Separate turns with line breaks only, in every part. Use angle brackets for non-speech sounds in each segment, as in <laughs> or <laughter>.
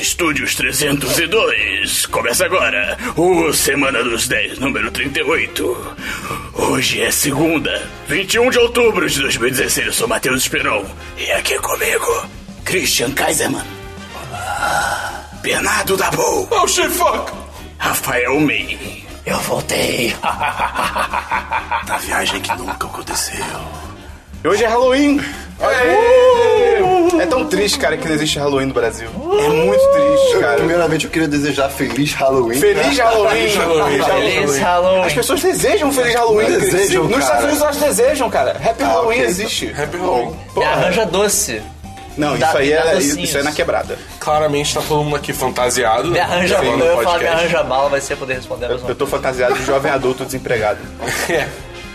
Estúdios 302. Começa agora o Semana dos 10, número 38. Hoje é segunda, 21 de outubro de 2016. Eu sou Matheus Esperon. E aqui comigo, Christian Kaiserman. Bernardo Dabu.
Oh shit, fuck!
Rafael May.
Eu
<laughs>
voltei.
Da viagem que nunca aconteceu.
Hoje é Halloween. Uh! É tão triste, cara, que não existe Halloween no Brasil. É muito triste, cara.
Primeiramente, eu queria desejar feliz Halloween. né?
Feliz Halloween.
Feliz Halloween.
As pessoas desejam um feliz Halloween.
Desejam,
Nos
cara.
Estados Unidos elas desejam, cara. Happy Halloween
ok.
existe.
Happy Halloween.
Me arranja doce.
Não,
Dá-
isso aí
dá
é
docinhos.
isso aí é na quebrada.
Claramente tá todo mundo aqui fantasiado.
Me arranja
Sim,
bala.
no
Eu ia falar me
podcast.
arranja bala, vai você poder responder a mesma
Eu tô fantasiado de jovem adulto desempregado.
<laughs> É.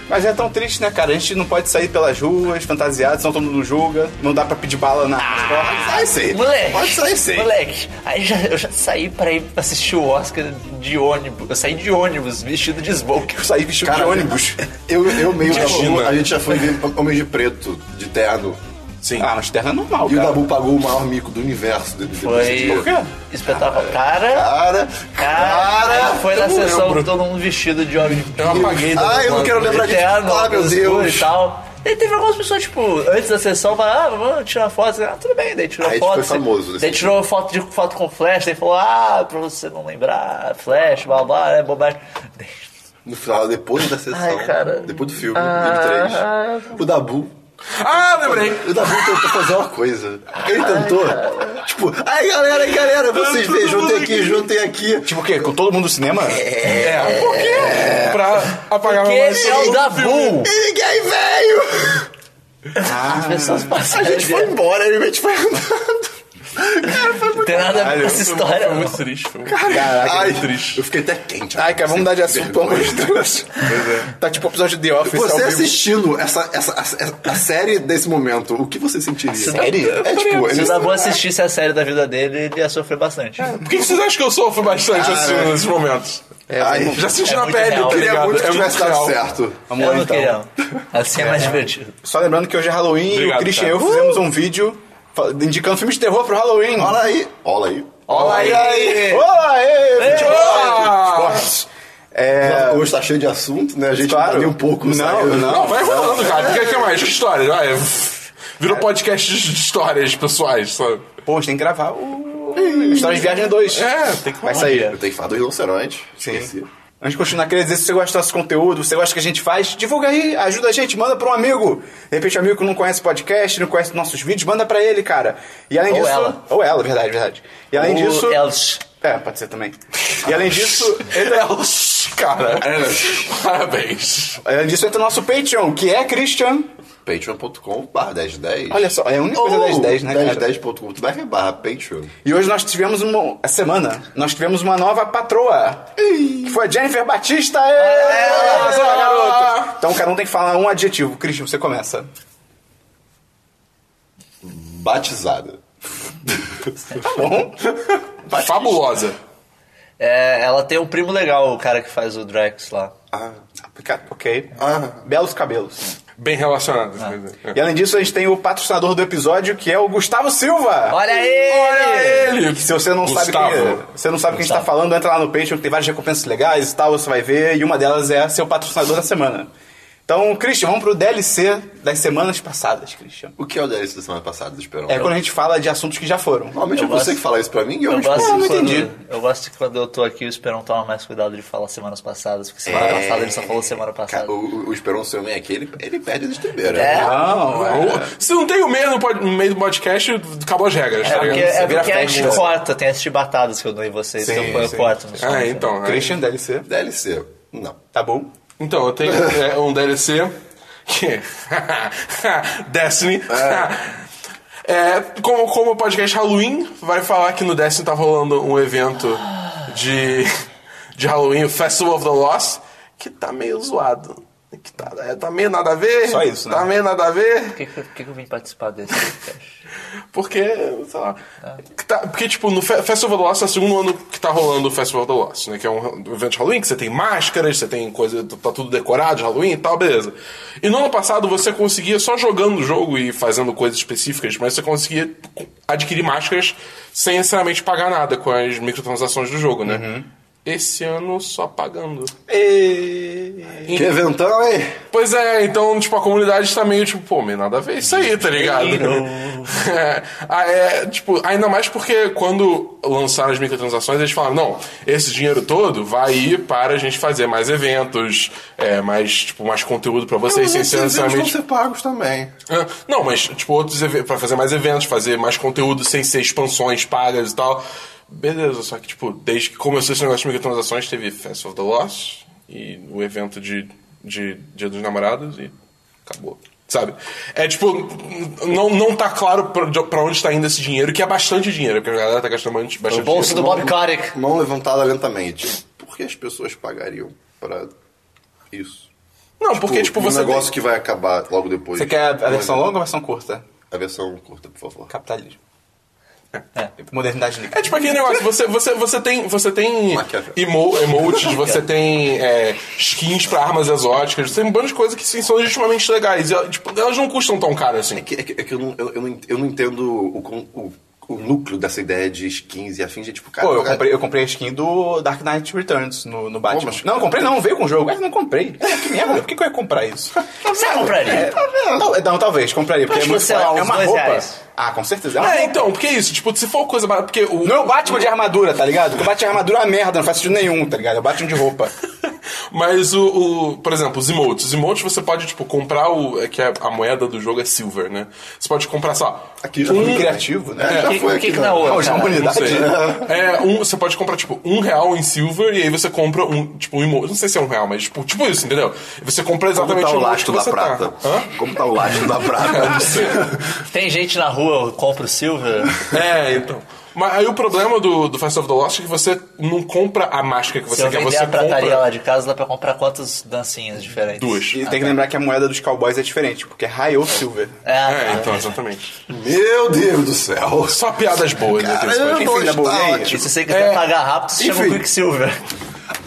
Mas é tão triste, né, cara? A gente não pode sair pelas ruas fantasiado, senão todo mundo julga. Não dá pra pedir bala na escola. Sai sim.
Moleque,
Pode sair sim.
moleque, aí já, eu já saí pra ir assistir o Oscar de ônibus. Eu saí de ônibus, vestido de smoke.
Eu saí vestido
Cara,
de ônibus.
Eu, eu meio Dabu,
Imagina.
a gente já foi ver Homem de Preto, de terno.
Sim.
Ah, mas terra é normal,
E o
cara.
Dabu pagou o maior mico do universo. De, de,
Foi
Por quê? Ah,
espetáculo. Cara,
Cara,
cara, foi na
eu não
sessão
lembro.
todo mundo vestido de homem
eu apaguei da
Ah, eu não quero lembrar disso.
eterno,
Ah, meu
escuro
Deus.
e tal. E teve algumas pessoas, tipo, antes da sessão, falaram, ah, vamos tirar foto. Ah, tudo bem, daí tirou
Aí
foto.
foi famoso nesse
Daí
assim.
dia.
tirou foto, de, foto com flash, daí falou, ah, pra você não lembrar, flash, blá blá, é bobagem. Daí
No final, depois da sessão,
Ai, cara.
depois do filme,
Ah.
ah, 3, o Dabu.
Ah, lembrei.
O Dabu tentou fazer uma coisa. Ele tentou. tipo, ai galera, ai galera, vocês vejam, juntem aqui, juntem aqui.
Tipo o quê? Com todo mundo no cinema?
É. Por quê? Pra apagar
Porque
a
ele é o
um
Dabu!
E ninguém veio!
As pessoas
A
passaram.
gente foi embora, a gente foi andando. Cara, foi
Não
muito
tem nada a ver com essa história,
Foi
não.
muito triste. Foi.
Caraca.
Ai,
triste.
Eu fiquei até quente.
Ai, cara, vamos mudar de assunto, pelo amor de Deus.
Pois é.
Tá tipo o episódio de The Office ao
Você
vivo.
assistindo essa, essa, essa- a série desse momento, o que você sentiria?
Série?
É tipo,
Se
ele
o Dabu assistisse a série da vida dele, ele ia sofrer bastante.
Por que que vocês acham que eu sofro bastante assim nesses momentos?
Ai,
Já senti
É
na
muito
pele,
real.
eu
queria muito que
é
tivesse
muito
dado
real.
certo.
Vamos
Eu
lá,
não
então.
queria. não. Assim é mais divertido.
Só lembrando que hoje é Halloween e
Obrigado,
o Christian e
cara.
eu fizemos um vídeo fa- indicando filmes de terror pro Halloween.
Olha aí. Olha aí.
Olha aí!
aí.
Olha aí!
Ah!
Esportes. É...
Hoje tá cheio de assunto, né? A gente
Claro.
não tá nem um pouco.
Não,
saiu.
não.
Não, vai rolando, cara. O que, que é mais? Que história? Vai. Virou podcast de histórias pessoais, sabe?
Pô, a gente tem que gravar o... História de Viagem 2.
É, tem que
Vai sair.
Eu tenho que falar do rinoceronte.
Sim.
Esqueci.
Antes de continuar, queria dizer, se você gosta do nosso conteúdo, se você gosta do que a gente faz, divulga aí, ajuda a gente, manda pra um amigo. De repente, um amigo que não conhece podcast, não conhece nossos vídeos, manda pra ele, cara. E além
Ou
disso...
ela.
Ou ela, verdade, verdade. E além
O
disso...
Els.
É, pode ser também. E além disso, é entra...
Cara, parabéns.
além disso, entra o nosso Patreon, que é Christian...
patreon.com barra 1010.
Olha só, é a única coisa 1010, né, cara?
1010.com. Tu vai ver barra Patreon.
E hoje nós tivemos uma... Essa semana, nós tivemos uma nova patroa. Que foi a Jennifer Batista. Ê! Olha só, garoto. Então cada um tem que falar um adjetivo. Christian, você começa.
Batizada.
Tá bom.
Fabulosa.
É, ela tem um primo legal, o cara que faz o Drax lá.
Ah, Fica- Ok.
Ah.
Belos cabelos.
Bem relacionada.
Ah.
quer dizer. É.
E além disso, a gente tem o patrocinador do episódio, que é o Gustavo Silva.
Olha aí!
Ele!
Se você não sabe
Gustavo.
quem, você não sabe quem a gente tá
Gustavo.
falando, entra lá no Patreon, que tem várias recompensas legais e tal, você vai ver. E uma delas é ser o patrocinador da semana. Então, Christian, vamos pro DLC das semanas passadas, Christian.
O que é o DLC da semana passada, Esperão?
É quando a gente fala de assuntos que já foram.
Normalmente é
Eu
você
gosto-
que fala isso pra mim e eu,
Eu
respondo.
gosto,
não
de quando,
entendi.
eu gosto de quando eu tô aqui, o Esperão toma mais cuidado de falar semanas passadas, porque semana
É.
passada ele só falou semana passada.
Cara, o, o- o Esperão seu homem aqui, ele, ele perde a distribuidora.
É.
Não, é.
Ou- Se não tem o meio no, pod- no meio do podcast, acabou as regras,
É
tá
porque,
ligado?
é
vira
porque a
festa,
gente
né?
corta, tem as chibatadas que eu dou em vocês,
Sim,
então eu
sim.
corto. no som,
Ah,
né?
então. é.
Christian, DLC.
DLC. Não.
Tá bom?
Então, eu
<laughs>
tenho é, um DLC que é <laughs> Destiny. É, como, como o podcast Halloween vai falar que no Destiny tá rolando um evento de, de Halloween, o Festival of the Lost, que tá meio zoado. Que tá, é, tá meio nada a ver.
Só isso, né?
Tá meio nada a ver.
Por que, que, por que que eu vim
<laughs>
participar desse podcast?
Porque, sei lá. que tá- porque, tipo, no Fe- Festival do Laço é o segundo ano que tá rolando o Festival do Laço, né? Que é um evento de Halloween, que você tem máscaras, você tem coisa. tá tudo decorado de Halloween e tal, beleza. E no ano passado você conseguia, só jogando o jogo e fazendo coisas específicas, mas você conseguia adquirir máscaras sem necessariamente pagar nada com as microtransações do jogo, né? Esse ano só pagando.
Que eventão, hein?
Pois é, então, tipo, a comunidade tá meio tipo, pô, meio nada a ver isso aí, tá ligado? <laughs> é, ah, é, tipo, ainda mais porque quando lançaram as microtransações, eles falaram, não, esse dinheiro todo vai ir para a gente fazer mais eventos, é, mais, tipo, mais conteúdo pra vocês, sem ser
vão
necessariamente...
ser pagos também.
Ah, Não, mas, tipo, outros eventos, pra fazer mais eventos, fazer mais conteúdo sem ser expansões pagas e tal. Beleza, só que, tipo, desde que começou esse negócio de microtransações, teve Festival of the Lost e o evento de, de Dia dos Namorados e acabou. Sabe? É tipo, n- não, não tá claro pra, de- pra onde tá indo esse dinheiro, que é bastante dinheiro, porque a galera tá gastando bastante
O
dinheiro.
bolso do Bob Kotick.
Mão levantada lentamente. Por que as pessoas pagariam pra isso?
Não, porque, tipo,
um
você.
negócio que vai acabar logo depois.
Você quer a versão
Olha,
longa ou a versão curta?
A versão curta, por favor.
Capitalismo. Modernidade líquida.
É tipo aquele negócio, você, você, você tem, você tem
Maquiavel.
emo,
<laughs>
emotes, você tem é, skins pra armas exóticas, você tem um bando de coisas que sim, são legitimamente legais. E, tipo, elas não custam tão caro assim.
É que, é que- é que eu, não, eu, eu não ent- eu não entendo o, con- o, o núcleo dessa ideia de skins e afins. É tipo, cara,
Pô, eu
cara,
comprei, eu comprei a skin do Dark Knight Returns no, no Batman.
Pô, mas-
Não, comprei não, veio com o jogo. Ah, não comprei. É, que merda, por que, que eu ia comprar isso? É,
Você compraria?
Tal- não, talvez, compraria, porque é
Mas,
muito
sei lá,
é
uns
uma
dois
roupa.
reais.
Ah, com certeza. É uma
É,
roupa.
então, porque é isso, tipo, se for coisa barata, porque o.
Não é o Batman de armadura, tá ligado? Porque o Batman de armadura é uma merda, não faz sentido nenhum, tá ligado? É o Batman de roupa.
<laughs> Mas o, o- Por exemplo, os emotes. Os emotes você pode, tipo, comprar o. É que a, a moeda do jogo é silver, né? Você pode comprar, sei lá. um
Aqui já
Muito
foi.
criativo, né?
É, já
Que-
foi
que
aqui.
que
né?
na outra?
Não, isso é uma
Cara,
Não
unidade.
sei. É, um, você pode comprar, tipo, um real em silver e aí você compra um, tipo, um emote. Não sei se é um real, mas tipo, tipo isso, entendeu? Você compra
Como
exatamente
tá
o
o
emote
lastro
que
da
você tá.
prata?
Hã?
Como tá o lastro da prata?
Tem gente na rua, eu compro silver.
É, então. Mas aí o problema do, do Fast of the Lost é que você não compra a máscara que
Se
você
eu
quer,
vender
você
a prataria
compra
lá de casa, dá pra comprar quantas dancinhas diferentes?
duas.
E tem que lembrar que a moeda dos cowboys é diferente, porque é raio ou silver.
É,
É,
é
então, exatamente.
Meu Deus do céu.
Só piadas boas, né? tem esse
Caramba.
podcast.
Enfim, na
tá
boleia.
ótimo.
E se você quiser
É,
pagar rápido, você chama o
enfim.
Quicksilver.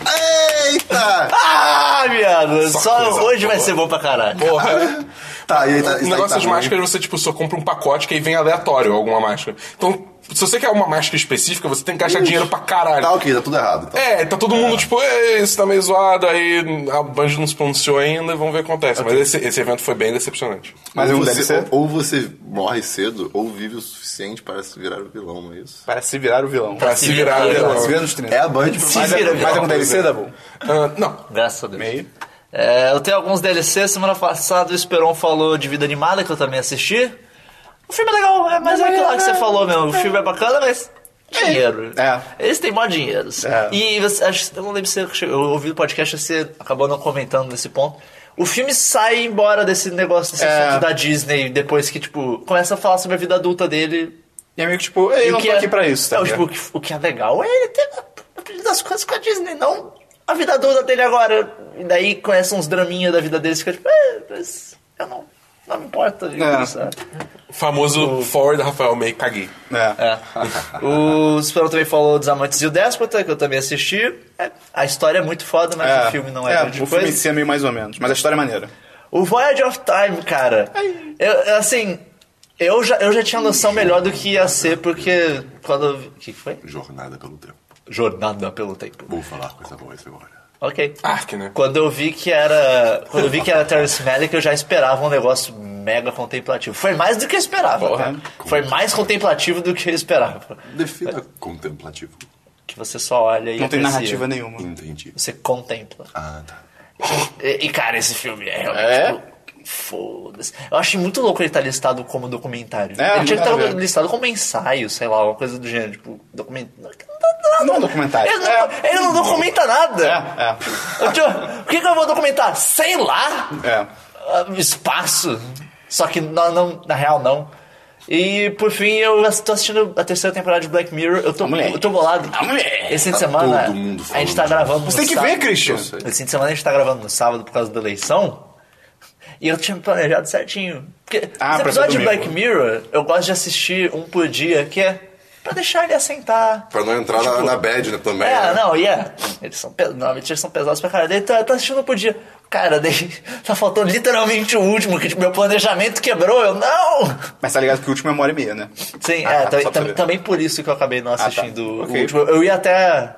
<laughs>
Eita!
Ah, viado! Só
coisa
hoje vai ser bom pra caralho.
Porra.
Tá, aí tá,
O
isso aí
negócio
tá
das
ruim.
máscaras, você, tipo, só compra um pacote que aí vem aleatório alguma máscara. Então, se você quer uma máscara específica, você tem que gastar dinheiro pra caralho.
Tá ok, tá tudo errado. Tá.
É, tá todo mundo tipo, "Ei, isso tá meio zoado, aí a Band não se pronunciou ainda, vamos ver o que acontece. Mas esse, esse evento foi bem decepcionante.
Mas
ou,
um deve
você,
ser
ou você morre cedo, ou vive o suficiente para se virar o vilão, não é isso?
para se virar o vilão.
Pra se virar né?
vilão.
Pra se
vilão.
virar nos 30.
É a Band pra
Se
mas, é,
vira
mas é
vilão,
com DLC, Dabu?
Ah, não.
Graças a Deus.
Meio.
É, eu tenho alguns DLC. Semana passada o Esperon falou de Vida Animada, que eu também assisti. O filme é legal, é, mas é aquilo lá que você falou mesmo. O filme é bacana, mas. Dinheiro.
É.
Eles têm mó dinheiro. assim.
É.
E você, acho- eu não lembro se você- eu ouvi o podcast você acabou não comentando nesse ponto. O filme sai embora desse negócio, desse
É.
assunto da Disney, depois que, tipo, começa a falar sobre a vida adulta dele.
E é meio que tipo, eu
E
não
o que
tô
é-
aqui pra isso, tá
Não,
ligado?
tipo, o que- o que é legal é ele ter aprendido as coisas com a Disney, não a vida adulta dele agora. E daí conhece uns draminhas da vida dele e fica tipo, é, mas eu não, não me importo de
É.
isso. né?"
Famoso forward Rafael May, caguei.
É.
É. O Esperão também falou dos Amantes e o Déspota, que eu também assisti. É, a história é muito foda, mas o filme não é, grande
o
coisa.
filme em si é meio mais ou menos, mas a história é maneira.
O Voyage of Time, cara. Eu, eu, assim, eu já, eu já tinha noção melhor do que ia ser, porque quando. eu vi- O que foi?
Jornada pelo tempo.
Jornada pelo tempo.
Vou falar com essa voz agora.
Ok.
Ah,
Ark, né?
Quando eu vi que era. Quando eu vi que era Terrence Malick, eu já esperava um negócio mega contemplativo. Foi mais do que eu esperava.
Porra.
cara. Foi mais contemplativo do que eu esperava.
Defina contemplativo.
Que você só olha e.
Não tem
aprecia.
narrativa nenhuma.
Entendi.
Você contempla.
Ah, tá.
E, e, cara, esse filme é realmente.
É?
tipo, Foda-se. Eu achei muito louco ele estar listado como documentário.
É,
ele tinha que
nada
estar
a ver.
listado como ensaio, sei lá, alguma coisa do gênero. Tipo, documentário.
Não é um documentário.
Ele não,
É,
ele não documenta nada.
é,
Eu, tio, o que, que eu vou documentar? Sei lá!
é.
Ah, Espaço. Só que não, não- na real não. E por fim, eu ass- tô assistindo a terceira temporada de Black Mirror. Eu tô,
Ah, moleque.
eu tô bolado.
Ah, moleque.
Esse fim de semana
todo mundo
a
falando
gente tá
disso.
gravando.
Você
no
tem que
sábado.
ver, Christian.
Esse fim de semana a gente tá gravando no sábado por causa da eleição. E eu tinha planejado certinho. Porque
Ah, pra
os
ver
episódios de
domingo.
Black Mirror, eu gosto de assistir um por dia, que é pra deixar ele assentar.
Pra não entrar na, na bad né, também.
É,
né?
não, e é. Eles são, pe- normalmente eles são pesados pra cara dele, tá, tá assistindo por dia. Cara, <laughs> daí, tá faltando literalmente o último, que tipo, meu planejamento quebrou, eu não!
Mas tá ligado que o último é uma hora e meia, né?
Sim,
Ah,
é,
tá,
tam-
só pra
tam-
ver.
também por isso que eu acabei não
tá.
assistindo
Ok.
o último. Eu ia até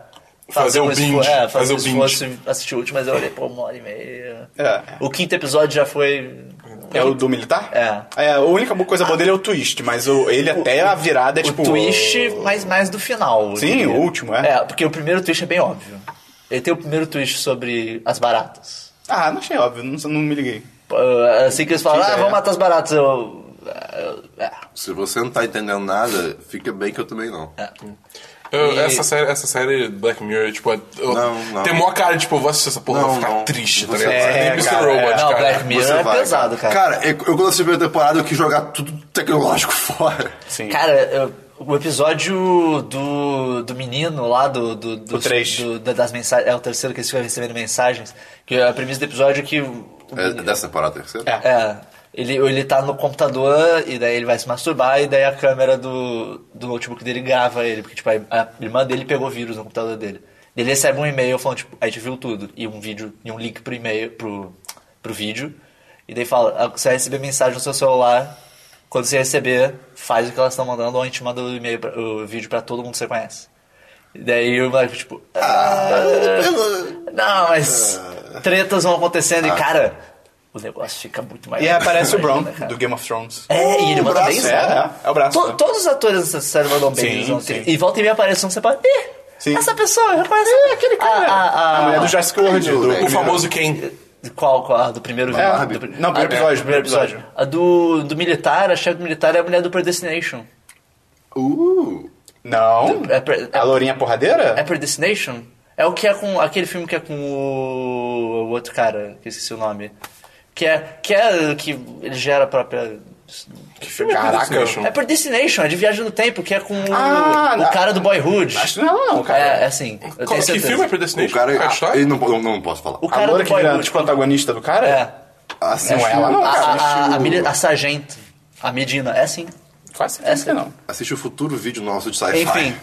Fazer um binge,
esforço- é,
fazer
fazer
um
um esforço assistir o último, mas eu olhei, pô, uma hora e meia.
É.
O quinto episódio já foi.
É o do militar?
É.
a única boa coisa boa dele é o twist, mas o- ele até a virada é tipo.
o twist, mas mais do final. eu
Sim,
diria.
o último, é.
É, porque o primeiro twist é bem óbvio. Ele tem o primeiro twist sobre as baratas.
Ah, não achei óbvio, não, não me liguei.
Pô, Assim que eles falam,
Sim,
ah,
é.
vamos matar as baratas, eu. eu- é.
Se você não tá entendendo nada, fica bem que eu também não.
Eu-
E-
essa, série, essa série Black Mirror, tipo, eu,
Não, não.
tem maior cara, tipo, eu vou assistir essa porra,
Não,
vou ficar
não.
triste, tá
Você
ligado?
vai.
Você tem
É,
Mr.
cara,
Robot,
é.
Não,
cara.
Black Mirror é pesado, cara.
Cara, eu, eu quando assisti a primeira temporada, eu quis jogar tudo tecnológico <laughs> fora.
Sim.
Cara, eu- o episódio do, do menino lá do, do, dos-
três.
do- da- das mensagens. É o terceiro que eles ficam recebendo mensagens. Que a premissa do episódio é que. o- o
É,
menino-
dessa temporada terceira?
É.
é, ele, ele tá no computador e daí ele vai se masturbar e daí a câmera do, do notebook dele grava ele. Porque, tipo, a, a irmã dele pegou vírus no computador dele. Ele recebe um e-mail falando, tipo, a gente viu tudo. E um vídeo, e um link pro e-mail, pro, pro vídeo. E daí fala, "Ah, você vai receber mensagem no seu celular. Quando você receber, faz o que elas estão mandando ou a gente manda o e-mail, pra- o vídeo pra todo mundo que você conhece. E daí o moleque, tipo... "Ah,
É.
não, mas
Ah.
tretas vão acontecendo e, cara, o negócio fica muito mais.
E aí aparece
<laughs>
o Bron,
né, cara?
do Game of Thrones.
É, e ele
O
manda
braço,
bem,
é,
né?
é, é o braço.
To- todos os atores dessa série mandam bem.
Sim,
Sim,
sim.
E volta e meia aparece um, você fala, ih,
Sim. É,
essa pessoa, eu reconheço aquele cara. A, a-
A mulher do Jurassic World,
meu
do
Deus.
O famoso quem?
Qual, qual? A do primeiro vídeo?
É,
do,
não, primeiro
a-
episódio, primeiro episódio.
A do, do militar, a chefe do militar é a mulher do Predestination.
Uh!
Não.
É pre-
A lourinha porradeira?
É Predestination? É o que é com. aquele filme que é com o. o outro cara, que eu esqueci o nome. Que é. que é. que ele gera a própria.
Caraca.
É Predestination, é de Viagem no Tempo, que é com o-
Ah,
o,
na-
cara do Boyhood.
Acho que não, não, cara.
É, é assim. Eu
Qual-
tenho
Que
certeza.
filme é
O
Predestination?
cara.
Ah, tá?
ele não, não, não posso falar.
O
A
cara
loura
do
que vira,
Boyhood.
tipo, antagonista do cara?
É.
Assiste
Não é ela, não,
o-
A,
cara.
assiste
a, a,
o-
Mili- a Sargento. A Medina. É assim.
Quase certeza
Essa-
que não.
Assiste o futuro vídeo nosso de sci-fi.
Enfim.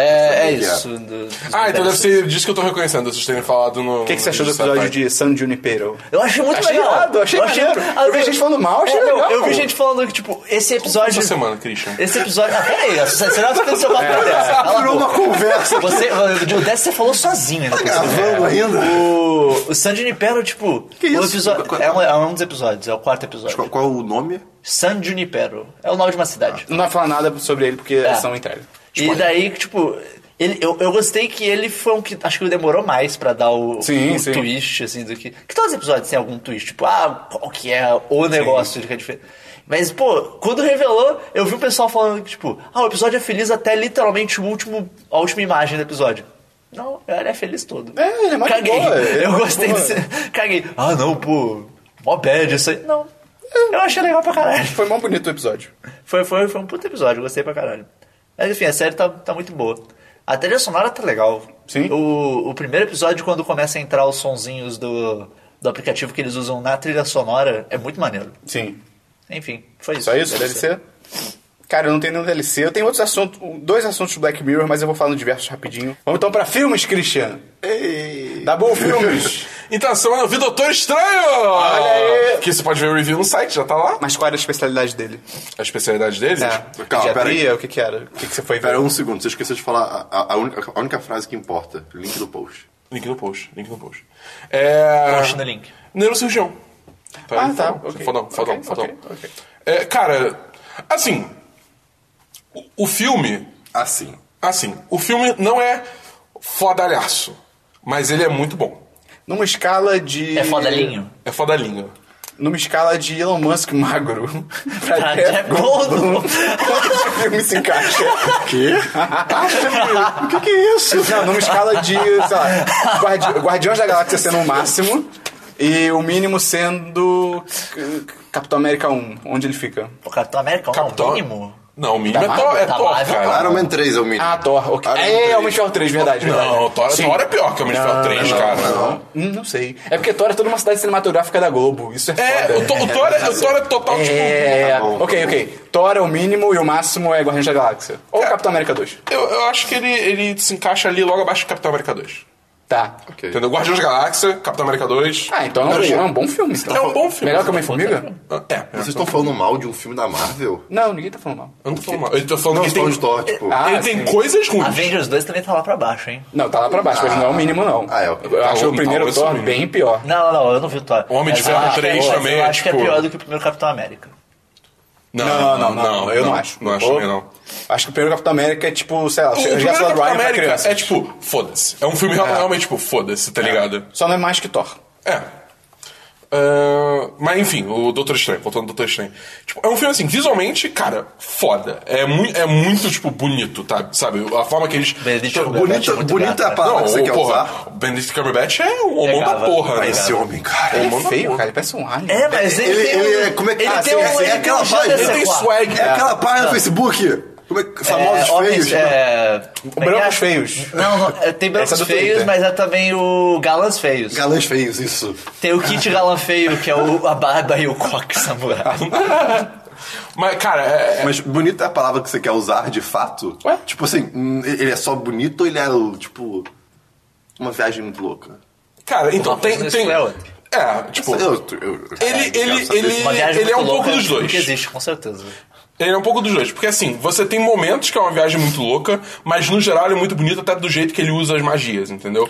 É, é
Sabia que é.
isso. do- dos
Ah, então
universos.
deve ser disso que eu tô reconhecendo, vocês terem falado no.
O que, que você achou do episódio de San Junipero?
Eu achei muito
Achei
legal.
irado, achei maneiro. Eu vi gente falando mal, achei
não,
legal.
É, Eu vi gente falando que, tipo, esse episódio...
Essa semana, Christian.
Esse episódio. Ah, peraí, você não tá fazendo seu papel dessa. Cala a
Virou uma
boca. <laughs>
conversa.
Você, o Dessa você falou sozinho ainda. por cima.
Gravando ainda.
O, o San Junipero, tipo. o
isso?
episódio- é, um, é um dos episódios, é o quarto
Qual,
episódio.
qual o nome?
San Junipero. É o nome de uma cidade.
Não vai falar nada sobre ele porque é são entregues.
E daí, tipo, ele, eu, eu gostei que ele foi um que. Acho que ele demorou mais pra dar o,
Sim,
o
sim.
twist, assim, do que. Que todos os episódios têm algum twist, tipo, ah, qual que é o negócio que é diferente. Mas, pô, quando revelou, eu vi o pessoal falando que, tipo, ah, o episódio é feliz até literalmente o último, a última imagem do episódio. Não, ele é feliz todo.
É, ele é mó de
Caguei.
boa, ele é
<laughs> eu
mó de
gostei
boa.
desse. Caguei. Ah, não, pô, mó bad isso aí. Não. Eu achei legal pra caralho.
Foi mó bonito o episódio.
Foi, foi, foi um puto episódio, eu gostei pra caralho. Mas enfim, a série tá, tá muito boa. A trilha sonora tá legal.
Sim.
O, o primeiro episódio, quando começa a entrar os sonzinhos do, do aplicativo que eles usam na trilha sonora, é muito maneiro.
Sim.
Enfim, foi isso.
Só isso? DLC? Cara, eu não tenho nenhum DLC. Eu tenho outros assuntos, dois assuntos do Black Mirror, mas eu vou falar no diversos rapidinho. Vamos então pra filmes, Christian.
Ei.
Da Boa Filmes.
Então, essa semana eu vi Doutor Estranho! Olha
aí.
Que você pode ver o review no site, já tá lá.
<laughs> mas qual era a especialidade dele?
A especialidade deles.
É.
Calma,
Pediatria? O que que era? O que que você foi ver?
Pera um segundo, você esqueceu de falar a, a- a única, a única frase que importa. Link do post.
Link no post, link no post. É...
Post no link.
Neurocirurgião.
Ah,
aí,
tá,
Fodão,
ok.
fodão, fodão.
Ok,
fodão.
ok, ok.
É, cara, assim, o, o filme,
Assim.
assim, o filme não é fodalhaço, mas ele é muito bom.
Numa escala de...
É fodelinho.
É fodalinho.
Numa escala de Elon Musk magro. pra
Tá,
Jeff
é
<laughs>
bom.
Esse filme é se encaixa.
Quê?
o que, é isso? Não, numa escala de, sei lá, Guardi- Guardiões da Galáxia sendo o máximo e o mínimo sendo eh, Capitão América 1, onde ele fica?
O Capitão América é
Capitão-
o mínimo.
Não, o mínimo
Da
é Thor,
Marvel?
é Thor,
Da Marvel?
cara.
Iron Man 3 é o mínimo.
Ah, Thor, ok.
Iron Man
É, é o
3.
Michel 3, verdade.
Não,
verdade.
Thor,
Sim.
Thor é pior que o Homem de Ferro 3,
não,
cara.
Não. Hum, não sei. É porque Thor é toda uma cidade cinematográfica da Globo. Isso é,
É,
foda.
o, Thor- o Thor é, o Thor é total, tipo...
É,
Tá bom, tá
ok,
bom.
ok. Thor é o mínimo e o máximo é Guardiões da Galáxia. Ou Capitão América 2.
Eu, eu acho que ele, ele se encaixa ali logo abaixo do Capitão América 2.
Tá.
Ok.
Entendeu? Guardiões da Galáxia, Capitão América 2.
Ah, então é um,
Peraí.
é um bom filme. então.
É um bom filme.
Melhor que Homem-Formiga?
É, é.
Vocês estão falando mal de um filme da Marvel?
Não, ninguém tá falando mal.
Eu não tô falando mal. Eu tô falando
Não,
que
estão
tem,
de Thor, tipo.
Ah,
ele tem
sim.
coisas ruins.
Avengers 2 também tá lá pra baixo, hein?
Não, tá lá pra baixo, mas não é o mínimo, não.
Ah, é, ok.
Eu
Tá,
acho
o-
o primeiro
tá, esse é o
Thor
mínimo.
bem pior.
Não, não, eu não vi o Thor.
O Homem de
Mas
Ferro
eu acho
3
que é-
também,
Eu acho que é
tipo-
pior do que o primeiro Capitão América.
Não, não, não, eu não, acho.
Não acho
Ou-
também, não.
Acho que o primeiro Capitão América é tipo, sei lá,
O, o primeiro
Resgate do
Capitão
Ryan pra
América
criança.
é tipo, foda-se. É um filme real- realmente tipo, foda-se, tá ligado?
Só não é mais que Thor.
É. Ah, mas enfim, o Doutor Estranho, voltando ao Doutor Estranho. Tipo, é um filme assim, visualmente, cara, foda. É, mui- é muito, tipo, bonito, tá? sabe? A forma que eles. Tipo,
Benedict
Não,
Cumberbatch
bonito-
é muito
bonito
gato,
é a
né?
palavra. que você
o,
quer
porra,
usar?
o Benedict Cumberbatch é um homão da
Pegava.
porra, né?
Pegava.
Esse homem, cara.
É
Ele
mó
é
na
feio,
boca.
cara, ele parece um alien.
É, mas ele,
Ele-
tem
ele
um-
é- como é que-
ele
ah,
tem
sim,
um-
sim, é
ele tem um
aquela
jeito
página.
de
Ele tem
adequar.
swag. né?
É aquela página do Facebook. Como é que. Famosos
É, homens,
feios. né?
é, como é que
Brancos
é?
feios.
Não, não, é, tem brancos
Essa é do
feios,
Twitter.
mas é também o galãs feios.
Galãs feios, isso.
Tem o kit galã feio, que é o, a barba e o coque samurai.
Mas, cara, é,
Mas bonito é a palavra que você quer usar de fato?
Ué?
Tipo assim, hum, ele é só bonito ou ele é, tipo, uma viagem muito louca?
Cara, então
Uma
tem.
coisa
tem
cruel.
é, tipo.
Eu- eu- eu-
Ele,
eu quero
ele,
saber.
ele,
Uma viagem
ele é
muito
um pouco
louca
dos dois.
Que existe, com certeza.
Ele é um pouco dos dois. Porque assim, você tem momentos que é uma viagem muito louca, mas no geral ele é muito bonito até do jeito que ele usa as magias, entendeu?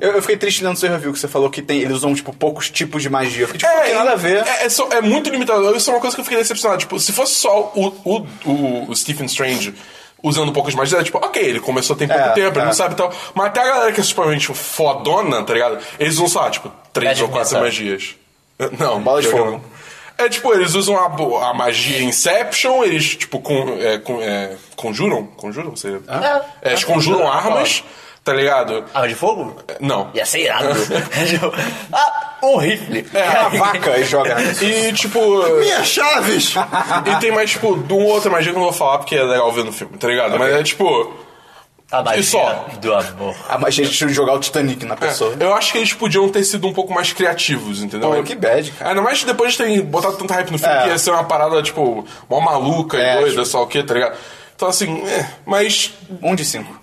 Eu, eu fiquei triste lendo seu review que você falou que tem, eles usam, tipo, poucos tipos de magia. Eu fiquei, tipo, não tem nada a ver.
É, é só- é muito limitado. Isso é uma coisa que eu fiquei decepcionado. Tipo, se fosse só o, o, o, o Stephen Strange usando poucas magias, era tipo, ok, ele começou tem pouco
É,
tempo, ele
é.
não sabe e tal. Mas até a galera que é supostamente fodona, tá ligado? Eles usam, sei lá, tipo, três
Magic
ou quatro
Missile.
magias. <laughs> Não,
Bola de
pior que
fogo.
não. É tipo, eles usam a, bo- a magia Inception, eles, tipo, con, é, con- é, conjuram? Conjuram? Seria? É, eles conjuram
Ah,
armas, tá ligado?
Arma de fogo?
Não.
Ia ser irado. <laughs> ah, um rifle.
É uma vaca e joga na
<laughs>
pessoa.
E,
<laughs>
tipo.
Minha Chaves!
E tem mais, tipo, de uma outra magia que eu não vou falar porque é legal ver no filme, tá ligado? Mas é tipo.
A magia
só?
do amor.
A magia de jogar o Titanic
É.
na pessoa.
Eu acho que eles podiam ter sido um pouco mais criativos, entendeu?
Pô, que bad, cara.
Ainda mais depois de terem botado tanto hype no filme
É.
que ia ser uma parada, tipo, mó maluca
É,
e doida,
tipo-
só o quê, tá ligado? Então, assim, é, mas. <laughs>
Um de cinco.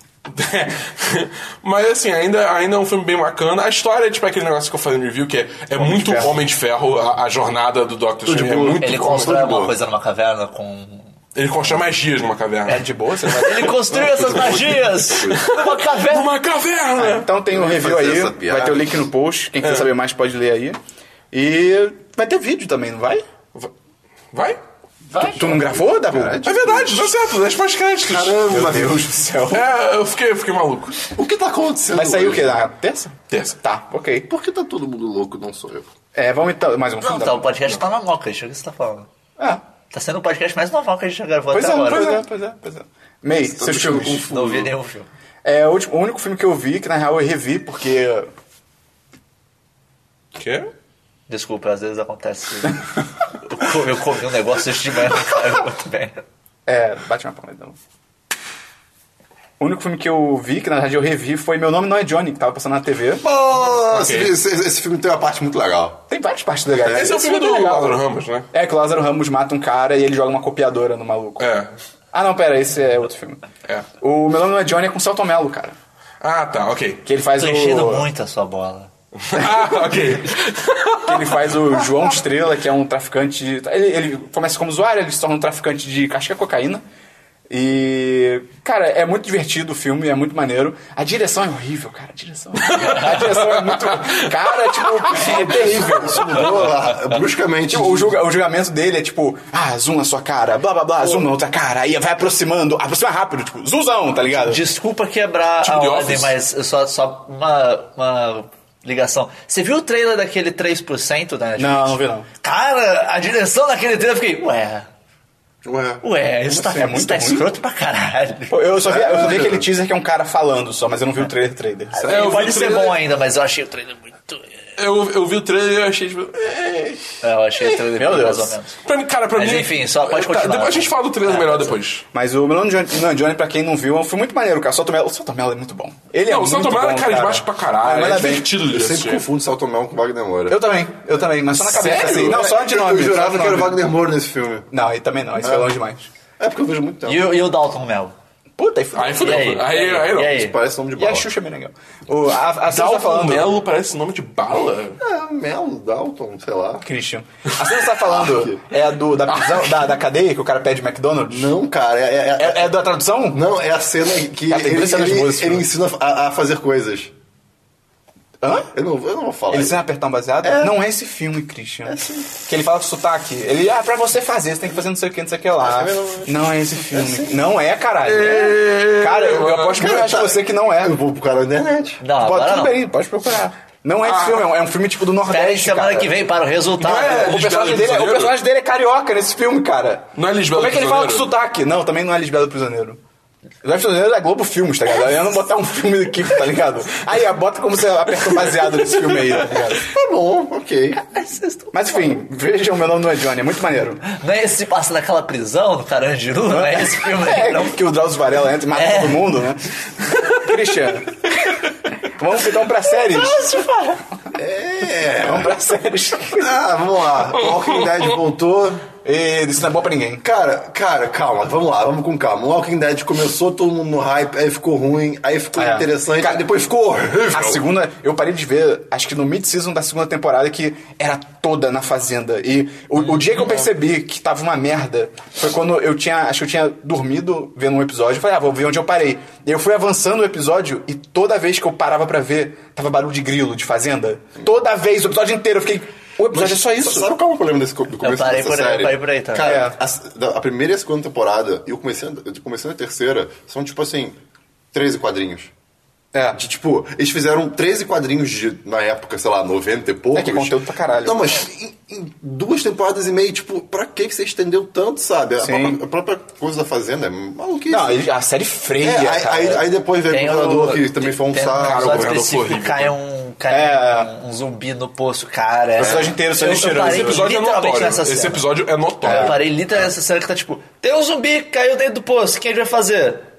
mas assim, ainda, ainda é um filme bem bacana. A história é tipo aquele negócio que eu falei no review, que é, é muito
Ferro.
Homem de Ferro, a, a jornada do Doctor Strange. É
boa.
muito
Ele
como-
constrói
tudo de
alguma
boa.
coisa numa caverna com...
Ele constrói magias numa caverna.
É de boa, você vai.
Ele construiu essas magias numa caverna.
Numa caverna!
Então tem um review
fazer
aí,
essa piada.
vai ter o link no post. Quem quiser saber mais pode ler aí. E vai ter vídeo também, não vai?
Vai?
Tu, tu não gravou, Dabu?
É verdade, tá certo, 10 pós-créditos.
Caramba, meu
do céu.
É, eu fiquei, eu fiquei maluco.
O que tá acontecendo?
Vai sair o quê?
hoje?
Na terça?
Terça.
Tá, ok.
Por que tá todo mundo louco, não sou eu?
É, vamos então. Mais um
Não,
filme,
tá, o
Dabu?
podcast tá na moca, deixa eu ver o que você tá falando.
Ah,
Tá sendo o podcast mais normal que a gente já gravou
pois
até
é,
agora.
pois é, pois é, pois é. May, seus
deixando
filmes.
confuso.
Não vi nenhum filme.
É o, último- o único filme que eu vi, que na real eu revi, porque.
Quê?
Desculpa, às vezes acontece. <laughs> Eu comi, eu comi um negócio hoje de manhã, não caiu muito bem.
É, bate uma palma então. O único filme que eu vi, que na verdade eu revi, foi Meu Nome Não é Johnny, que tava passando na TV.
Pô,
Ok.
esse, esse- esse filme tem uma parte muito legal.
Tem várias partes legais.
Esse é o filme do
é legal.
Lázaro Ramos, né?
É que o Lázaro Ramos mata um cara e ele joga uma copiadora no maluco.
É.
Ah, não, pera, esse é outro filme.
É.
O Meu Nome Não é Johnny é com o Celton Mello, cara.
Ah, tá, ok. <laughs>
Que ele faz
Tô
o.
enchendo muito a sua bola.
Ah, ok.
que ele faz o João Estrela, que é um traficante. de- Ele, ele começa como usuário, ele se torna um traficante de casca cocaína. E. Cara, é muito divertido o filme, é muito maneiro. A direção é horrível, cara. A direção é horrível. A direção é muito. Cara, tipo, é terrível.
Isso mudou ah, bruscamente.
Tipo, o, julga- o julgamento dele é tipo, ah, zoom na sua cara, blá blá blá, zoom na outra cara, aí vai aproximando, aproxima rápido, tipo, zoomzão, tá ligado?
Desculpa quebrar
Tipo
a
The
ordem,
Office.
mas eu só, só uma, uma ligação. Você viu o trailer daquele 3% da Netflix?
Não, não vi não.
Cara, a direção daquele trailer eu fiquei, ué.
Ué.
Ué, isso tá,
Nossa, é
isso
muito
tá
ruim.
escroto pra caralho.
Pô, Eu só, vi, eu só vi aquele teaser que é um cara falando só, mas eu não vi o trailer trailer.
É, eu vi
Pode
o
ser
trailer-
bom ainda, mas eu achei o trailer muito.
Eu, eu vi o trailer e eu achei, tipo. eh.
É, eu achei o trailer
Meu
mais
Deus.
ou menos.
Pra mim, cara, pra
Mas
mim.
enfim, só pode
Tá,
continuar.
depois a gente fala do trailer melhor depois.
Mas o Melon Johnny, não, Johnny, pra quem não viu, é um filme muito maneiro, cara. O Salto Mello, o Salto Mello é muito bom. Ele é
Não, o
muito
Salto Mello
bom,
é carismático pra caralho,
Ele
é
manda bem.
divertido de
Eu sempre
assistir.
confundo Salto Mel com Wagner Moura.
Eu também, eu também, mas só na cabeça, assim. Não, só de nome.
Eu
só de
jurava que era
nome.
Wagner Moura nesse filme.
Não, aí também não, isso foi longe demais.
É porque eu vejo muito tempo.
E, o- e o Dalton Mel?
Puta, aí fudeu.
Aí fudeu.
aí?
Aí, aí, não.
E aí?
Parece nome de
E
bala.
a Xuxa Meneghel. O, a a Cena tá
Dalton
falando.
Melo parece nome de bala.
É, Mel, Dalton, sei lá.
Christian. A Cena tá
<laughs>
falando
Ah,
é a do, da prisão, da, da cadeia que o cara pede McDonald's?
Não, cara, é... é- é-
É, é da tradução?
Não, é a cena que
Cara, tem
ele,
duas cenas
ele-
boas,
ele
né?
ensina a, a fazer coisas.
Hã?
Eu não, eu não vou falar.
Ele
isso.
sem apertar um baseado?
É.
Não é esse filme, Christian. que ele fala com sotaque. Ele, ah, pra você fazer, você tem que fazer não sei o que, não sei o que lá. Não é esse filme. Não é, caralho. É. Cara, eu, eu aposto muito
Cara,
mais
tipo-
que
tá-
você que não é.
Eu vou pro cara na internet.
Não,
pode,
agora
tudo
não.
bem, pode procurar. Não é esse filme, é um, é um filme tipo do
Esperem
Nordeste,
semana
cara.
que vem para o resultado.
Não é, o, personagem dele, é- o personagem dele é carioca nesse filme, cara.
Não é Lisbela
Como é que ele fala com
Prisioneiro?
sotaque? Não, também não é Lisbela do Prisioneiro. Lisbela do Prisioneiro é Globo Filmes, tá ligado? Eu não botar um filme do Kiko, tá ligado? Aí, ó, bota como você aperta o baseado nesse filme aí, tá ligado?
Tá bom, ok.
Mas enfim, vejam, meu nome não é Johnny, é muito maneiro.
Não é esse que passa naquela prisão no Carandiru? Não é esse filme aí, não?
É, que o Drauzio Varela entra e mata
É.
todo mundo, né? Cristiano. Vamos então pra séries.
É.
Vamos pra séries.
Ah, vamos lá. Walking Dead voltou.
E isso não é bom pra ninguém.
Cara, cara, calma, vamos lá, vamos com calma. O Walking Dead começou todo mundo no hype, aí ficou ruim, aí ficou
É.
interessante,
Cara,
aí depois ficou horrível.
A segunda, eu parei de ver, acho que no mid-season da segunda temporada, que era toda na fazenda. E o, o dia que eu percebi que tava uma merda foi quando eu tinha, acho que eu tinha dormido vendo um episódio. Eu falei, ah, vou ver onde eu parei. E eu fui avançando o episódio e toda vez que eu parava pra ver, tava barulho de grilo, de fazenda. Toda vez, o episódio inteiro, eu fiquei. O episódio é só isso.
Sabe qual é o problema desse co- do começo
Eu parei
dessa
por aí, eu
série?
parei por aí, tá?
Cara,
É.
a, da- a primeira e a segunda temporada, e eu comecei, a- eu comecei na terceira, são tipo assim, 13 quadrinhos.
É.
De, tipo, eles fizeram 13 quadrinhos de, na época, sei lá, 90 e poucos.
É que é conteúdo pra caralho.
Não, mas em, em duas temporadas e meia, tipo, pra que que você estendeu tanto, sabe? A
Sim.
própria, a própria coisa da Fazenda é maluquice.
Não, ele- a série freia.
É, aí,
cara.
aí- aí depois veio o governador, que também foi um
tem
saco.
Um
Cara, o
episódio
governador foi
específico que
horrível.
cai um, cai
É.
um, um zumbi no poço, cara. O
episódio inteiro só
eu, eu
tirando.
parei
Esse episódio é
literalmente
notório.
nessa
Esse
cena.
episódio é
Eu
notório.
parei literalmente nessa cena que tá tipo, tem um zumbi que caiu dentro do poço, o que a gente vai fazer?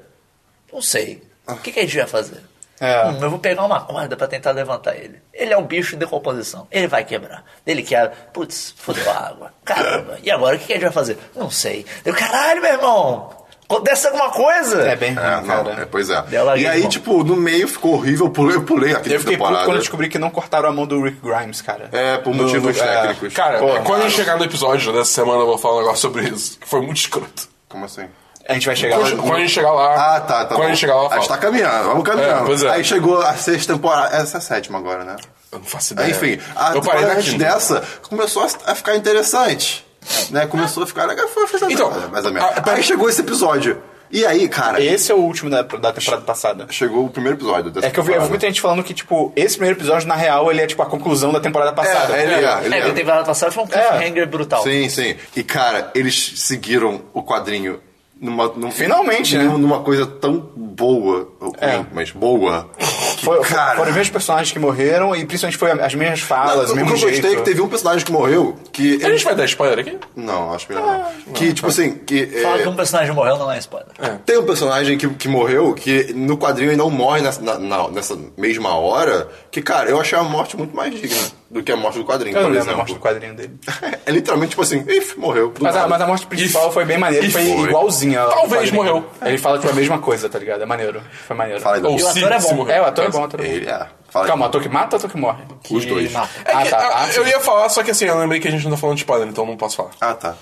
Não sei. O que, que a gente vai fazer?
É.
Hum, eu vou pegar uma corda pra tentar levantar ele. Ele é um bicho em decomposição. Ele vai quebrar. Ele quebra. Putz, fodeu a água. Caramba. E agora, o que, que a gente vai fazer? Não sei. Eu, caralho, meu irmão. Acontece alguma coisa.
É bem ruim,
É, não,
cara.
é, pois é.
Deu lá,
E aí,
irmão.
tipo, no meio ficou horrível, eu pulei, eu pulei a quinta
Eu fiquei puto
temporada.
quando eu descobri que não cortaram a mão do Rick Grimes, cara.
É, por
No-
motivos
no- é.
técnicos.
Cara,
Pô,
quando eu chegar no episódio dessa semana, eu vou falar um negócio sobre isso. Que foi muito escroto.
Como assim?
A gente vai chegar lá.
Quando, quando a gente chegar lá.
Ah, tá, tá.
Quando a gente chegar lá, eu
A
falo.
gente tá caminhando, vamos caminhando.
É, pois é.
Aí chegou a sexta temporada. Essa é a sétima agora, né?
Eu não faço
Aí,
ideia.
enfim, a
É. eu parei
temporada
na
antes
quinta.
dessa começou a a ficar interessante. Né? Começou a ficar legal. Foi, foi
Então,
foi- mais ou menos.
a- pera-
aí chegou esse episódio. E aí, cara,
Esse é o último da, da temporada passada.
chegou o primeiro episódio dessa
É que eu vi, eu vi
temporada.
muita gente falando que, tipo, esse primeiro episódio, na real, ele é, tipo, a conclusão da temporada passada.
É, ele é, ele
É,
é.
porque teve a passada foi um cliffhanger brutal.
Sim, sim. E cara, eles seguiram o quadrinho numa, num-
Finalmente, né?
numa coisa tão boa, ou
É.
ruim, mas boa. Que,
Foi- foi-
cara,
Foram os mesmos personagens que morreram e, principalmente, foi as mesmas falas, o
o que
mesmo
eu
jeito.
gostei é que teve um personagem que morreu que
A gente vai dar spoiler aqui?
não, acho melhor
Ah,
não. que
tá.
tipo assim, que
Falar que
é,
um personagem morreu não é spoiler.
tem um personagem que, que morreu que no quadrinho ele não morre nessa, na- na- nessa mesma hora. Que cara, eu achei a morte muito mais digna do que a morte do quadrinho,
Eu não
por
lembro a
exemplo.
morte do quadrinho
<laughs>
dele.
é literalmente tipo assim, if morreu. do
Mas a,
nada.
mas a morte principal
E-
foi bem maneira,
e
foi,
foi.
igualzinha. ao
Talvez
quadrinho.
morreu.
Ele fala, tipo, a mesma coisa, tá ligado? É maneiro. Foi maneiro.
Fala aí,
Ou
Davi.
o
se,
ator é
se
bom.
morrer.
É, o ator é bom, o ator é bom.
Ele é. Fala aí.
Calma, o ator que mata ou o ator que morre?
os dois.
É
Ah,
que,
tá.
ah,
Ah,
eu
sim.
ia falar, só que assim, eu lembrei que a gente não tá falando de spoiler, então não posso falar.
Ah, tá.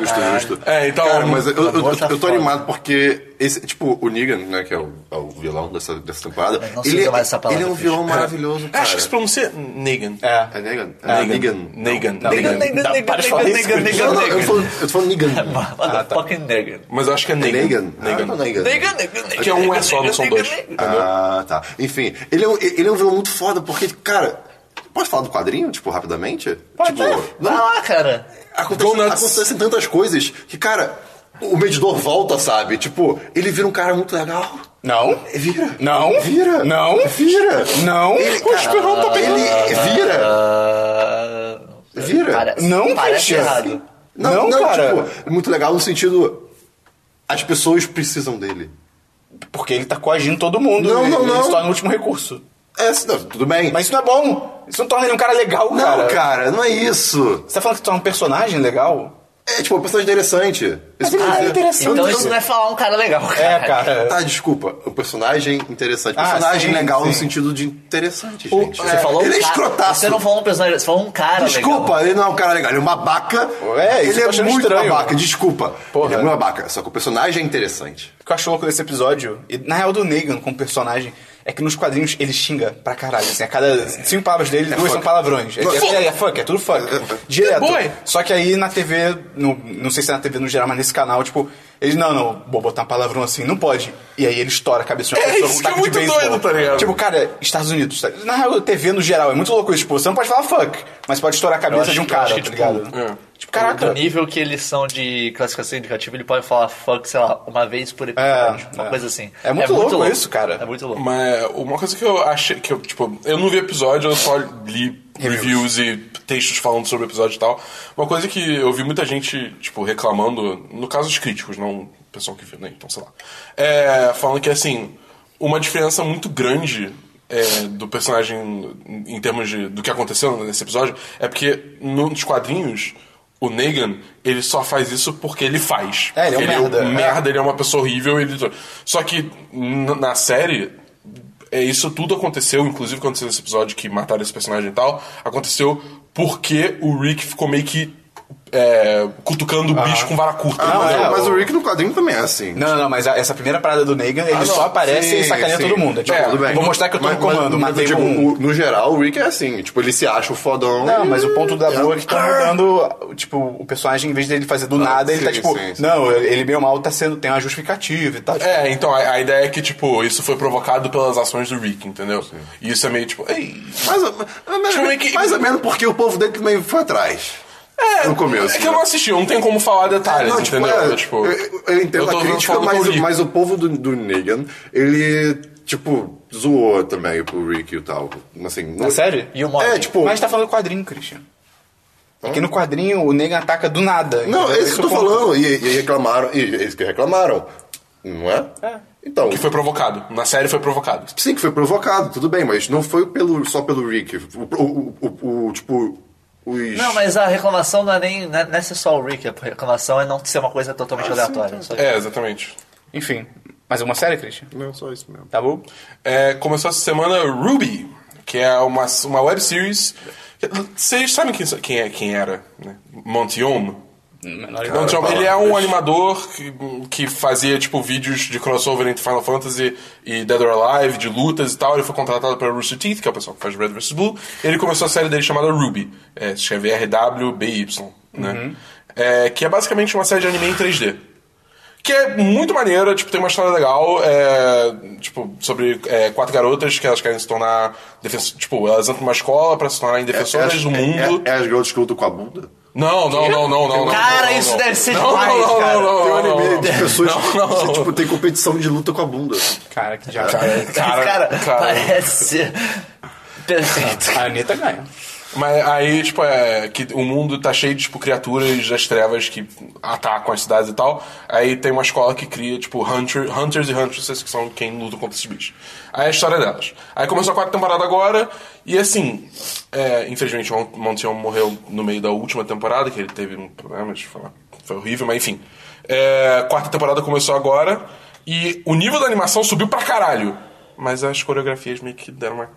justo, <laughs> justo.
É, então-
Cara, mas eu, eu,
Amor
eu-
tá
eu tô
foda.
animado porque esse, tipo, o Negan, né, que é o, é o vilão dessa, dessa temporada.
Mas não se
Ele,
usa mais essa palavra,
ele é um
Fish.
vilão maravilhoso, cara.
É, Acho que se pronuncia Negan.
É.
É Negan? É Negan.
Negan.
Não,
Negan.
Negan. Dá pra falar isso,
Não, não, eu tô falando, eu tô falando Negan.
Motherfucking Negan.
Mas eu acho que é Negan.
Negan? Ah,
Negan.
não, Negan.
Negan, Negan, Negan.
Que é um é só, não
Negan,
são
Negan,
dois.
Negan.
Entendeu?
Ah, tá. Enfim, ele é, um, ele é um vilão muito foda porque, cara, Posso falar do quadrinho, tipo, rapidamente?
Pode,
tipo,
é.
Vai lá, Ah, cara.
Go
Acontece,
nuts.
acontecem tantas coisas que, cara, o medidor volta, sabe? Tipo, ele vira um cara muito legal.
Não.
Vira.
Não.
Vira.
Não.
Vira.
Não.
Ele,
O Esperão tá
cara,
pegando.
ele vira.
Ah,
Vira.
parece-
Não,
parece
Christian.
errado.
Não,
Não,
não,
cara.
tipo, é muito legal no sentido. As pessoas precisam dele.
Porque ele tá coagindo todo mundo.
Não,
e
não,
ele
não.
se torna o último recurso.
É, assim, não, tudo bem.
Mas isso não é bom. Isso não torna ele um cara legal,
não,
cara.
cara. não é isso.
Você tá falando que torna um personagem legal?
É, tipo, uma pessoa interessante. Isso que
ele
eu quero
é
dizer.
interessante.
Eu
Então
não-
isso não é falar um cara legal, cara.
É, cara.
Tá, desculpa. O personagem interessante.
Ah,
personagem
sim,
legal no
sim.
sentido de interessante, gente.
Você falou
ele é
um cara-
escrotaço.
Você não falou um personagem, você falou um cara
Desculpa,
legal.
ele não é um cara legal, ele é uma babaca.
É, isso eu
ele é
tô achando
muito
estranho.
babaca, desculpa.
Porra.
Ele é muito babaca, só que o personagem é interessante.
O que eu acho louco desse episódio, e na real do Negan como personagem, é que nos quadrinhos ele xinga pra caralho. Assim, a cada cinco palavras dele, duas são palavrões. É,
Fuck.
é, é fuck, é tudo fuck. Direto.
Boy.
Só que aí na TV, no- não sei se é na TV no geral, mas nesse canal, tipo, eles, não, não, vou botar um palavrão assim, não pode. E aí ele estoura a cabeça de uma
É,
pessoa
isso
com um
que é
taco de
muito
beisebol.
doido, tá ligado?
Tipo, cara, Estados Unidos. tá- Na real, TV no geral, é muito louco isso. Tipo, você não pode falar fuck, mas pode estourar a cabeça
acho-
de um
eu
cara,
acho que,
tá
tipo,
ligado? Tipo, caraca.
Do nível que eles são de classificação indicativa, ele pode falar fuck, sei lá, uma vez por episódio,
É,
uma
é.
coisa assim.
É muito louco isso, cara.
É muito louco.
Mas uma coisa que eu achei que eu, tipo, eu não vi episódio, eu só li
Reviews.
reviews e textos falando sobre o episódio e tal. Uma coisa que eu vi muita gente, tipo, reclamando, no caso os críticos, não o pessoal que viu, né? Então, sei lá. É, falando que, assim, uma diferença muito grande é, do personagem em termos de, do que aconteceu nesse episódio é porque nos quadrinhos. O Negan, ele só faz isso porque ele faz.
É, ele é um merda, é.
merda, ele é uma pessoa horrível. Ele... Só que n- na série, é, isso tudo aconteceu, inclusive aconteceu nesse episódio que mataram esse personagem e tal, aconteceu porque o Rick ficou meio que é, cutucando o bicho com vara curta.
Ah,
Não,
mas,
é,
mas
o-
o Rick no quadrinho também é assim.
Não, não, não, mas a- essa primeira parada do Negan, ele
Ah, não,
só aparece
sim,
e sacaneia
sim.
todo mundo. É Tipo,
É, tudo bem.
Vou mostrar que eu tô
Mas-
no comando,
mas,
matei
tipo,
um.
o- No geral, o Rick é assim. Tipo, ele se acha o fodão.
Não,
e-
mas o ponto
um
da boa é que tá
<laughs>
mudando, tipo, o personagem, em vez dele fazer do nada, ele tá
Ah, sim,
tipo,
sim, sim.
não, ele meio mal tá sendo, tem uma justificativa e tal. tipo,
É, então a, a ideia é que, tipo, isso foi provocado pelas ações do Rick, entendeu? E isso é meio tipo. Ei,
Mais, ou- mais, ou
Tipo, é
menos-
que-
mais ou menos porque o povo dele também foi atrás.
é,
No começo,
É que eu
né?
não assisti, eu não tenho como falar detalhes,
Não, tipo,
entendeu?
é,
Eu, tipo,
eu, eu entendo
eu tô
a crítica,
falando
mas,
que eu li.
mas o povo do, do Negan, ele, tipo, zoou também pro Rick e tal. Assim,
Na
não-
série?
E o Morty?
É, tipo,
Mas tá falando do quadrinho, Christian. É que no quadrinho o Negan ataca do nada.
Não,
entendeu?
é isso que eu tô
é o ponto.
falando. E, e reclamaram, e é isso que reclamaram, não é?
É.
Então,
que foi provocado. Na série foi provocado.
sim, que foi provocado, tudo bem, mas não foi pelo, só pelo Rick. O, o- o- o- tipo, os...
Não, mas a reclamação não é nem. Não é, não é ser só o Rick, a reclamação é não ser uma coisa totalmente
Ah,
aleatória.
então
só isso.
É, exatamente.
Enfim, mais uma série, Christian?
Não, só isso mesmo.
Tá bom?
É, começou essa semana Ruby, que é uma, uma web series. Vocês sabem quem, quem, é, quem era? Né? Montion?
Menor
Montion,
ideia.
ele é um
mas-
animador que, que fazia tipo vídeos de crossover entre Final Fantasy e Dead or Alive, de lutas e tal. Ele foi contratado pela Rooster Teeth, que é o pessoal que faz Red vs Blue. Ele começou a série dele chamada Ruby, é, se escreve R-W-B-Y, né?
Uhum.
É, que é basicamente uma série de anime em 3D. Que é muito maneira, tipo, tem uma história legal, é, tipo, sobre é, quatro garotas que elas querem se tornar defensoras. Tipo, elas entram numa escola pra se tornarem defensoras do um mundo.
É, é as garotas que lutam com a bunda?
Não, não, não, não, não, não.
Cara,
não, não,
isso
não.
deve ser
não,
demais,
não, não,
cara.
Não, não,
Tem um
não,
anime
não,
de
não.
pessoas
Não,
que,
não, não.
tipo, tem competição de luta com a bunda.
Cara, que já.
cara,
<laughs> cara,
cara.
parece ser
<laughs>
perfeito.
A Anitta ganha.
Mas aí, tipo, é que o mundo tá cheio de, tipo, criaturas das trevas que atacam as cidades e tal. Aí tem uma escola que cria, tipo, hunter, Hunters e Huntresses, que são quem luta contra esses bichos. Aí é a história delas. Aí começou a quarta temporada agora, e assim, é, infelizmente o Montion morreu no meio da última temporada, que ele teve um problema, de falar, foi horrível, mas enfim. É, quarta temporada começou agora, e o nível da animação subiu pra caralho. Mas as coreografias meio que deram uma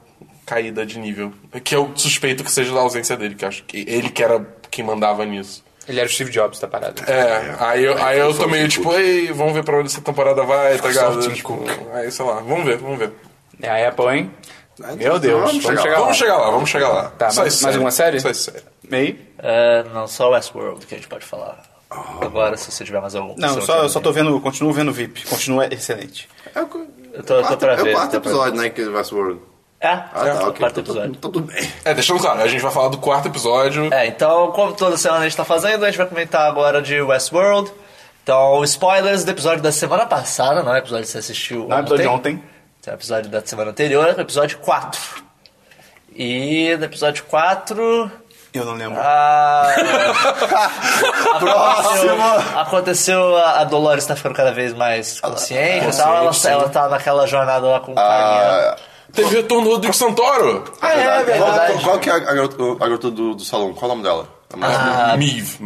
caída de nível. Que eu suspeito que seja da ausência dele, que eu acho que ele que era quem mandava nisso.
Ele era o Steve Jobs da parada.
É, aí eu, aí eu tô meio tipo, ei, vamos ver pra onde essa temporada vai, tá ligado?
Tim
Tipo, aí sei lá, vamos ver, vamos ver.
É a Apple, hein? Meu
então
Deus,
vamos chegar lá.
Vamos chegar lá, vamos chegar lá.
Tá,
Só
mais-
isso,
mais alguma série?
Só isso, sério.
Meio?
É, não, só Westworld que a gente pode falar. Agora, se você tiver mais algum.
Ah. Não,
um
se
só,
tiver
eu só tô vendo, continuo vendo VIP. Continua excelente.
É, o-
Eu tô- eu tô pra
é
ver,
o
tô
quarto
pra
episódio, né, que é Westworld.
É,
Ah, tá, ok.
quarto
Então,
episódio.
Tudo bem.
É, deixando claro, a gente vai falar do quarto episódio.
É, então, como toda semana a gente tá fazendo, a gente vai comentar agora de Westworld. Então, spoilers do episódio da semana passada, não é o episódio que você assistiu
Não é o episódio de ontem.
É o episódio da semana anterior, é o episódio 4. E no episódio 4...
Eu não lembro.
Ah, aconteceu, aconteceu a, a Dolores tá ficando cada vez mais consciente e tal. Ela, ela tá naquela jornada lá com o carinha.
Ah,
Teve o retorno do Rodrigo Santoro.
Ah, é,
qual-
verdade.
Qual, qual que é a a garota, a garota do, do salão? Qual o nome dela? A mulher-
Ah,
Ah.
Mive.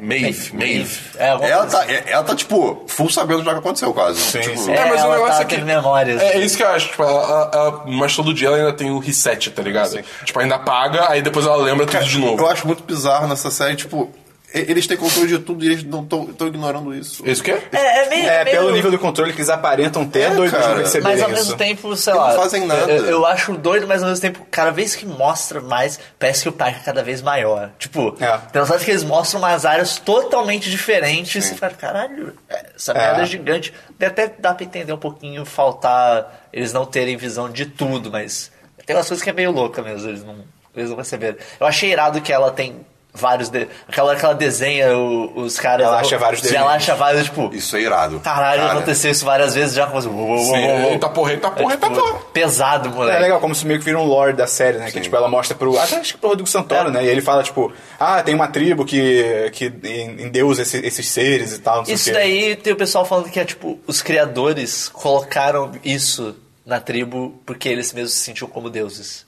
Maeve. Maeve.
É, alguma
Ela
coisa
tá, é- ela tá, tipo, full sabendo já o que aconteceu, quase. tipo,
assim.
É,
É,
mas o
ela
negócio
tá
é que-
tendo memórias.
É, é isso que eu acho, tipo, ela, ela- ela- mas todo dia ela ainda tem o reset, tá ligado? Tipo, ainda apaga, aí depois ela lembra tudo de novo.
Eu acho muito bizarro nessa série, tipo, e- eles têm controle de tudo e eles não estão ignorando isso.
É Isso que é?
É, é meio,
É,
meio-
pelo nível do controle que eles aparentam ter,
É,
é doido de
cara.
não perceberem
Mas ao
isso.
mesmo tempo, sei
Eles
lá.
não fazem nada.
Eu, eu acho doido, mas ao mesmo tempo, cada vez que mostra mais, parece que o parque é cada vez maior. Tipo,
É.
tem uns lados que eles mostram umas áreas totalmente diferentes. E você fala, caralho, essa merda é gigante. E Até dá pra entender um pouquinho faltar eles não terem visão de tudo, mas tem umas coisas que é meio louca mesmo, eles não, eles não perceberam. Eu achei irado que ela tem. Vários. De... Aquela hora que ela desenha o- os caras.
Ela acha vários
E ela
desenhos.
acha vários, tipo.
Isso é irado.
Caralho,
Cara,
aconteceu isso várias vezes já. Como assim, uou, uou, uou, uou, uou.
Eita porra, eita porra,
É,
eita
tipo,
porra.
pesado,
É
moleque.
legal, como se meio que vira um lore da série, né? Que tipo, ela mostra pro. Até acho que pro Rodrigo Santoro,
É.
né? E ele fala, tipo, ah, tem uma tribo que, que endeusa esse, esses seres e tal, não sei
Isso
o quê.
daí tem o pessoal falando que é tipo, os criadores colocaram isso na tribo porque eles mesmos se sentiam como deuses.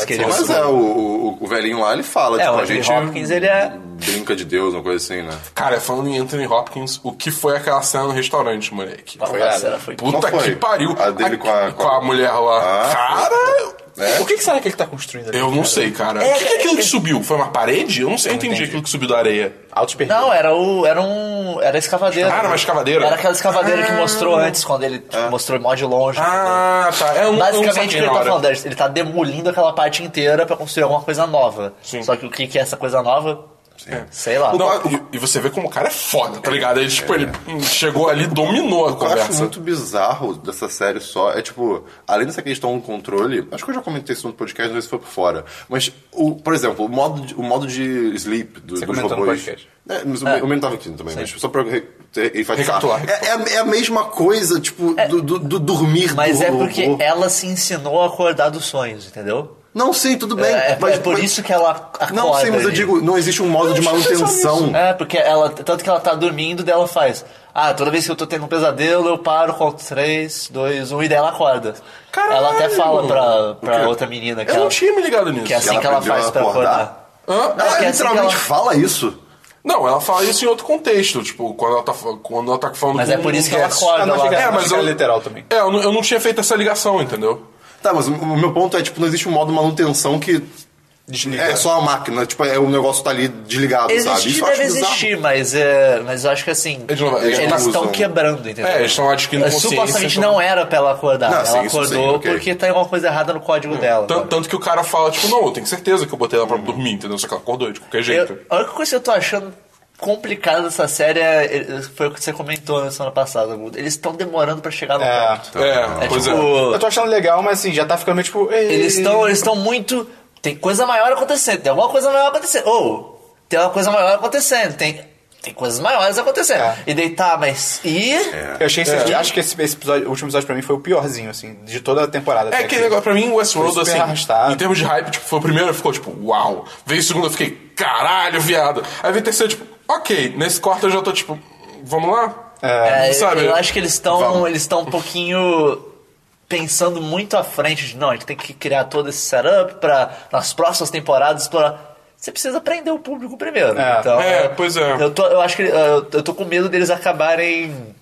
pode ser.
queriam.
Mas é, o, o, o velhinho lá, ele fala,
É,
tipo,
o
a
Anthony
gente Tá
Hopkins, ele é-
brinca de Deus, uma coisa assim, né?
Cara, falando em Anthony Hopkins, o que foi aquela cena no restaurante, moleque?
Nossa,
irado.
ela foi-
Qual
Puta
foi?
que pariu.
A dele com a-
com a mulher lá.
Ah, né?
cara,
O que, que será que ele tá construindo ali?
eu não sei, cara.
É,
o que que é aquilo
é-
que subiu? Foi uma parede? Eu não sei, eu entendi
entendi.
aquilo que subiu da areia.
Altos perdidos.
Não, era o. Era um. Era a escavadeira.
Ah, era uma escavadeira?
Era aquela escavadeira que mostrou antes, quando ele tipo, mostrou mó de longe.
Ah, tá. É um
entendeu? Basicamente o que ele tá
hora.
falando, ele tá demolindo aquela parte inteira pra construir alguma coisa nova.
Sim.
Só que o que que é essa coisa nova? É, Sei lá.
Não, e, e você vê como o cara é foda, tá ligado? Ele, tipo, ele hum, chegou ali, dominou a
O que eu acho
conversa.
muito bizarro dessa série só é, tipo, além dessa questão do controle, acho que eu já comentei isso no podcast, não sei se foi por fora, mas, o, por exemplo, o modo de, o modo de sleep do,
Você
dos
comentou no
robôs...
podcast.
É, mas o, menino tava aqui também, mas só pra eu re- ter- enfatizar.
Recapitular.
É, é a- é a mesma coisa, tipo, do, do- do dormir
É. Mas
do
é porque
robô.
ela se ensinou a acordar dos sonhos, entendeu?
Não, sim, tudo bem.
É, é
Né, mas,
por
mas-
isso que ela acorda.
Não, sim, mas eu
ali.
digo, um. não existe um modo de manutenção.
É, porque ela. Tanto que ela tá dormindo, daí ela faz. Ah, toda vez que eu tô tendo um pesadelo, eu paro, conto 3, 2, 1, e daí ela acorda.
Caralho!
Ela até fala pra,
O quê?
pra outra menina que
Eu não
ela.
tinha me ligado nisso.
Que é assim
Ela
que ela
aprendeu
faz
a
pra
acordar?
acordar.
Hã?
Ela
Porque assim
literalmente
que ela-
fala isso.
Não, ela fala isso em outro contexto, tipo, quando ela tá, fa- quando ela tá falando
Mas
com
é por isso que ela
mulheres.
Ah,
acorda
não
lá.
fica-
É,
É,
mas
mas
eu-
é literal também.
É, eu não, eu não tinha feito essa ligação, entendeu?
Tá, mas o o meu ponto é, tipo, não existe um modo de manutenção que
Desliga.
é só a máquina. Tipo, é, o negócio tá ali desligado, sabe?
Existir
Isso eu acho
deve
bizarro.
existir, mas, é, mas eu acho que assim.
Eles não- eles
Eles
não
estão
usam.
quebrando, entendeu?
É, eles estão adquirindo consciência,
Supostamente
então-
não era pra ela acordar.
Não,
ela
sim, isso
acordou
sim, ok. Hum. Então,
porque tem alguma coisa errada no código dela.
Tan- Tanto, que o cara fala, tipo, não, eu tenho certeza que eu botei ela pra dormir, entendeu? Só que ela acordou de qualquer jeito.
Eu- a única coisa que eu tô achando complicada dessa série é- é- foi o que você comentou na semana passada. Guto. Eles estão demorando pra chegar no
É.
ponto.
É,
É
pois é.
tipo,
Eu tô achando legal, mas assim, já tá ficando meio tipo. "Ei".
eles estão eles estão muito. Tem coisa maior acontecendo, tem alguma coisa maior acontecendo. Ou tem uma coisa maior acontecendo, tem, tem coisas maiores acontecendo.
É.
E deitar, mas. E.
É.
Eu achei esse, acho que esse, esse episódio, o último episódio pra mim foi o piorzinho, assim, de toda a temporada.
É
até
aquele
aqui.
negócio, pra mim, Westworld,
Foi super
assim,
arrastado.
em termos de hype, tipo, foi o primeiro, ficou tipo, uau. Veio o segundo, eu fiquei, caralho, viado. Aí veio o terceiro, tipo, ok. Nesse quarto eu já tô, tipo, vamos lá?
É, eu-
Sabe?
eu acho que eles estão
Vamos.
eles estão um pouquinho pensando muito à frente de não, a gente tem que criar todo esse setup para nas próximas temporadas explorar. Você precisa prender o público primeiro.
É.
então,
É, pois é.
Eu tô, eu acho que eu, eu tô com medo deles acabarem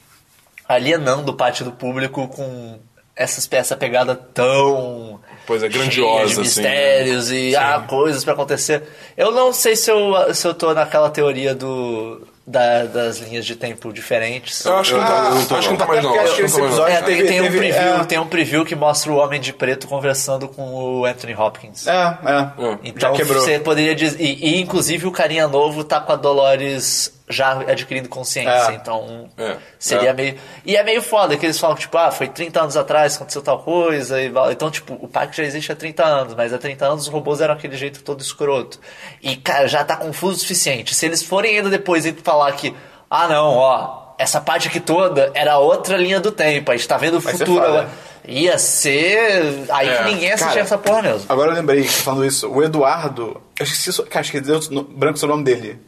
alienando parte do público com essas pe- essa pegada tão
Pois é,
cheia
grandiosa,
de
assim,
mistérios e ah, coisas pra acontecer. Eu não sei se eu se eu tô naquela teoria do da- das linhas de tempo diferentes.
Eu acho que não
Ah,
tá,
eu tô
acho que não tá
bom.
mais não.
Até porque
acho que
acho que
não tá mais
esse
não.
episódio-
É, tem, tem um
Teve-
preview,
é.
tem um preview que mostra o Homem de Preto conversando com o Anthony Hopkins.
É, é.
É.
Então
Já quebrou.
você poderia dizer. E, e, inclusive o carinha novo tá com a Dolores já adquirindo consciência,
É.
então
É.
seria
É.
meio... E é meio foda que eles falam, tipo, ah, foi 30 anos atrás, aconteceu tal coisa, e blá. então, tipo, o parque já existe há 30 anos, mas há 30 anos os robôs eram aquele jeito todo escroto. E, cara, já tá confuso o suficiente. Se eles forem ainda depois e falar que, ah, não, ó, essa parte aqui toda era outra linha do tempo, a gente tá vendo o
Vai ser
futuro
foda.
agora. Ia ser... Aí
É,
que ninguém assistia
cara,
essa porra mesmo.
Agora eu lembrei, tá falando isso, o Eduardo. Eu esqueci, so- cara, esqueci deu no- branco sobre o nome dele.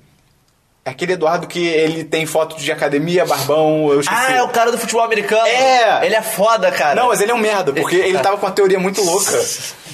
É aquele Eduardo que ele tem foto de academia, barbão, eu esqueci.
Ah, é o cara do futebol americano.
Tipo, É.
Ele é foda, cara.
Não, mas ele é um merda, porque
Ele-
ele tava com uma teoria muito louca.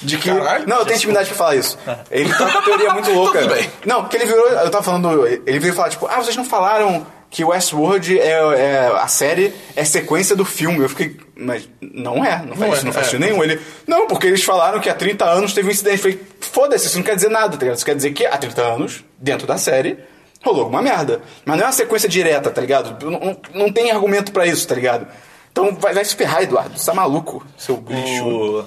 De que.
Caralho.
não, eu tenho intimidade pra falar isso. Ele tava com uma teoria
<laughs>
muito louca.
Tudo bem.
Não, porque ele virou. Eu tava falando. Ele veio falar, tipo, ah, vocês não falaram que Westworld é, é- a série é sequência do filme. Eu fiquei. Mas não é, não faz
Não
isso,
é,
não faz
é.
sentido nenhum. Ele. Não, porque eles falaram que há 30 anos teve um incidente. Eu falei, foda-se, isso não quer dizer nada, tá ligado? Isso quer dizer que há 30 anos, dentro da série, rolou alguma merda. Mas não é uma sequência direta, tá ligado? Não, não, não tem argumento pra isso, tá ligado? Então vai, vai se ferrar, Eduardo. Você tá maluco, seu lixo.
O-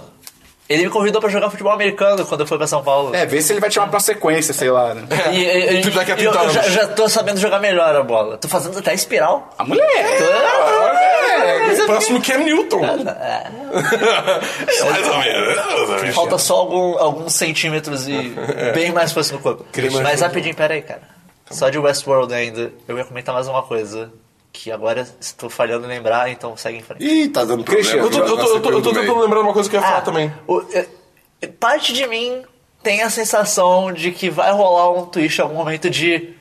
Ele me convidou pra jogar futebol americano quando eu fui pra São Paulo.
É, vê se ele vai te chamar pra uma sequência, sei lá, né?
E, e- e-
Tipo, daqui a
e eu,
30
eu já,
anos.
já tô sabendo jogar melhor a bola. Tô fazendo até espiral.
A mulher!
O próximo que é Newton. Mais ou menos. mais ou menos.
Falta só algum- alguns centímetros e bem mais força no corpo. Mas rapidinho, pera aí, cara. Só de Westworld ainda, eu ia comentar mais uma coisa que agora estou falhando em lembrar, então segue em frente.
Ih, tá dando
Eu
problema.
tô, eu tô- eu tô- eu tô tentando lembrar uma coisa que eu ia falar
Ah,
também.
o- é, parte de mim tem a sensação de que vai rolar um twist em algum momento de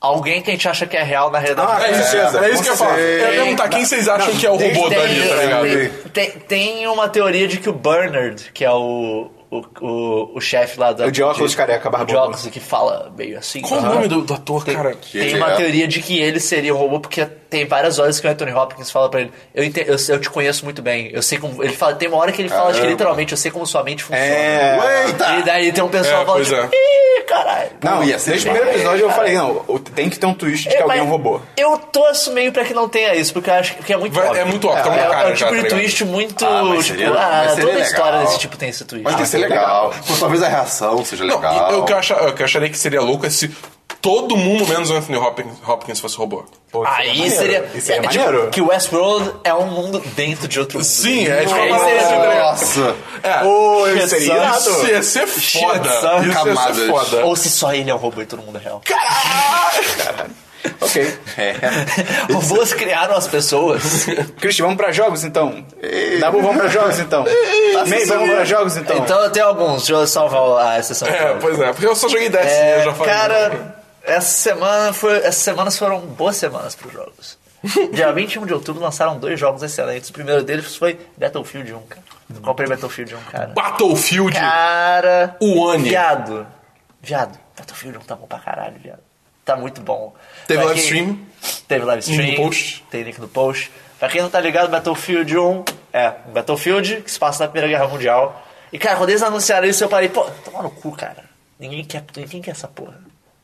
alguém que a gente acha que é real na realidade.
Ah,
É isso,
É,
é isso que eu ia falar. Eu ia
tem-
perguntar quem vocês acham que é o
tem-
robô
tem,
dali, tá ligado?
tem, tem- tem uma teoria de que o Bernard, que é o, o, o, o chefe lá da.
O de óculos careca, barbudo.
O de óculos que fala meio assim.
Qual o
aham.
nome do, do ator,
Tem,
cara?
tem
ele
uma
é?
teoria de que ele seria o robô, porque tem várias horas que o Anthony Hopkins fala pra ele. Eu, ente- eu, eu te conheço muito bem. Eu sei como. Ele fala, tem uma hora que ele fala, acho que
Caramba.
literalmente, eu sei como sua mente funciona.
É.
Eita!
E daí tem um
É,
pessoal falando,
pois é.
tipo, ih, caralho.
Não,
Pô, ia ser
desde o
demais.
primeiro episódio eu falei, não, o- tem que ter um twist de que
É,
alguém é um
mas
robô.
Eu torço meio pra que não tenha isso, porque eu acho que é muito
Vai-
óbvio.
é muito óbvio, tá
é,
na
é,
cara
um
já,
tipo de
tá ligado?
twist muito,
Ah, mas
tipo,
seria-
ah,
mas
toda
seria legal.
história desse tipo tem esse twist.
Mas tem que ser legal. Pô, talvez a reação seja
Não,
legal.
eu, que eu acha- eu que eu acharia que seria louco é se todo mundo, menos o Anthony Hopkins, Hopkins fosse robô. Ah,
Ah, Aí seria,
Isso é
é, tipo,
maneiro.
que Westworld é um mundo dentro de outro mundo.
Sim, é tipo
Aí
uma
seria
parada-
tipo,
Nossa!
É.
Pô,
Shit,
isso seria
son.
irado.
Isso ia ser foda.
Shit,
Isso ia
camadas.
ser foda.
Ou se só ele é um robô e todo mundo é real.
Ok.
<laughs> Robôs criaram as
<laughs>
pessoas.
Christian, vamos pra jogos então? Dabu, vamos pra jogos então? May, vamos pra jogos então?
Então eu tenho alguns, deixa eu salvar a sessão.
É, pois é, porque eu só joguei 10,
É,
eu já falei. né?
cara, essa semana foi, essas semanas foram boas semanas para os jogos.
<laughs>
Dia 21 de outubro lançaram dois jogos excelentes. O primeiro deles foi Battlefield 1, cara. Eu comprei Battlefield 1, cara.
Battlefield.
Cara.
O Oni.
Viado. Viado. Battlefield 1 tá bom pra caralho, viado. Tá muito bom.
Teve
Pra
live stream?
Teve live stream.
Link no post.
Tem link no post. Pra quem não tá ligado, Battlefield 1 é um Battlefield que se passa na Primeira Guerra Mundial. E, cara, quando eles anunciaram isso, eu parei, pô, toma no cu, cara. Ninguém quer, ninguém quer essa porra.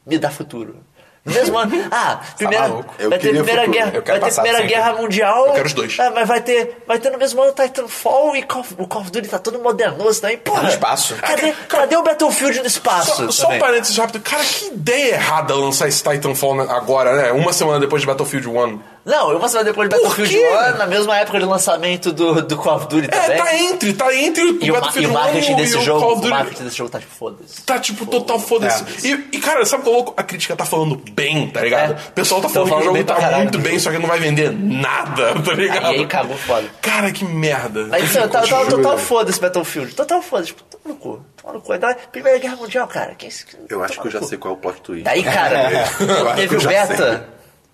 Me dá futuro. No Mesmo
<laughs>
ano. Ah,
Tá
primeira,
maluco?
Eu
vai ter
queria
Primeira,
futuro.
guerra,
Eu quero
vai ter
passado
primeira
sempre.
guerra Mundial.
Eu quero os dois.
Ah, mas vai ter, vai ter no mesmo ano Titanfall e Call of- o Call of Duty tá todo modernoso, né? E, porra,
Tá no espaço.
Cadê, cadê o Battlefield no espaço?
Só, só um
também?
parênteses rápido. Cara, que ideia errada lançar esse Titanfall na- agora, né? Uma semana depois de Battlefield 1.
Não, eu vou saber depois do
Por
Battlefield
quê?
1, na mesma época do lançamento do, do Call of Duty
É,
também.
tá entre, tá entre
E
o
o, ma- e
Battlefield
o
1 e
marketing
o-
desse
e o
jogo,
Call
o
of Duty.
marketing desse jogo tá de foda-se.
Tá, tipo, total foda-se. E, e, cara, sabe o que é louco? A crítica tá falando bem, tá ligado?
É.
O pessoal tá
Tão
falando que o
falando bem
jogo
pra
tá
caralho.
muito bem, só que não vai vender nada, tá ligado?
Aí cagou foda.
Cara, que merda.
Aí eu tava, tava total foda-se Battlefield, total foda-se, tipo, toma no cu, toma no cu. Ainda- Primeira Guerra Mundial, cara, que é isso?
Eu acho
toma
que eu
no
já
cu.
sei qual é o plot twist.
Daí,
<laughs>
cara,
Eu acho que
teve
eu
o
já
beta.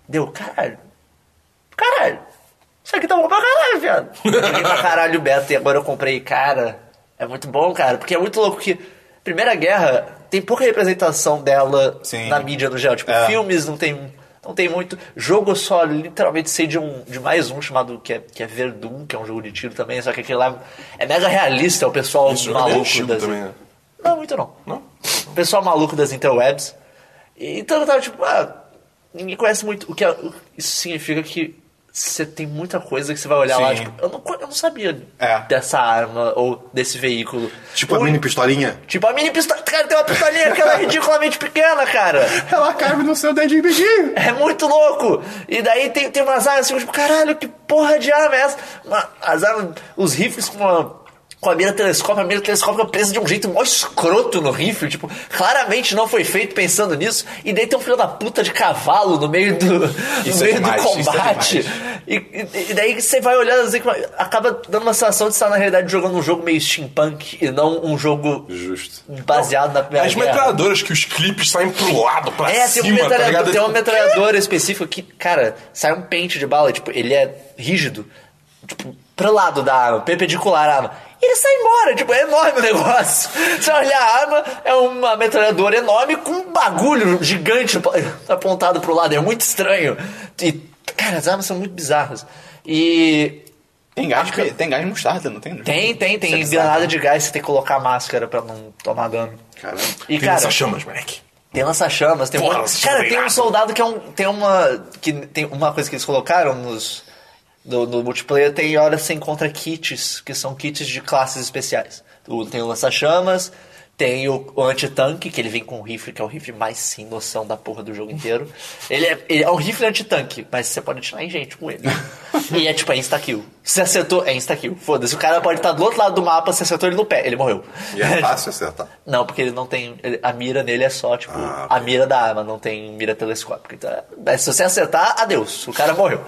Deu, caralho. Caralho. Isso aqui tá bom pra caralho, viado. <laughs> Eu Joguei tá pra caralho o beta e agora eu comprei. Cara, é muito bom, cara. Porque é muito louco que Primeira Guerra tem pouca representação dela
Sim.
na mídia no geral. Tipo,
É.
filmes não tem... Não tem muito. Jogo eu só, literalmente, sei de, um, de mais um chamado que é, que é Verdun, que é um jogo de tiro também, só que aquele lá é mega realista, o pessoal
jogo é bem
maluco
antigo
das.
também, né?
Não, muito não.
Não?
O pessoal maluco das interwebs. E, então eu tava tipo, ah, ninguém conhece muito. O que é- o- isso significa que você tem muita coisa que você vai olhar lá,
Sim.
tipo, eu não, co- eu não sabia
É.
dessa arma ou desse veículo.
Tipo
Ou-
a mini pistolinha.
Tipo, a mini pistola. Cara, tem uma
<laughs>
pistolinha que ela é ridiculamente pequena, cara.
Ela cabe no seu dedinho beijinho.
É muito louco! E daí tem, tem umas armas assim, tipo, caralho, que porra de arma é essa? Uma, as armas, os rifles com uma. Com a mira telescópio, a mira telescópio presa de um jeito mó escroto no rifle, tipo, claramente não foi feito pensando nisso, e daí tem um filho da puta de cavalo no meio do, no
Isso é
meio
demais,
do
isso é
combate.
demais.
E, e- e daí você vai olhando assim, acaba dando uma sensação de estar na realidade jogando um jogo meio steampunk e não um jogo
Justo.
baseado na primeira
As
guerra.
metralhadoras que os clipes saem pro lado, pra
É, tem,
cima,
um
tá
metralhador,
ligado?
tem uma metralhadora específica que, cara, sai um pente de bala, tipo, ele é rígido, tipo, pro lado da arma, perpendicular à arma. E ele sai embora, tipo, é enorme o <laughs> negócio. Você olha a arma, é uma metralhadora enorme com um bagulho gigante ap- apontado pro lado, é muito estranho. E, cara, as armas são muito bizarras. E
Tem gás, tem gás de mostarda, não tem?
tem, tem, tem
Isso é
né?
granada de gás, você tem que colocar máscara pra não tomar dano.
Caramba.
E,
Tem essas chamas, moleque.
tem lança-chamas, tem um
Porra,
monte-
lança-chamas
Cara,
é
tem um
irado.
soldado que é um. Tem uma. Que tem uma coisa que eles colocaram nos. No, no multiplayer tem hora que você encontra kits, que são kits de classes especiais. O- Tem o lança-chamas, tem o, o anti-tanque, que ele vem com um rifle, que é o rifle mais sem noção da porra do jogo inteiro. Ele é, ele é um rifle anti-tanque, mas você pode atirar em gente
<laughs>
com ele. e é tipo, é insta-kill. Se acertou, é insta-kill. Foda-se, o cara pode estar do outro lado do mapa, se acertou ele no pé, ele morreu.
E
<laughs>
é fácil acertar.
Não, porque ele não tem. ele- a mira nele é só, tipo,
Ah,
a mira da arma, não tem mira telescópica. Então, é- se você acertar, adeus. O cara morreu.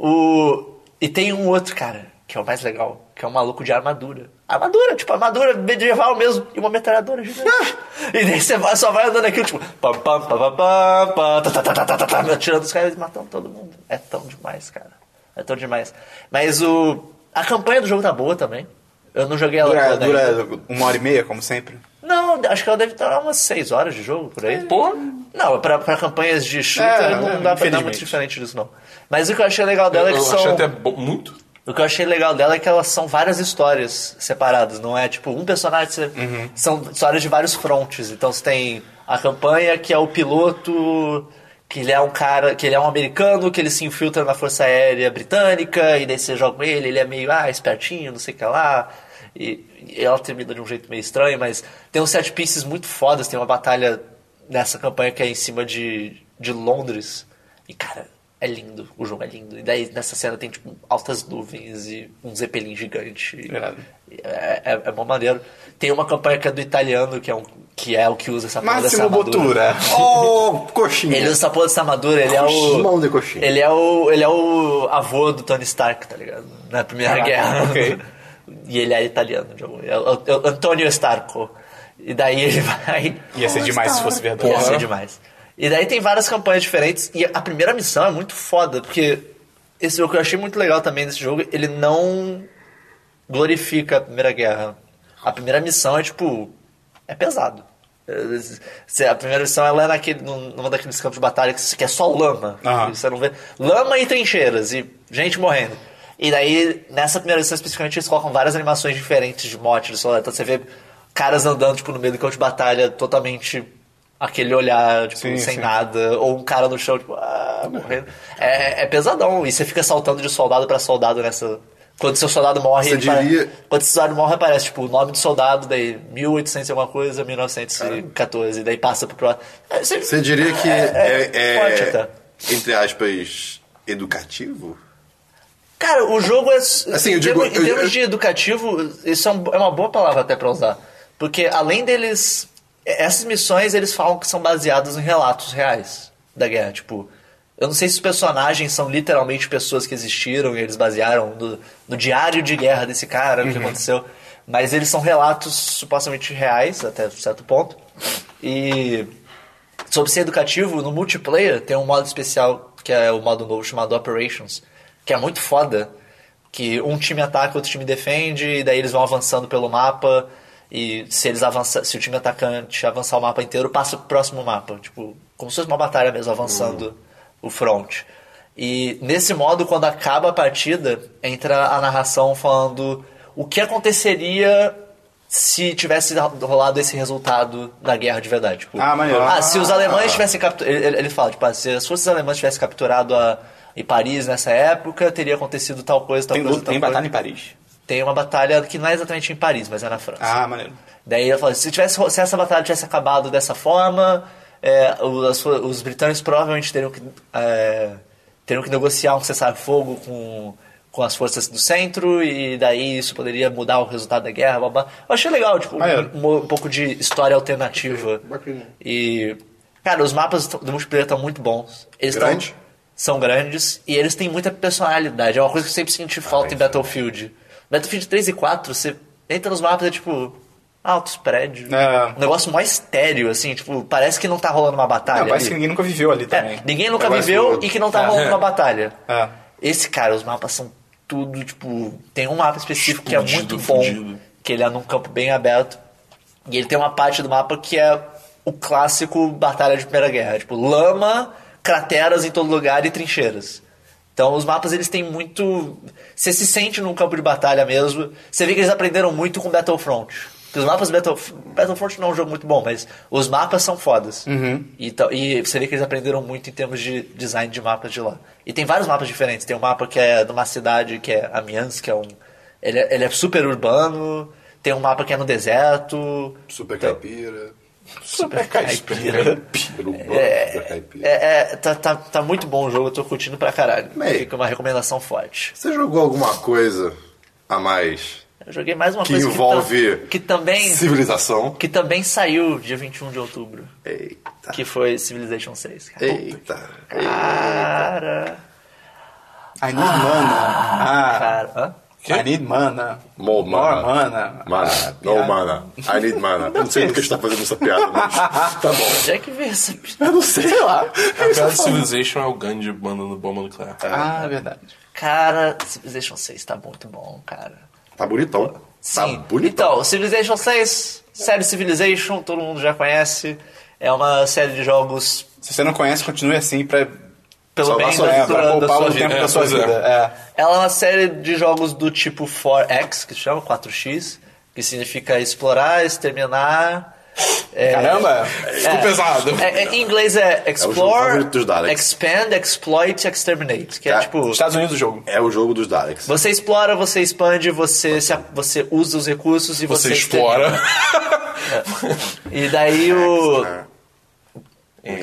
O, e tem um outro cara, que é o mais legal, que é um maluco de armadura. Armadura, tipo, armadura medieval mesmo, e uma metralhadora
<laughs>
gigante. e daí você vai- só vai andando aqui, tipo, pam, pam, pam, pam, pam, pam, tá, tá, tá, tá, tá, tá, tá, atirando os caras e matando todo mundo. É tão demais, cara. É tão demais. Mas o. A campanha do jogo tá boa também. Eu não joguei ela
Dura,
toda ainda.
dura uma hora e meia, como sempre.
Não, acho que ela deve durar umas 6 horas de jogo por aí.
Porra.
Não, pra, pra campanhas de shooter
É,
não dá pra dar
infelizmente.
muito diferente disso, não. Mas o que eu achei legal
Eu,
dela é que são.
achei até bo- muito.
O que eu achei legal dela é que elas são várias histórias separadas, não é tipo um personagem. você- São histórias de vários frontes. Então você tem a campanha, que é o piloto, que ele é um cara, que ele é um americano, que ele se infiltra na Força Aérea Britânica, e daí você joga com ele, ele é meio, ah, espertinho, não sei o que lá. E, e ela termina de um jeito meio estranho, mas tem uns set pieces muito fodas, tem uma batalha nessa campanha que é em cima de, de Londres. E, cara, é lindo. O jogo é lindo. E daí, nessa cena, tem, tipo, altas nuvens e um zeppelin gigante.
Irado.
É, é, é bom maneiro. Tem uma campanha que é do italiano, que é, um, que, é o que usa essa porra dessa
Máximo
armadura.
Botura.
Oh, coxinha.
Ele usa essa porra dessa armadura, ele é o...
Coxinha, mão de coxinha.
Ele é o, ele é o avô do Tony Stark, tá ligado? Na Primeira
Caraca,
Guerra.
ok.
<laughs> E ele é italiano, de algum- é o- é o Antonio Starco. E daí ele <laughs> vai...
Ia ser demais se fosse verdade.
Ia ser demais. E daí tem várias campanhas diferentes. E a primeira missão é muito foda, porque esse jogo que eu achei muito legal também desse jogo, ele não glorifica a Primeira Guerra. A primeira missão é tipo. É pesado. Eh, se- A primeira missão ela é naquele, num- numa daqueles campos de batalha que que é só lama.
Aham.
Você não vê. Lama e trincheiras, e gente morrendo. E daí, nessa primeira missão especificamente, eles colocam várias animações diferentes de mote do soldado. Então você vê caras andando tipo, no meio do campo de batalha totalmente aquele olhar, tipo,
Sim,
sem
sim.
nada, ou um cara no chão, tipo, ah, morrendo. É, é pesadão. E você fica saltando de soldado pra soldado nessa. Quando seu soldado morre,
Você
ele para-
diria-
quando esse soldado morre, aparece, tipo, o nome do soldado, daí 1800 e alguma coisa, 1914, daí passa pro próximo. É,
Você diria que é,
forte
é,
até.
entre aspas, educativo?
Cara, o jogo é.
Assim, eu
em
digo-
termos-
eu-
em termos
eu-
de educativo, isso é, um- é uma boa palavra até pra usar. Porque além deles. é, Essas missões eles falam que são baseadas em relatos reais da guerra. Tipo, eu não sei se os personagens são literalmente pessoas que existiram e eles basearam no, no diário de guerra desse cara,
Uhum.
o que aconteceu. Mas eles são relatos supostamente reais, até certo ponto. E sobre ser educativo, no multiplayer tem um modo especial, que é o modo novo chamado Operations, que é muito foda. Que um time ataca, outro time defende, e daí eles vão avançando pelo mapa. E se eles avançar, se o time atacante avançar o mapa inteiro, passa pro próximo mapa. Tipo, como se fosse uma batalha mesmo, avançando o front. E nesse modo, quando acaba a partida, entra a narração falando o que aconteceria se tivesse rolado esse resultado da guerra de verdade. Tipo,
Ah, maneiro.
ah, se os alemães tivessem capturado. Ele, ele- ele fala, tipo, ah, se as forças alemãs tivessem capturado a em Paris nessa época, teria acontecido tal coisa, tal
Tem,
coisa,
luta,
tal
tem
coisa.
batalha em Paris.
Tem uma batalha que não é exatamente em Paris, mas é na França.
Ah, maneiro.
Daí ela falou, se, tivesse, se essa batalha tivesse acabado dessa forma, é, o- as fo- os britânicos provavelmente teriam que, é, teriam que negociar um cessar-fogo com, com as forças do centro, e daí isso poderia mudar o resultado da guerra, blá, blá. Eu achei legal, tipo,
Maneiro.
um, um pouco de história alternativa. E, cara, os mapas t- do multiplayer estão muito bons. Eles tão-
Grande?
são grandes, e eles têm muita personalidade. É uma coisa que eu sempre
Ah,
senti falta em Battlefield. Battlefield 3 e 4, você entra nos mapas e é tipo. Altos prédios.
É.
Um negócio mais estéreo, assim, tipo, parece que não tá rolando uma batalha.
Não, Ah, parece que
ali.
ninguém tá nunca viveu ali
É,
também.
ninguém nunca
Parece
viveu
que-
e que não tá
É.
rolando uma batalha.
É.
Esse cara, os mapas são tudo, tipo. Tem um mapa específico que é
Explodido,
muito bom,
fudido.
que ele é num campo bem aberto. E ele tem uma parte do mapa que é o clássico Batalha de Primeira Guerra. Tipo, lama, crateras em todo lugar e trincheiras. Então os mapas eles têm muito. Você se sente num campo de batalha mesmo. Você vê que eles aprenderam muito com Battlefront. Porque os mapas do Battlef- Battlefront não é um jogo muito bom, mas os mapas são fodas. E, to- e você vê que eles aprenderam muito em termos de design de mapas de lá. E tem vários mapas diferentes. Tem um mapa que é de uma cidade que é Amiens, que é um. Ele é, ele é super urbano. Tem um mapa que é no deserto. Tá-
Super caipira.
Super
caipira.
Pelo
É,
super caipira.
é- é- tá, tá- tá muito bom o jogo, eu tô curtindo pra caralho.
Meio.
Fica uma recomendação forte.
Você jogou alguma coisa a mais
Eu joguei mais uma
que
coisa
envolve
que, tam- que também
civilização?
que também saiu dia 21 de outubro,
Eita.
que foi Civilization 6, cara.
Eita.
Cara,
I need mana. Ah,
cara, hã?
I need mana.
More mana.
More mana.
Mana.
Ah,
no
piada.
mana. I need mana. Eu não sei porque a gente tá fazendo essa piada, mas tá bom.
Onde é que veio essa p-
Eu não sei. Sei lá.
A piada de Civilization é o Gandhi mandando bomba nuclear.
Ah, é verdade.
Cara, Civilization 6 tá muito bom, cara.
Tá bonitão.
Sim.
Tá bonitão.
Então, Civilization 6, série Civilization, todo mundo já conhece. É uma série de jogos
Se você não conhece, continue assim pra,
pelo
Salvar
bem
sua
da-
vida,
é,
da-
pra
da
poupar
sua
o
vida.
tempo
É,
da sua
pois é.
vida. É.
Ela é uma série de jogos do tipo 4X, que se chama 4X, que significa explorar, exterminar. é,
Caramba!
Ficou pesado.
É, é, em inglês é explore,
favorito dos Daleks.
expand, exploit, exterminate, que é
Cara,
tipo
Estados Unidos o jogo.
É o jogo dos Daleks.
você explora, você expande, você se a- você usa os recursos e você,
Você explora.
extermina. E daí o
né?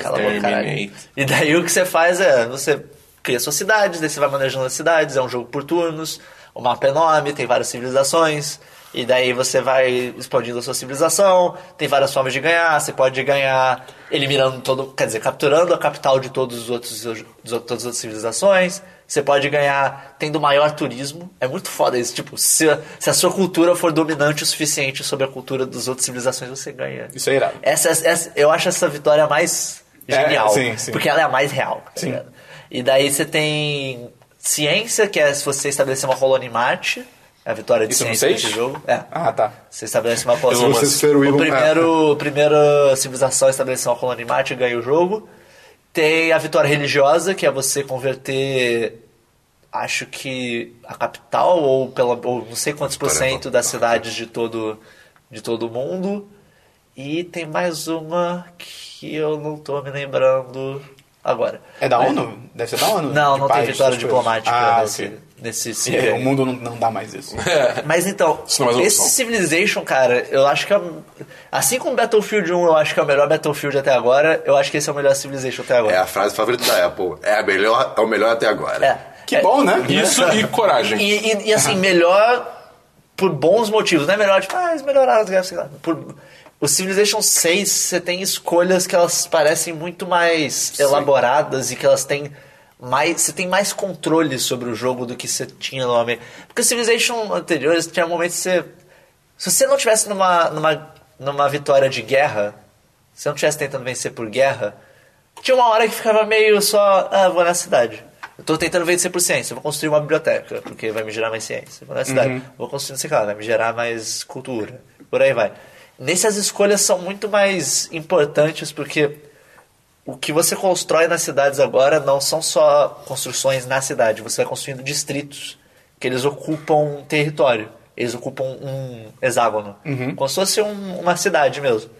Cala a boca, caralho.
Exterminate.
E daí o que você faz é, você cria suas cidades, daí você vai manejando as cidades, é um jogo por turnos, o mapa é enorme, tem várias civilizações, e daí você vai expandindo a sua civilização, tem várias formas de ganhar, você pode ganhar eliminando todo, quer dizer, capturando a capital de todos os outros dos outros- todas as outras civilizações. Você pode ganhar tendo maior turismo. É muito foda isso. Tipo, se, a- se a sua cultura for dominante o suficiente sobre a cultura das outras civilizações, você ganha.
Isso é irado.
Essa, essa- eu acho essa vitória a mais
É,
genial.
sim, sim.
Porque ela é a mais real. tá
Sim.
ligado? E daí você tem ciência, que é se você estabelecer uma colônia em Marte. É a vitória de
Isso no
ciência
seis?
nesse jogo. É.
Ah, tá.
Você estabelece uma colônia.
vou ser o Elon-
primeiro, primeira civilização a estabelecer uma colônia em Marte ganha o jogo. Tem a vitória religiosa, que é você converter, acho que a capital, ou, pela, ou não sei quantos por cento das
então.
cidades de todo, de todo mundo. E tem mais uma que eu não tô me lembrando agora.
É da
Mas-
ONU? Deve ser da ONU?
Não,
De
não
paz,
tem vitória
essas coisas.
diplomática
Ah,
nesse,
ok.
nesse
É,
ciclo.
o mundo não, não dá mais
<laughs>
isso.
Mas então,
Isso não é mais uma
esse
opção.
Civilization, cara, eu acho que é. Assim como Battlefield 1 eu acho que é o melhor Battlefield até agora, eu acho que esse é o melhor Civilization até
É
agora.
a frase favorita da Apple. É, a melhor, é o melhor até agora.
Que bom, né?
É,
Isso e coragem.
E, e- e, assim,
<laughs>
melhor por bons motivos, não é melhor, tipo, ah, eles melhoraram as guerras, sei lá. Por... O Civilization 6, você tem escolhas que elas parecem muito mais elaboradas e que elas têm mais. Você tem mais controle sobre o jogo do que você tinha no homem. Porque o Civilization anterior tinha momentos que você. Se você não tivesse numa, numa, numa vitória de guerra, se não tivesse tentando vencer por guerra, tinha uma hora que ficava meio só, ah, vou na cidade. Eu tô tentando vencer por ciência, eu vou construir uma biblioteca, porque vai me gerar mais ciência. Vou na cidade, vou construir não sei o que lá, vai me gerar mais cultura. Por aí vai. Nessas escolhas são muito mais importantes, porque o que você constrói nas cidades agora não são só construções na cidade, você vai construindo distritos que eles ocupam um território, eles ocupam um hexágono, como se fosse um- uma cidade mesmo.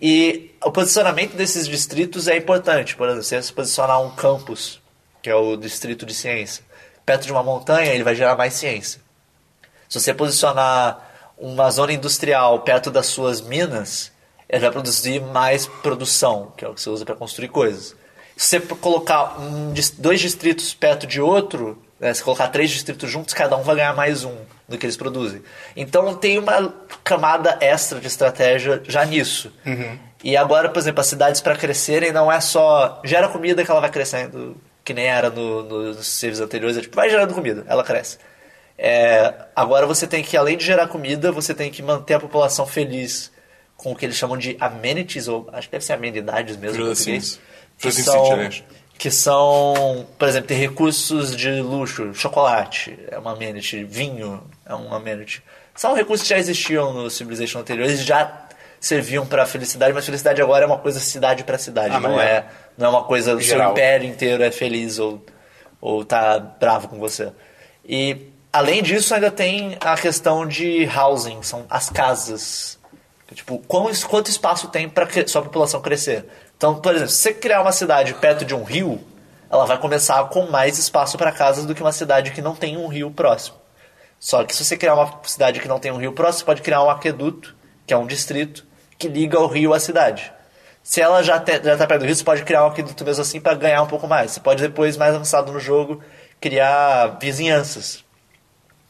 E o posicionamento desses distritos é importante, por exemplo, se você posicionar um campus que é o distrito de ciência, perto de uma montanha, ele vai gerar mais ciência. Se você posicionar uma zona industrial perto das suas minas, ele vai produzir mais produção, que é o que você usa para construir coisas. Se você colocar um dis- dois distritos perto de outro, né, se colocar três distritos juntos, cada um vai ganhar mais um do que eles produzem. Então tem uma camada extra de estratégia já nisso. E agora, por exemplo, as cidades para crescerem não é só gera comida que ela vai crescendo, que nem era no- no- nos serviços anteriores, é tipo, vai gerando comida, ela cresce. É, agora você tem que, além de gerar comida, você tem que manter a população feliz com o que eles chamam de amenities, ou acho que deve ser amenidades mesmo em
Coisas assim,
português. Que
coisas assim,
são,
sentirais.
que são, por exemplo, ter recursos de luxo, chocolate é uma amenity, vinho é um amenity. São recursos que já existiam no Civilization anterior, eles já serviam para felicidade, mas felicidade agora é uma coisa cidade para cidade,
Ah,
não
maneiro.
é, não é uma coisa o seu
Geral.
império inteiro é feliz ou, ou tá bravo com você. E além disso, ainda tem a questão de housing, são as casas. Tipo, quão, quanto espaço tem para sua população crescer? Então, por exemplo, se você criar uma cidade perto de um rio, ela vai começar com mais espaço para casas do que uma cidade que não tem um rio próximo. Só que se você criar uma cidade que não tem um rio próximo, você pode criar um aqueduto, que é um distrito, que liga o rio à cidade. Se ela já está perto do rio, você pode criar um aqueduto mesmo assim para ganhar um pouco mais. Você pode depois, mais avançado no jogo, criar vizinhanças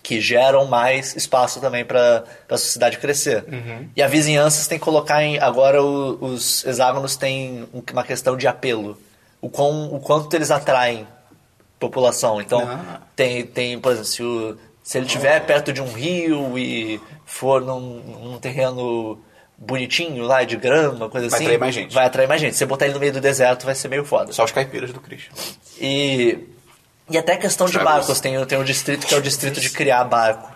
que geram mais espaço também para a sociedade crescer.
Uhum.
E a vizinhança você tem que colocar em. Agora o- os hexágonos têm um- uma questão de apelo. O, quão, o quanto eles atraem população. Então,
Ah.
tem, tem, por exemplo, se, o- se ele estiver perto de um rio e for num, num terreno bonitinho lá, de grama, coisa
Vai
assim.
atrair mais gente.
Vai atrair mais gente. Se você botar ele no meio do deserto, vai ser meio foda.
Só os caipiras do Christian.
E, e até questão de
Travis.
barcos. Tem, tem um distrito que é o distrito de criar barco.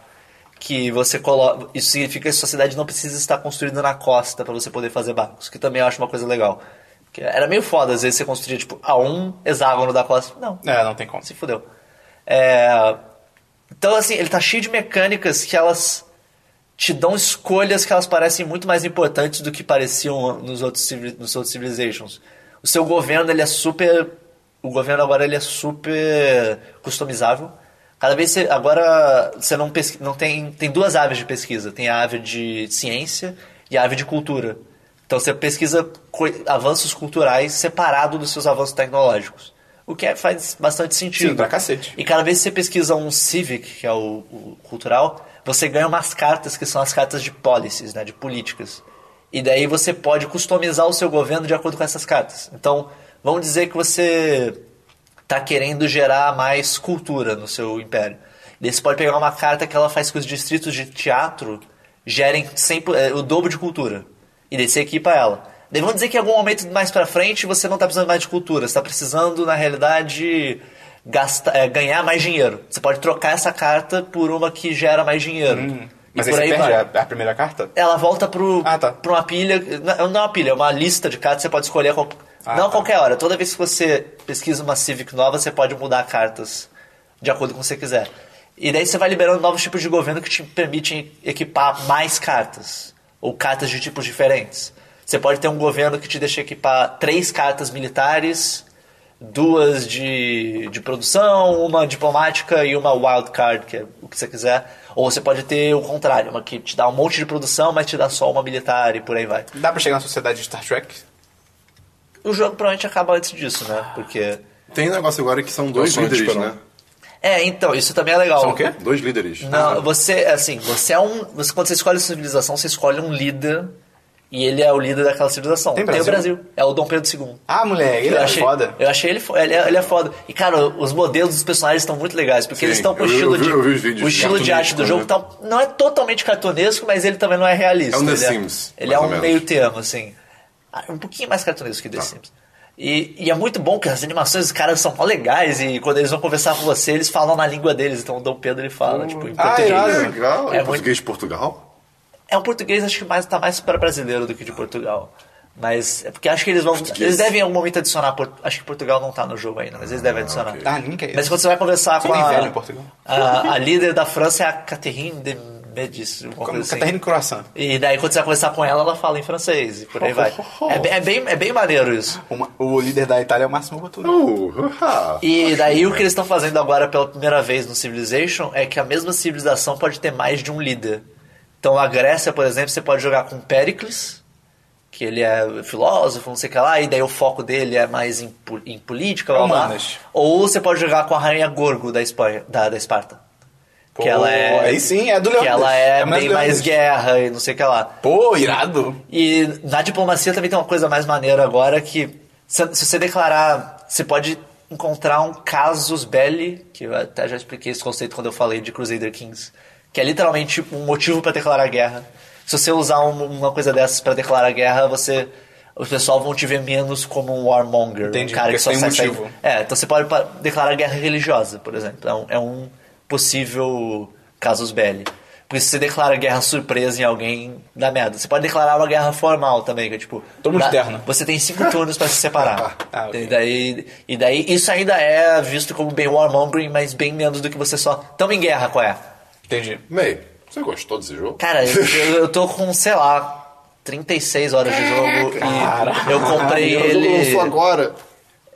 Que você coloca. Isso significa que sua cidade não precisa estar construída na costa para você poder fazer barcos. Que também eu acho uma coisa legal. Que era meio foda, às vezes você construía, tipo, a um hexágono da costa. Não.
É, não tem como.
Se fudeu. É, Então, assim, ele tá cheio de mecânicas que elas te dão escolhas que elas parecem muito mais importantes do que pareciam nos outros, civili- nos outros Civilizations. O seu governo, ele é super... O governo agora, ele é super customizável. Cada vez você... Agora, você não, pesqui- não tem... Tem duas aves de pesquisa. Tem a ave de ciência e a ave de cultura. Então, você pesquisa coi- avanços culturais separado dos seus avanços tecnológicos. O que é- faz bastante sentido.
Sim, pra cacete.
E cada vez que você pesquisa um civic, que é o, o cultural, você ganha umas cartas que são as cartas de policies, né, de políticas. E daí você pode customizar o seu governo de acordo com essas cartas. Então, vamos dizer que você está querendo gerar mais cultura no seu império. Daí você pode pegar uma carta que ela faz que os distritos de teatro gerem 100%, eh, o dobro de cultura. E daí você equipa ela. Daí vamos dizer que em algum momento mais pra frente você não tá precisando mais de cultura, você tá precisando, na realidade, gastar, é, ganhar mais dinheiro. Você pode trocar essa carta por uma que gera mais dinheiro. E
Hum, Mas aí
por
você
aí
perde
vai.
a, a primeira carta?
Ela volta pro,
Ah, tá.
pra uma pilha. Não não é uma pilha, é uma lista de cartas, você pode escolher. a Qual,
Ah,
não a
tá.
qualquer hora. Toda vez que você pesquisa uma Civic nova, você pode mudar cartas de acordo com o que você quiser. E daí você vai liberando novos tipos de governo que te permitem equipar mais cartas. Ou cartas de tipos diferentes. Você pode ter um governo que te deixa equipar três cartas militares, duas de, de produção, uma diplomática e uma wildcard, que é o que você quiser. Ou você pode ter o contrário, uma que te dá um monte de produção, mas te dá só uma militar e por aí vai.
Dá pra chegar na sociedade de Star Trek?
O jogo provavelmente acaba antes disso, né?
Ah.
Porque.
Tem um negócio agora que são dois
sou
líderes,
anti-Perón.
né?
É, então, isso também é legal.
São o quê?
Dois líderes. Ah,
Não, você, assim, você é um. Você, quando você escolhe a civilização, você escolhe um líder. E ele é o líder daquela civilização.
Tem
o
Brasil?
Brasil. É o Dom Pedro II.
Ah, moleque, ele
eu
é
achei,
foda.
Eu achei ele, fo- ele, é, ele é foda. E, cara, os modelos dos personagens estão muito legais, porque
Sim,
eles estão com o
eu vi-
estilo
eu vi-
de.
eu vi os vídeos
o estilo de arte do jogo
cartunesco, né?
tá, não é totalmente cartunesco, mas ele também não é realista.
É um The
ele
Sims,
Ele
mais
é
ou
um
menos. Tá.
meio termo, assim. Ah, Um pouquinho mais cartunesco que The Sims. E, e é muito bom que as animações dos caras são mó legais e quando eles vão conversar com você, eles falam na língua deles. Então o Dom Pedro ele
Hum.
fala, tipo, em
Ah,
Que
irado.
português.
legal.
É
É
muito-
português de Portugal?
É um português, acho que mais, tá mais para brasileiro do que de Portugal. Mas é porque acho que eles vão. Eles devem em algum momento adicionar. Port- Acho que Portugal não tá no jogo ainda, mas eles devem adicionar.
Ah, ninguém quer isso.
Mas quando você vai conversar
Você
com
nem
a,
velho em Portugal.
a, a líder da França é a Catherine de Medici, alguma
Como
coisa assim.
Catherine Croissant.
E daí quando você vai conversar com ela, ela fala em francês e por aí vai. É, bem- é bem, é bem maneiro isso.
Uma- o líder da Itália é o Máximo Bottura.
Uh, haha.
E daí o
né?
que eles estão fazendo agora pela primeira vez no Civilization é que a mesma civilização pode ter mais de um líder. Então a Grécia, por exemplo, você pode jogar com Péricles, que ele é filósofo, não sei o que lá, e daí o foco dele é mais em, po- em política, blá, blá, blá.
Humanas.
Ou você pode jogar com a rainha Gorgo da, Espanha, da, da Esparta.
Pô,
que ela é.
aí sim, é do
Que
Leônidas.
ela é,
É a mulher
bem
do
mais
Leônidas.
guerra e não sei o que lá.
Pô, irado.
E na diplomacia também tem uma coisa mais maneira agora que se, se você declarar, você pode encontrar um casus belli, que eu até já expliquei esse conceito quando eu falei de Crusader Kings, que é literalmente um motivo pra declarar guerra. Se você usar um- uma coisa dessas pra declarar guerra, você os pessoal vão te ver menos como um warmonger,
Entendi,
um cara
porque
que só
tem
sai
motivo.
saindo- É, então você pode pa- declarar guerra religiosa, por exemplo. É um, é um possível casus belli. Porque se você declara guerra surpresa em alguém, dá merda. Você pode declarar uma guerra formal também, que é tipo...
Todo mundo
dá-
de terno.
Você
<laughs>
tem cinco turnos pra se separar.
Ah, ok.
e, daí, e daí isso ainda é visto como bem warmongering, mas bem menos do que você só... Tamo em guerra, qual é?
Entendi.
May, você gostou desse jogo?
Cara, eu, eu tô com, sei lá... 36 horas de jogo e eu
Ah,
comprei
Eu
ele...
lançou agora.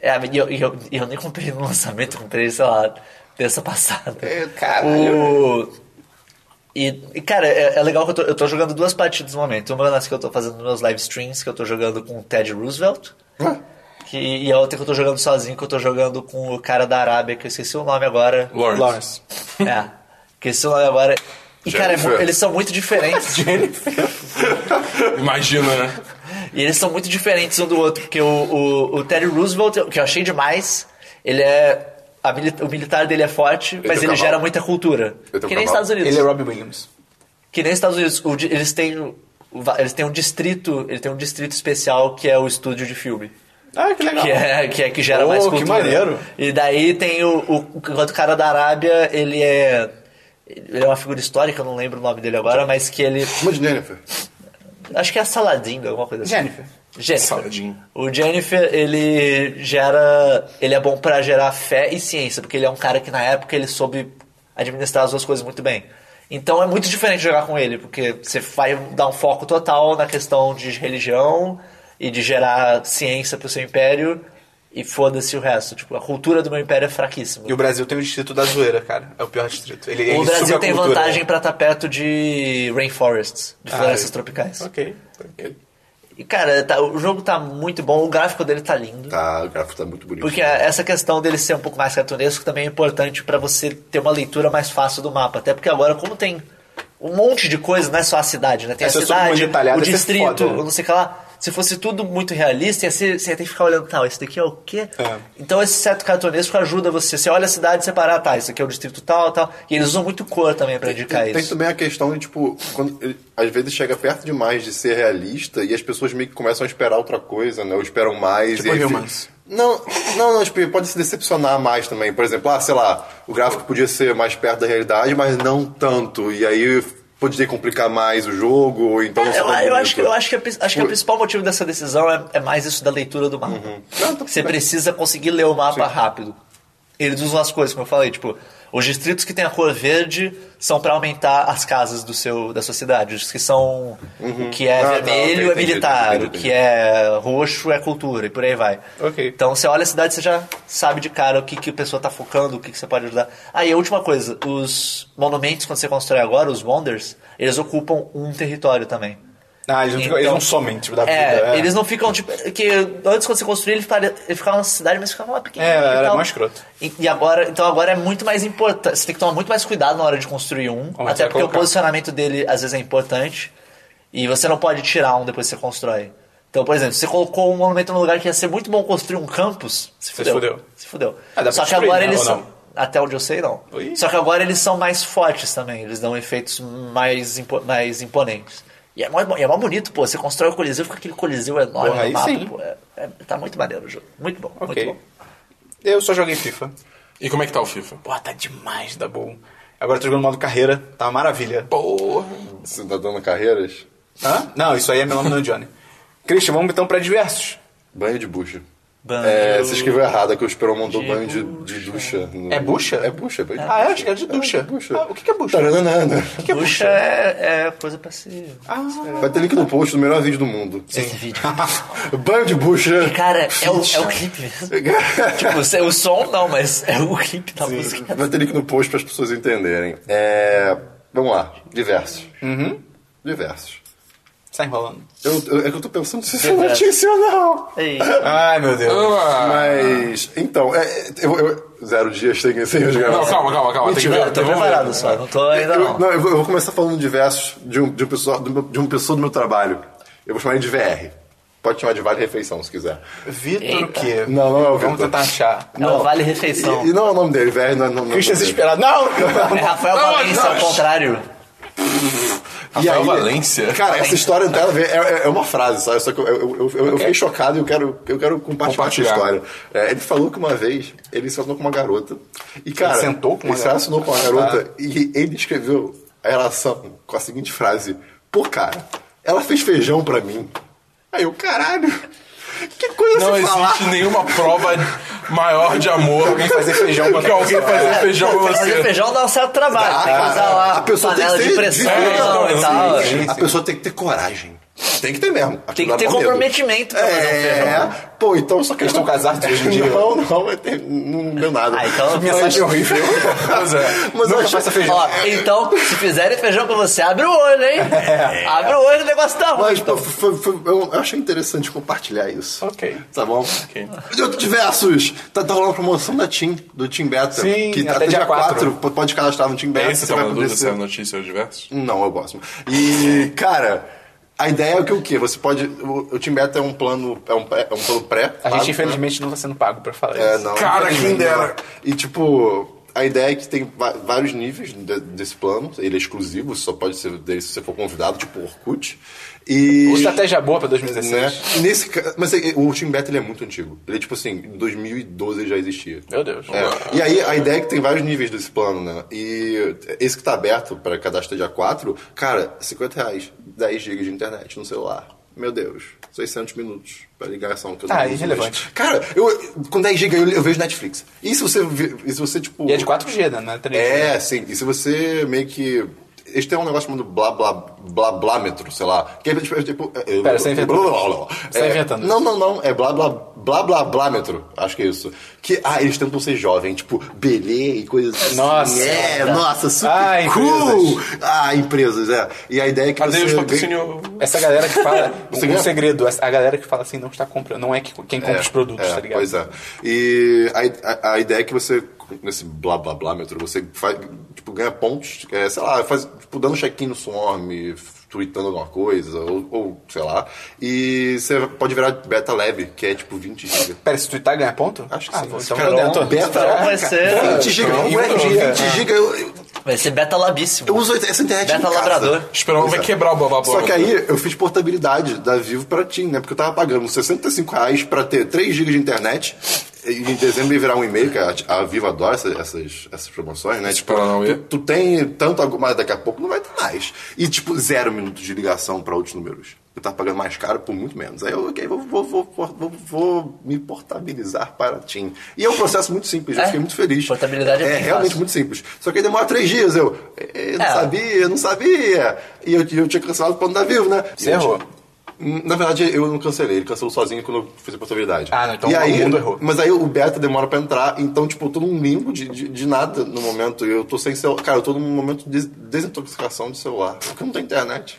É, e eu, e eu, e eu nem comprei no lançamento, eu comprei, sei lá, terça passada.
É,
caralho. E, e, cara, é, é legal que eu tô, eu tô jogando duas partidas no momento. Uma das que eu tô fazendo nos meus live streams, que eu tô jogando com o Ted Roosevelt. Que, e a outra que eu tô jogando sozinho, que eu tô jogando com o cara da Arábia, que eu esqueci o nome agora.
Lawrence.
Lawrence.
É, esqueci o nome agora. E, cara, é mu-
Jennifer.
eles são muito diferentes.
Imagina, né?
E eles são muito diferentes um do outro, porque o, o, o Teddy Roosevelt, que eu achei demais, ele é. a mili- o militar dele é forte, mas ele
um
cavalo.
gera muita cultura.
Eu tenho
Que nem
cavalo.
Estados Unidos.
Ele é Robbie Williams.
Que nem Estados Unidos. O di- eles, têm, o- eles têm um distrito. Ele tem um distrito especial que é o estúdio de filme.
Ah, que legal.
Que é, que é que gera
Pô,
mais
que
cultura.
maneiro.
E daí tem o, o, enquanto o cara da Arábia, ele é. Ele é uma figura histórica, eu não lembro o nome dele agora, mas que ele.
Uma de Jennifer.
Acho que é Saladin, alguma coisa assim.
Jennifer.
Jennifer.
Saladin.
O Jennifer, ele gera. Ele é bom pra gerar fé e ciência, porque ele é um cara que na época ele soube administrar as duas coisas muito bem. Então é muito diferente jogar com ele, porque você vai dar um foco total na questão de religião e de gerar ciência pro seu império e foda-se o resto. Tipo, a cultura do meu império é fraquíssima.
E o Brasil tem o distrito da zoeira, cara. É o pior distrito. Ele,
O
ele suga
Brasil
a
tem
cultura. Ah,
vantagem pra estar perto de rainforests, de florestas tropicais.
é. Ok. tranquilo.
E, cara, tá- o jogo tá muito bom, o gráfico dele tá lindo.
Tá, o gráfico tá muito bonito.
Porque é essa questão dele ser um pouco mais cartunesco também é importante pra você ter uma leitura mais fácil do mapa. Até porque agora, como tem um monte de coisa, não é só a cidade, né? Tem
Essa
a
submundo
cidade,
detalhado,
o
isso é
distrito,
foda.
o não sei o que lá. Se fosse tudo muito realista, ia ser- você ia ter que ficar olhando, tal, esse daqui é o quê?
É.
Então esse certo cartunesco ajuda você. Você olha a cidade e separa, tá, esse aqui é o distrito tal, tal. E eles usam muito cor também pra indicar
Tem, tem
isso.
também a questão de, tipo, quando, ele- às vezes chega perto demais de ser realista e as pessoas meio que começam a esperar outra coisa, né? Ou esperam mais.
Tipo
e aí
Humans.
fica- Não, não, não, tipo, pode se decepcionar mais também. Por exemplo, ah, sei lá, o gráfico podia ser mais perto da realidade, mas não tanto. E aí poderia complicar mais o jogo, ou então não
É, Eu,
ficou
eu
bonito.
acho que, eu acho que, a pri- acho que o principal motivo dessa decisão é, é mais isso da leitura do mapa.
Uhum.
Você precisa conseguir ler o mapa rápido. Eles usam as coisas, como eu falei, tipo, os distritos que tem a cor verde são pra aumentar as casas do seu, da sua cidade. Os que são. O que é
Ah, tá,
vermelho
ok,
é
entendi,
militar,
entendi,
o que
entendi.
é roxo é cultura, e por aí vai.
Ok.
Então você olha a cidade você já sabe de cara o que, que a pessoa tá focando, o que, que você pode ajudar. Ah, e a última coisa, os monumentos, quando você constrói agora, os wonders, eles ocupam um território também.
Ah, eles não, ficam- eles não somem, tipo, da vida.
Então, É, eles não ficam, tipo, que antes quando você construía ele ficava, ele ficava na cidade, mas ficava lá pequeno.
É,
e
era
tal.
mó escroto.
E, e agora, então agora é muito mais importante, você tem que tomar muito mais cuidado na hora de construir um,
Onde vai
até porque o
colocar?
posicionamento dele às vezes é importante, e você não pode tirar um depois que você constrói. Então, por exemplo, você colocou um monumento num lugar que ia ser muito bom construir um campus, se fudeu.
fudeu.
Se fudeu.
Ah, dá pra
Só que
destruir, né,
agora eles
ou
são...
não?
Até onde eu sei, não.
Oi?
Só que agora eles são mais fortes também, eles dão efeitos mais, impo- mais imponentes. E é mó, e é mó bonito, pô. Você constrói o Coliseu, fica aquele Coliseu enorme
Porra,
no
aí
mapa,
sim.
pô. É- é- tá muito maneiro o jogo. Muito bom,
Ok.
muito bom.
Eu só joguei FIFA.
E como é que tá o FIFA?
Pô, tá demais, da bom. Agora eu tô jogando modo carreira, tá uma maravilha.
Porra.
Você tá dando carreiras?
Hã? Não, isso aí é meu nome, não é Johnny. Christian, vamos então pra diversos.
Banho de bucha.
Banjo.
É, se escreveu errado, é que o Esperon montou banho de, de ducha. no-
É bucha?
É bucha, é bem-
Ah, eu acho que era de ducha.
bucha.
Ah, o que que é bucha?
Taranana.
que é
Puxa,
bucha?
é, é coisa pra se...
Vai ter link no post do melhor vídeo do mundo. <laughs> né?
Esse vídeo.
Banho de bucha.
Cara, é o, é o clipe mesmo. tipo, se- o som não, mas é o clipe da
<laughs>
música.
Vai ter link no post para as pessoas entenderem. É, vamos lá, diversos.
Uhum.
Diversos.
Tá enrolando.
Eu, eu- é que eu tô pensando se isso é
Diversos. É.
notícia ou não.
Ei,
Ai, meu Deus.
Ah,
Mas, então, é, é, eu, eu- zero dias sem, sem os
Não,
gravações.
calma, calma, calma. Tem que
Mentira,
ver.
eu tô
tem que ver.
preparado só, não tô ainda
Eu,
não.
não, eu vou, eu vou começar falando diversos de, um, de, um pessoal, do meu- de uma pessoa do meu trabalho. Eu vou chamar ele de VR. Pode chamar de Vale Refeição se quiser.
Vitor o quê?
Não, não é o
Vamos
Vitor.
tentar achar.
É o Vale Refeição.
E, e não é o nome dele, VR não é o nome
Christian
dele.
desesperado. Não!
É Rafael
Não,
Valença
não.
ao contrário.
E
Rafael Valência.
Cara, essa história não tem nada a ver. É, é- é uma frase, sabe? Só que eu, eu, eu- eu
É.
fiquei chocado e eu quero, eu quero compartilhar essa
Compartilhar.
história. É, ele falou que uma vez ele se relacionou com uma garota. E, cara,
Ele sentou com uma
ele
garota?
se
Tá.
relacionou com uma garota e ele escreveu a relação com a seguinte frase: Pô, cara, ela fez feijão pra mim. Aí eu, caralho, que coisa
Não
se falar.
existe nenhuma prova maior de amor
Alguém fazer feijão pra
do que alguém fazer feijão pra
Fazer
você.
feijão dá um certo trabalho.
Ah,
tem que usar lá
a pessoa tem que
panela de
ser
pressão
desesperada,
e tal.
sim,
A pessoa tem que ter coragem. Tem que ter mesmo.
Tem que ter comprometimento pra fazer um
É,
feijão.
pô, então só que
Eles estão casados hoje em dia.
<laughs> Não, não, vai ter- não deu nada.
Ah, então-
<laughs> Mensagem horrível.
Pois é.
Mas eu
<laughs> Nunca
acho-
faça feijão.
Ó, então, se fizerem feijão com você, abre o olho, hein? Abre o olho, o negócio tá ruim.
Mas
Então.
pô, foi- foi- eu eu achei interessante compartilhar isso.
Ok.
Tá bom? De outros diversos. Tá, tá rolando a promoção da Team, do Team Beta.
Sim,
que tá
até dia quatro.
p- pode cadastrar no Team Beta.
É esse
você
tá
vai
uma
poder
dúvida se
ser-
é notícia ou diversos?
Não, eu gosto. E, cara, a ideia é que o quê? Você pode. O, o Team Beta é um plano. É um, pré- é um plano pré.
A gente,
pago, né?
infelizmente, não tá sendo pago pra falar
É,
isso.
não.
Cara, quem
infelizmente não.
dera.
E tipo, a ideia é que tem va- vários níveis de- desse plano. Ele é exclusivo, só pode ser dele se você for convidado, tipo Orkut. E.
Uma Estratégia boa pra
Né?
2016.
E Nesse, ca- mas é, o Team Beta ele é muito antigo. Ele é tipo assim, em 2012 já existia.
Meu Deus.
É. E aí a ideia é que tem vários níveis desse plano, né? E esse que tá aberto para cadastro dia 4, cara, 50 reais, 10 GB de internet no celular. Meu Deus, 600 minutos pra um ligação que eu
Ah,
uso
irrelevante.
hoje. Cara, eu, com 10 GB eu, eu vejo Netflix. E se você, vê- e se você tipo...
E é de 4G, né? Não é 3G.
É, sim. E se você meio que. Eles têm um negócio chamado blá blá blá blâmetro, sei lá. Que é tipo. é, tipo é,
Pera, você tá inventando.
blá, blá, blá, blá.
Você tá
É,
inventando.
Não, não, não. É blá blá blá blá blâmetro. Acho que é isso. Que, ah, eles tentam ser jovem, tipo, belê e coisas assim.
Nossa.
É, nossa, super
Ah,
cool.
empresas.
Ah, empresas, é. E a ideia é que
Adeus,
você.
patrocínio.
Essa galera que fala.
Você
um
ganha?
segredo, essa- a galera que fala assim não está comprando. Não é que- quem compra
É,
os produtos,
é,
tá ligado?
Pois é. E a, a- a ideia é que você, nesse blá blá blá metro, você faz, tipo, ganha pontos, é, sei lá, faz, tipo, dando check-in no Swarm, tweetando alguma coisa, ou, ou, sei lá. E você pode virar beta lab, que é tipo 20 GB.
Pera, se tu tá ganha ponto?
Acho que
ah,
sim.
Vou, então é,
Cara,
tô dentro.
então, beta
Então
lab.
vai ser,
20 GB,
então,
moleque,
então,
20 GB, eu, eu,
vai ser beta labíssimo.
eu uso essa internet
Beta
em casa.
labrador.
Esperão vai
Pois é.
quebrar o babá
Só que aí eu fiz portabilidade da Vivo pra TIM, né? Porque eu tava pagando 65 reais pra ter 3 GB de internet. E em dezembro ia virar um e-mail, que a, a Vivo adora essa- essas, essas promoções, né? Tipo,
Paranauê.
tu, tu tem tanto, algo- mas daqui a pouco não vai ter mais. E tipo, zero minutos de ligação pra outros números. Eu tava pagando mais caro por muito menos. Aí eu, ok, vou, vou, vou, vou, vou- vou me portabilizar para a TIM. E é um processo muito simples, eu
É.
fiquei muito feliz.
Portabilidade é bem
realmente
fácil.
muito simples. Só que aí demora três dias, eu. eh, não
É.
sabia sabia, não sabia. E eu, eu tinha cancelado o plano da Vivo, né?
Você
E eu
errou.
tinha- Na verdade, eu não cancelei, ele cancelou sozinho quando eu fiz a portabilidade.
Ah, não, então
e
o
aí,
mundo errou.
Mas aí o beta demora pra entrar, então, tipo, eu tô num limbo de, de, de nada no momento. Eu tô sem celular. Cara, eu tô num momento de des- desintoxicação de celular, porque eu não tenho internet.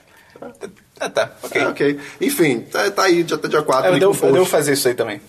Ah, tá. Ok.
É, ok. Enfim, tá, tá aí, já até dia 4.
É, eu,
link
devo,
no
eu devo
post.
fazer isso aí também.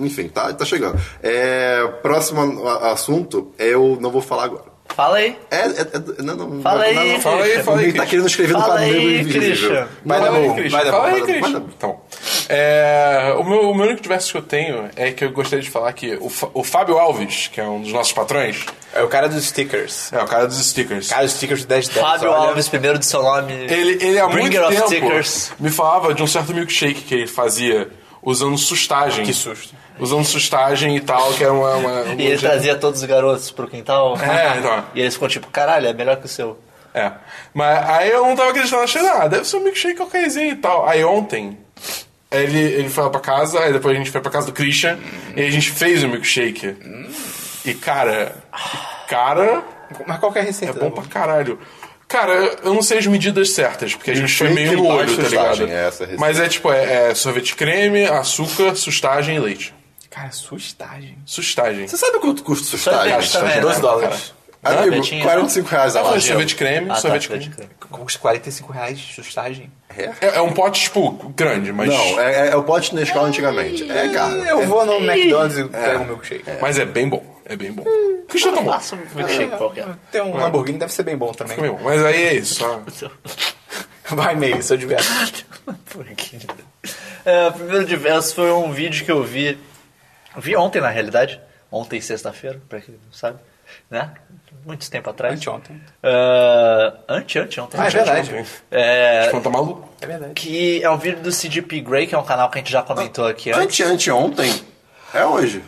Enfim, tá, tá chegando. É, próximo a- assunto, eu não vou falar agora.
Fala aí.
É, é, é- não, não,
Fala
não,
aí,
não, não,
Fala aí, fala aí.
Ninguém tá querendo escrever no
Fala
quadro
aí,
invisível.
Christian.
Vai dar
Fala aí,
bom.
Christian.
Vai dar
Fala
bom.
Vai
aí,
dar bom, vai
Christian.
dar bom.
Tá bom. É, o, meu, o meu único diverso que eu tenho é que eu gostaria de falar que o, Fa- o Fábio Alves, que é um dos nossos patrões,
É o cara dos stickers.
é o cara dos stickers.
Cara dos Ah, stickers de 10 10.
Fábio
olha.
Alves, primeiro do seu nome.
Ele, ele há
Bringer
muito
of
tempo
Stickers.
me falava de um certo milkshake que ele fazia usando sustagem.
Ah, Que susto.
Usando sustagem e tal, que era uma...
<laughs>
uma um
E ele trazia todos os garotos pro quintal.
É, então.
E eles ficam tipo, caralho, é melhor que o seu.
É. Mas aí eu não tava acreditando, achei, ah, deve ser um milkshake qualquerzinho e tal. Aí ontem, Aí ele, ele foi lá pra casa, aí depois a gente foi pra casa do Christian, e a gente fez o milkshake. E cara, cara,
Mas qual que é a
é
receita?
bom pra caralho. Cara, eu não sei as medidas certas, porque a gente foi
Milkshake
meio no olho,
mais
tá
sustagem,
ligado?
é essa a receita.
Mas é tipo, é, é sorvete creme, açúcar, sustagem e leite.
Cara, sustagem.
Sustagem.
Você sabe quanto custa
Sorvete
sustagem?
também, né?
12 dólares.
tá Amigo,
Sorvetinho.
45 reais a
Eu falei
laje.
sorvete creme,
Ah, tá,
sorvete
sorvete
creme.
creme.
Custa 45 reais de sustagem.
É, é um pote, tipo, grande, mas.
Não, é, é, é o pote Nescau antigamente. É caro.
Eu vou no McDonald's e pego um milkshake.
Mas é bem bom. É bem bom. Christian tá bom.
Faça um milkshake qualquer.
Tem um Lamborghini, deve ser bem bom também.
Fica bem bom. Mas aí é isso. Só.
Vai, meio, seu diverso.
<laughs> Por quê? É, o primeiro diverso foi um vídeo que eu vi. Vi ontem, na realidade. Ontem, sexta-feira, pra quem não sabe. Né? Muito tempo atrás.
Anteontem.
É, ante, anteontem.
Ah, é verdade.
É,
Tipo, tá maluco?
É verdade.
que é um vídeo do CGP Grey, que é um canal que a gente já comentou
Ah,
aqui antes.
Ante, ante ontem. É hoje.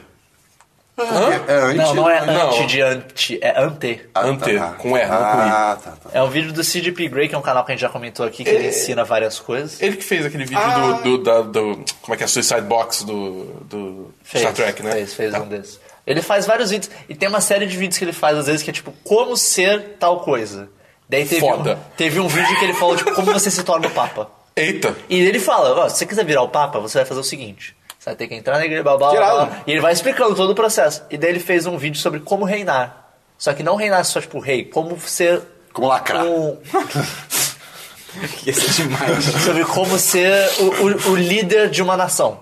É, é ante.
Não, não é
Não.
anti de anti, é ante.
Ah, tá,
Ante,
tá.
com R, não com I.
Ah, tá, tá.
É um vídeo do CGP Grey, que é um canal que a gente já comentou aqui, que
É.
ele ensina várias coisas.
Ele que fez aquele vídeo do, do, da- do- Como é que é? Suicide Box do, do Star Trek, né?
Fez, fez um desses. Ele faz vários vídeos. E tem uma série de vídeos que ele faz, às vezes, que é tipo, como ser tal coisa. Daí teve,
Foda.
Um, teve um vídeo que ele falou, tipo, como você se torna o Papa.
Eita!
E ele fala, ó, se você quiser virar o Papa, você vai fazer o seguinte. Você vai ter que entrar na igreja, blá, blá, blá,
Tirado.
blá. E ele vai explicando todo o processo. E daí ele fez um vídeo sobre como reinar. Só que não reinar só, tipo, rei. Como ser...
Como lacrar.
Um,
Ia ser <laughs> demais.
sobre como ser o, o- o líder de uma nação.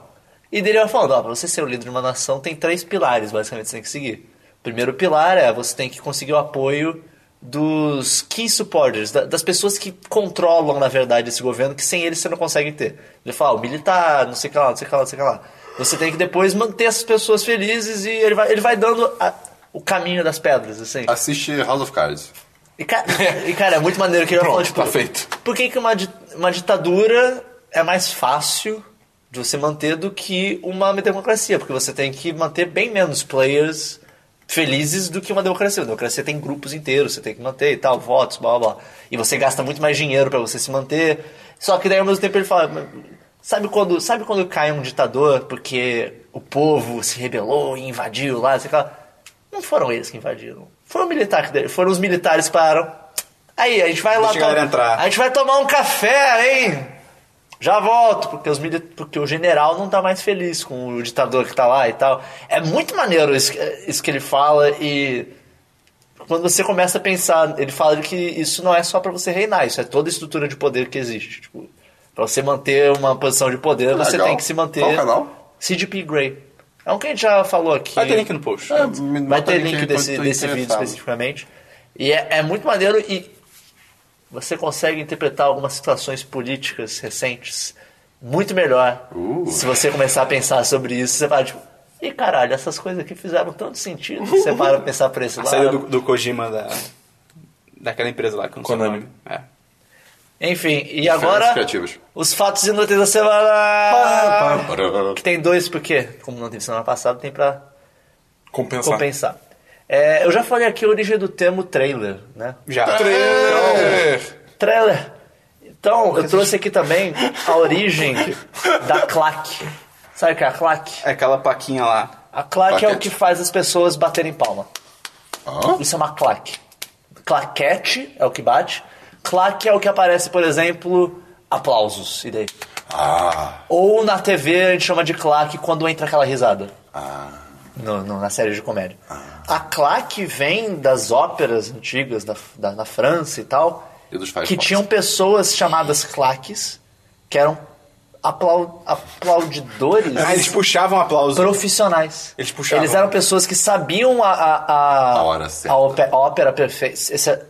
E dele vai falando, ó, pra você ser o líder de uma nação tem três pilares, basicamente, que você tem que seguir. O primeiro pilar é você tem que conseguir o apoio dos key supporters, da- das pessoas que controlam, na verdade, esse governo, que sem eles você não consegue ter. Ele fala, ó, militar, não sei o que lá, não sei o que lá, não sei o que lá. Você tem que depois manter essas pessoas felizes e ele vai, ele vai dando a- o caminho das pedras, assim.
Ah.
Assiste House of Cards.
E, ca- e, cara, é muito maneiro que ele
Pronto,
falou, tipo,
tá feito.
por que, que uma, di- uma ditadura é mais fácil de você manter do que uma democracia? Porque você tem que manter bem menos players felizes do que uma democracia. Uma democracia tem grupos inteiros, você tem que manter e tal, votos, blá blá blá. E você gasta muito mais dinheiro pra você se manter. Só que daí ao mesmo tempo ele fala. "Mas Sabe quando, sabe quando cai um ditador porque o povo se rebelou e invadiu lá, sei lá? Não foram eles que invadiram. Foram, militar que, foram os militares que pararam. Aí, a gente vai lá.
Deixa a galera entrar.
A gente vai tomar um café, hein? Já volto, porque, os mili- porque o general não tá mais feliz com o ditador que tá lá e tal. É muito maneiro isso, que- isso que ele fala e. Quando você começa a pensar, ele fala que isso não é só pra você reinar, isso é toda a estrutura de poder que existe. Tipo, pra você manter uma posição de poder, você
Legal.
tem que se manter.
Qual canal?
CGP Grey. É um que a gente já falou aqui.
Vai ter link no post.
É, me
Vai
bota
ter
aí que
link
eu tô-
desse,
tô
desse vídeo
interessado.
especificamente. E é, é muito maneiro e você consegue interpretar algumas situações políticas recentes muito melhor.
Uh.
Se você começar a pensar sobre isso, você vai tipo, e caralho, essas coisas aqui fizeram tanto sentido. Você para pra pensar por esse
A saída do,
lado.
do Kojima da. Daquela empresa lá, que eu não sei o
Konami.
nome. É.
Enfim, e agora
criativas.
os fatos inúteis da semana. Que tem dois porque, como não teve semana passada, tem pra
Compensar.
compensar. É, eu já falei aqui a origem do termo trailer, né?
Já.
Trailer!
Trailer. Então, eu trouxe aqui também
<laughs>
a origem da claque. Sabe o que é a claque?
É aquela plaquinha lá.
A claque é o
Claquete.
que faz as pessoas baterem palma.
Hã?
Isso é uma claque. Claquete é o que bate. Claque é o que aparece, por exemplo, aplausos. E daí?
Ah,
Ou na TV a gente chama de claque quando entra aquela risada.
ah.
no- no- na série de comédia. A claque vem das óperas antigas da, da- na França e tal,
E dos Firefox.
que tinham pessoas chamadas claques, que eram aplau- aplaudidores
Ah, eles puxavam aplauso.
profissionais.
Eles puxavam.
eram pessoas que sabiam a, a, a,
A hora certa.
a ópera, a ópera perfeita. Esse-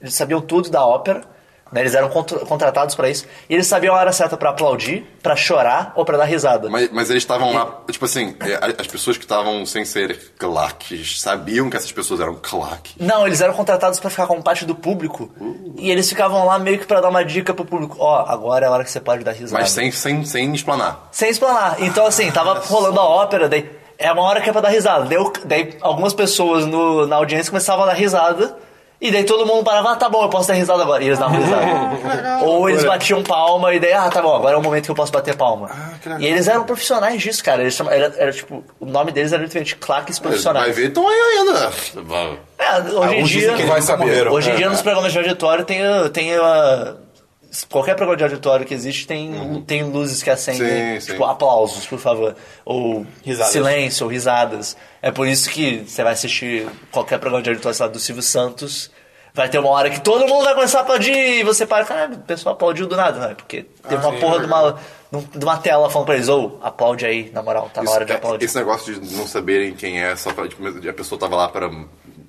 Eles sabiam tudo da ópera. né? Eles eram contra- contratados pra isso. E eles sabiam a hora certa pra aplaudir, pra chorar ou pra dar risada.
Mas, mas eles estavam lá, tipo assim, é, a- as pessoas que estavam sem ser claques sabiam que essas pessoas eram claques.
Não, eles eram contratados pra ficar como parte do público. E eles ficavam lá meio que pra dar uma dica pro público. Ó, agora é a hora que você pode dar risada.
Mas sem, sem, sem explanar.
Sem explanar. Então, assim, tava rolando a ópera, daí é uma hora que é pra dar risada. Daí, eu- daí algumas pessoas no- na audiência começavam a dar risada. E daí todo mundo parava, ah, tá bom, eu posso dar risada agora. E eles davam risada. Ou eles batiam palma e daí, ah, tá bom, agora é o momento que eu posso bater palma. e eles eram profissionais disso, cara. Eles chamavam, era, era, tipo, o nome deles era diferente, claques
Vai
profissionais.
ver, então aí ainda.
É, hoje em
Alguns dizem
dia.
que vai saber.
Hoje em dia, nos programas de auditório, tem, a- tem a- Qualquer programa de auditório que existe tem, um- tem luzes que acendem,
Sim,
tipo,
sim.
aplausos, por favor. Ou
Risadas.
silêncio, ou risadas. É por isso que você vai assistir qualquer programa de auditório, sei lá, do Silvio Santos. Vai ter uma hora que todo mundo vai começar a aplaudir e você para, caralho, o pessoal aplaudiu do nada, não é? Porque tem uma porra de uma, de uma tela falando pra eles, ou aplaude aí, na moral, tá na hora de
Isso-
aplaudir.
Esse negócio de não saberem quem é, só pra, tipo, a pessoa tava lá para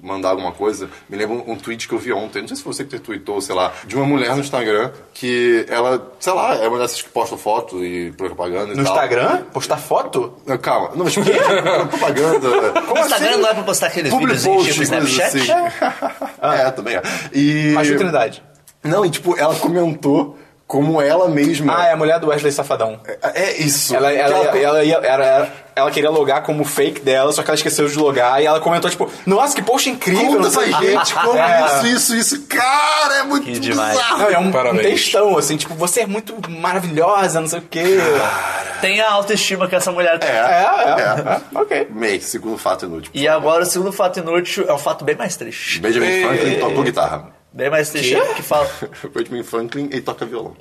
mandar alguma coisa. Me lembra um, um tweet que eu vi ontem, não sei se foi você que tweetou, sei lá, de uma mulher no Instagram que ela, sei lá, é uma dessas que posta foto e propaganda e
No
tal.
Instagram? Postar foto?
Não, calma, não, mas
<laughs>
o quê? propaganda.
o Instagram não é pra postar aqueles
Public
vídeos em tipo
post, coisas
Snapchat?
assim. é, também é. E...
Maju Trindade.
Não, e tipo, ela comentou como ela mesma.
Ah, é a mulher do Wesley Safadão.
É isso.
Ela,
Que
ela,
ela-
ela, ia- era- era- ela queria logar como fake dela, só que ela esqueceu de logar e ela comentou, tipo, nossa, que post incrível!
Conta
não sei
pra
o quê."
gente como
<laughs> É.
isso, isso, isso. Cara, é muito
Que demais.
bizarro.
Não, é um, um
Parabéns.
textão, assim, tipo, você é muito maravilhosa, não sei o quê.
Ah.
Tem a autoestima que essa mulher tem.
É, é,
É.
é, ok.
Meio, segundo fato inútil.
E agora o segundo fato inútil é um fato bem mais triste.
Benjamin Franklin tocou guitarra.
Bem mais triste que, fala,
Benjamin Franklin e toca violão.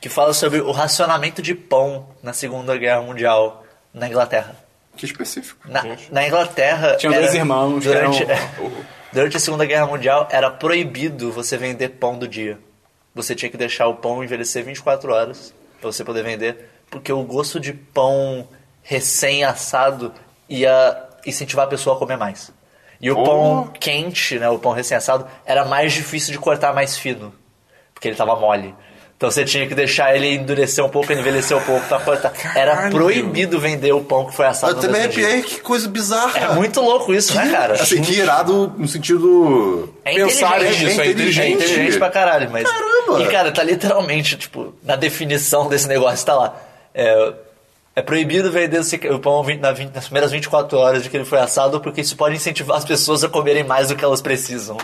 que fala sobre o racionamento de pão na Segunda Guerra Mundial na Inglaterra.
Que específico.
Na, na Inglaterra.
Tinham dois irmãos que
Durante,
eram-
<laughs> durante a Segunda Guerra Mundial era proibido você vender pão do dia. Você tinha que deixar o pão envelhecer 24 horas pra você poder vender, porque o gosto de pão recém-assado ia incentivar a pessoa a comer mais. E
Oh.
o pão quente, né, o pão recém-assado, era mais difícil de cortar mais fino, porque ele tava mole. Então você tinha que deixar ele endurecer um pouco, envelhecer um pouco pra cortar. Era proibido vender o pão que foi assado
Eu
no
também
mesmo dia.
arrepiei, que coisa bizarra.
É muito louco isso, né, cara?
Assim, que irado no sentido.
É
Pensar
inteligente.
nisso, é
É
inteligente.
inteligente pra caralho, mas.
Caramba!
E, cara, tá literalmente, tipo, na definição desse negócio, tá lá. É, é proibido vender esse- o pão vi- na vin- nas primeiras 24 horas de que ele foi assado, porque isso pode incentivar as pessoas a comerem mais do que elas precisam.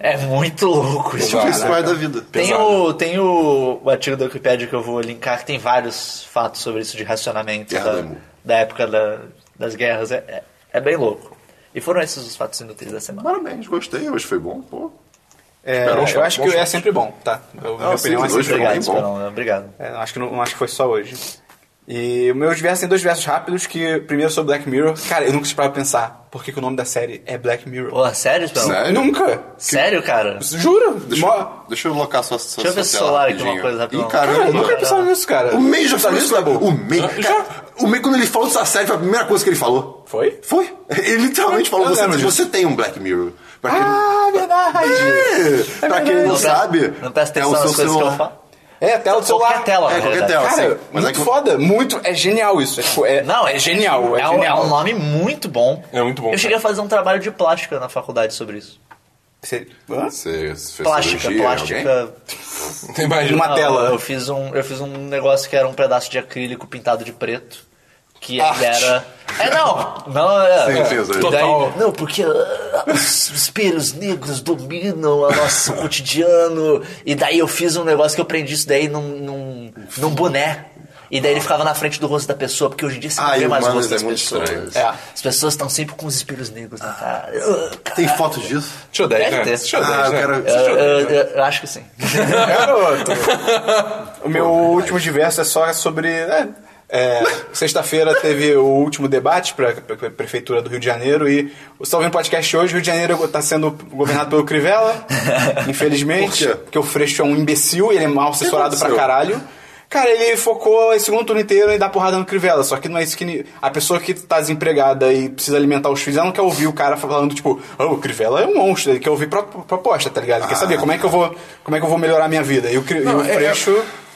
É muito louco isso,
Tipo,
Tá, né, cara.
isso vai da vida.
Tem
Pesado.
o, tem o, o artigo da Wikipedia que eu vou linkar, que tem vários fatos sobre isso de racionamento
Guerra do
da,
Amor.
da época da- das guerras. É, é, é bem louco. E foram esses os fatos inúteis da semana.
Parabéns, gostei. Hoje foi bom, pô.
É,
Bom
eu
shot,
acho
um bom
que é
shot.
sempre bom, tá? Eu, minha
sim,
opinião é
hoje
sempre
foi
bom.
bem
Obrigado,
bom.
Esperão. Obrigado.
É, não, acho, que não, não acho que foi só hoje. E o meu diverso tem dois versos rápidos, que primeiro sobre Black Mirror. Cara, eu nunca esperava pensar por que, que o nome da série é Black Mirror.
Pô, sério, Esperão?
Sério?
Nunca!
Sério, cara?
Juro!
Deixa,
Mó-
eu- deixa eu locar sua sua
Deixa eu ver
sua
o
tela
celular aqui, uma
rapidinho.
coisa rapidão.
Ih,
Cara, eu
caramba.
nunca tinha pensado nisso, cara.
O May já
Sabe
falou isso,
disso,
Dabu? O May. Cara, o May, quando ele falou dessa série, foi a primeira coisa que ele falou.
Foi?
Foi. Ele literalmente falou:
Eu
você,
lembro
você tem um Black Mirror. Pra quem,
Ah, verdade!
é, pra quem
verdade.
não,
Não
sabe,
presta- Não presta atenção
é o
nas
seu
coisas que eu
celular.
falo.
É, a tela do celular.
Qualquer tela,
É,
na
qualquer
verdade.
tela.
Cara,
assim. Mas é
muito
que-
foda. Muito, é genial isso. É, tipo, é-
Não, é
genial. É,
um-
genial.
é um nome muito bom.
É muito bom,
Eu cheguei a fazer um trabalho de plástica na faculdade sobre isso.
Você- Hã?
Você fez
Plástica,
cirurgia, alguém?
plástica.
Tem mais de
Uma
uma.
Não,
tela.
Eu fiz, um, eu fiz um negócio que era um pedaço de acrílico pintado de preto. Que
Arte.
era. É, não! Não, é.
Sim, sim, sim.
E daí-
Total.
não, porque ah, os espelhos negros dominam o nosso cotidiano. E daí eu fiz um negócio que eu prendi isso daí num, num, num boné. E daí ele ficava na frente do rosto da pessoa, porque hoje em dia você não
Ah,
vê
e
mais o
humanos
rosto das
é muito
pessoas.
estranho. Ah.
É.
As pessoas estão sempre com os espelhos negros na cara. Eu,
Tem fotos disso?
Deixa eu 10,
Deve
né?
ter.
Deixa eu 10,
Ah, eu
né?
quero.
eu- eu- eu- eu acho que sim.
Garoto. o meu último diverso é só sobre. é, é, Sexta-feira teve o último debate para a Prefeitura do Rio de Janeiro e tá o Salve no Podcast hoje, o Rio de Janeiro está sendo governado pelo Crivella,
<laughs>
infelizmente,
Por quê?
porque o Freixo é um imbecil e ele é mal assessorado pra
aconteceu?
caralho. Cara, ele focou esse segundo turno inteiro em dar porrada no Crivella, só que não é isso que... ni- A pessoa que tá desempregada e precisa alimentar os filhos, ela não quer ouvir o cara falando, tipo, "Ah, o Crivella é um monstro, ele quer ouvir pro- proposta, tá ligado? Ele quer saber como é que eu vou, como é que eu vou melhorar a minha vida. E o, Cri- e
Não,
o Freixo...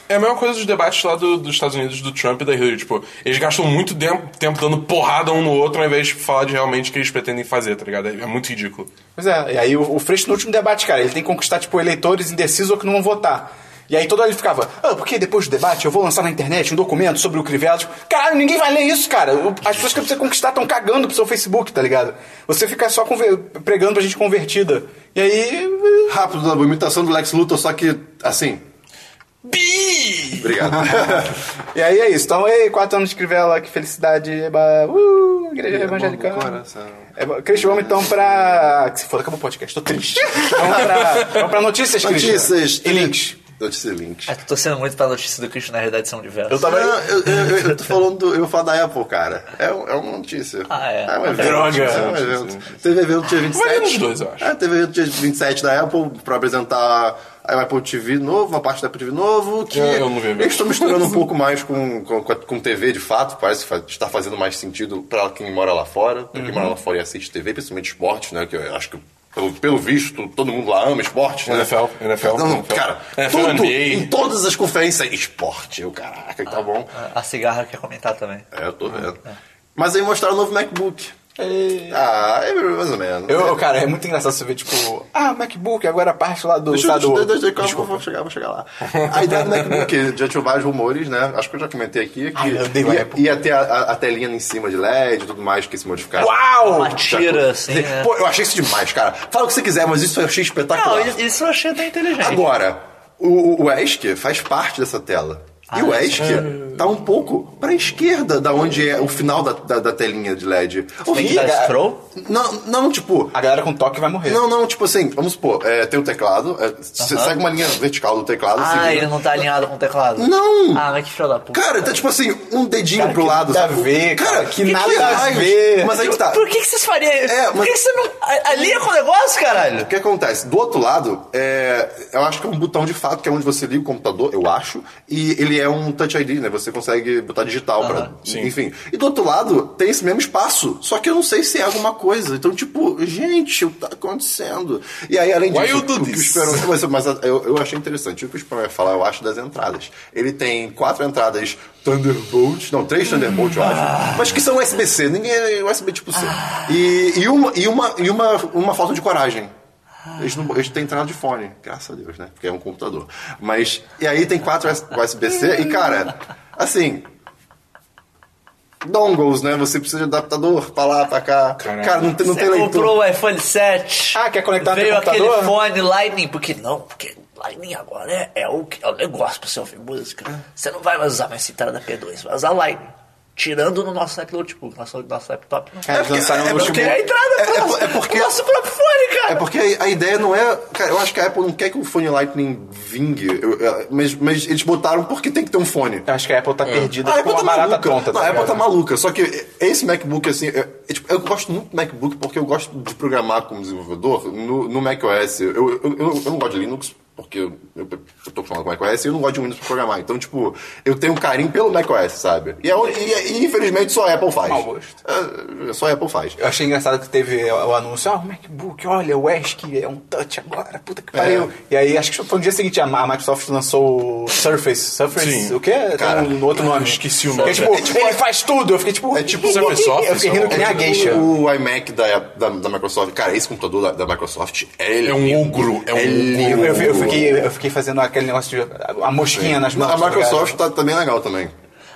É, é a mesma coisa dos debates lá do- dos Estados Unidos, do Trump e da Hillary. Tipo, eles gastam muito tempo, tempo dando porrada um no outro ao invés de falar de realmente o que eles pretendem fazer, tá ligado? É, é muito ridículo.
Pois é, e aí o, o Freixo no último debate, cara, ele tem que conquistar, tipo, eleitores indecisos ou que não vão votar. E aí toda hora ele ficava, ah, porque depois do debate eu vou lançar na internet um documento sobre o Crivella. Tipo, caralho, ninguém vai ler isso, cara. As pessoas que você conquistar estão cagando pro seu Facebook, tá ligado? Você fica só conver- pregando pra gente convertida. E aí.
é.
Rápido, Dabu, imitação do Lex Luthor, só que assim.
Bi!
Obrigado.
E aí é isso. Então, ei, quatro anos de Crivella, que felicidade. Eba, uh, igreja evangélica. É, bom. Christian, vamos então pra. Que se foda, acabou o podcast, tô triste. vamos, pra... vamos pra notícias, Christian.
Notícias.
E links.
Notícias e links.
Ah, tô torcendo muito pra notícia do Cristo na redação de verso.
Eu tava. Eu, eu, eu tô falando. do- eu vou falar da Apple, cara. É, um- é uma notícia.
Ah, é.
É um evento.
Droga.
É um evento. Teve evento dia 27.
Vai nos dois, eu acho.
É, teve evento dia 27 da Apple pra apresentar a Apple TV novo, uma parte da Apple TV novo. Que
Eu- eu não vi mesmo.
Eles estão misturando um pouco mais com, com, com a- com TV, de fato. Parece que fa- está fazendo mais sentido pra quem mora lá fora. Pra quem mora
Uhum.
lá fora e assiste TV, principalmente esporte, né? Que eu acho que. Pelo, pelo visto, todo mundo lá ama esporte, né?
NFL, NFL,
Não, não,
NFL.
cara.
NFL,
tudo,
NBA.
em todas as conferências, esporte. Eu, caraca, tá bom.
A cigarra quer comentar também.
É, eu tô vendo. Mas aí mostraram o novo MacBook. Ah, é mais ou menos.
Eu, eu, cara, é muito engraçado você ver, tipo, ah, MacBook, agora a parte lá do.
Deixa eu-
lá
deixa
do...
eu- deixa eu- calma, vou chegar, vou chegar lá. A ideia do MacBook, <laughs> já tinha vários rumores, né? Acho que eu já comentei aqui. Que
Ai, eu odeio
ia,
Apple.
ia ter a, a- a telinha em cima de LED e tudo mais que se modificasse. Tá
Uau!
tipo,
Uma tira, assim, né?
Pô, eu achei isso demais, cara. Fala o que você quiser, mas isso eu achei espetacular.
Não, isso- É isso eu achei até inteligente.
Agora, o, o ESC faz parte dessa tela. e o ESC tá um pouco pra esquerda da onde é o final da, da, da telinha de LED.
Tem que
Ih,
dar
cara.
scroll?
Não, não, tipo,
A galera com toque vai morrer.
Não, não, tipo assim, vamos supor, é, tem o teclado, é, você segue uma linha vertical do teclado.
Ah,
seguindo-
ele não tá alinhado com o teclado?
Não!
Ah, mas que filho da puta.
Cara, tá tipo assim, um dedinho
Cara,
pro
que
lado.
nada
sabe?
a ver, cara, que nada a
raios?
ver.
Mas aí que tá.
Por que, que vocês fariam isso?
É,
Por
mas-
que, que você não a- alinha com o negócio,
O
caralho?
que acontece? Do outro lado, é, eu acho que é um botão de fato, que é onde você liga o computador, eu acho, e ele é um Touch ID, né? Você consegue botar digital pra. Enfim. E do outro lado, tem esse mesmo espaço, só que eu não sei se é alguma coisa. Então, tipo, gente, o que tá acontecendo? E aí, além
Why
disso,
you do
o que o
this?
Esperon-
<laughs>
mas, mas eu, eu achei interessante. O que o Esperon vai falar, eu acho, das entradas. Ele tem quatro entradas Thunderbolt, não, três Thunderbolt, eu
Ah.
acho, mas que são USB-C, ninguém é USB tipo C. E, e, uma, e, uma, e uma, uma falta de coragem.
Ah.
Eles, não, eles têm entrada de fone, graças a Deus, né? Porque é um computador. Mas, e aí tem quatro USB-C, e cara, assim. Dongles, né? Você precisa de adaptador pra lá, pra cá.
Caraca.
Cara, não tem, não tem
Você
leitura.
comprou o iPhone 7.
Ah, quer conectar no
Veio
teu computador?
aquele fone Lightning, porque não, porque Lightning agora é, é o, que- é o negócio pra você ouvir música. Você não vai mais usar mais central da P2, vai usar Lightning. Tirando no nosso notebook, nosso, nosso laptop. não.
Cara, eles lançaram um
é
último.
porque-
Porque é a entrada
É- é
pro
por-
nosso-
é porque-
pro nosso próprio fone, cara.
É porque a, a ideia não é. Cara, eu acho que a Apple não quer que o fone Lightning vingue, eu- eu- mas, mas eles botaram porque tem que ter um fone.
Eu acho que a Apple tá
É.
perdida
Ah,
com uma barata tonta.
não,
tá
a Apple tá
ligado?
maluca. Só que esse MacBook, assim, é- é tipo, eu, gosto muito do MacBook porque eu gosto de programar como desenvolvedor no, no macOS. Eu, eu, eu, eu não gosto de Linux, porque eu, eu tô acostumado com macOS e eu não gosto de Windows pra programar. Então, tipo, eu tenho um carinho pelo macOS, sabe? E, é o- e- e, infelizmente só a Apple faz.
Mau gosto.
É, só a Apple faz.
Eu achei engraçado que teve o anúncio, ah, o MacBook, olha, o ESC é um touch agora, puta
É.
que pariu. E aí, acho que foi no dia seguinte, a a Microsoft lançou o Surface. Surface,
Sim.
o quê?
Cara,
Tem um outro nome.
esqueci o
Que
nome.
É, tipo, ele faz tudo. Eu fiquei tipo...
É tipo
Surface
Eu
Office,
fiquei rindo
é
que nem a
tipo
geisha.
O iMac da, da, da Microsoft. Cara, esse computador da, da Microsoft é
É um ogro, é um
lindo.
ogro.
Eu, eu fiquei, eu fiquei fazendo aquele negócio de... A mosquinha nas mãos.
A
tá
Msoft tá, tá bem legal também.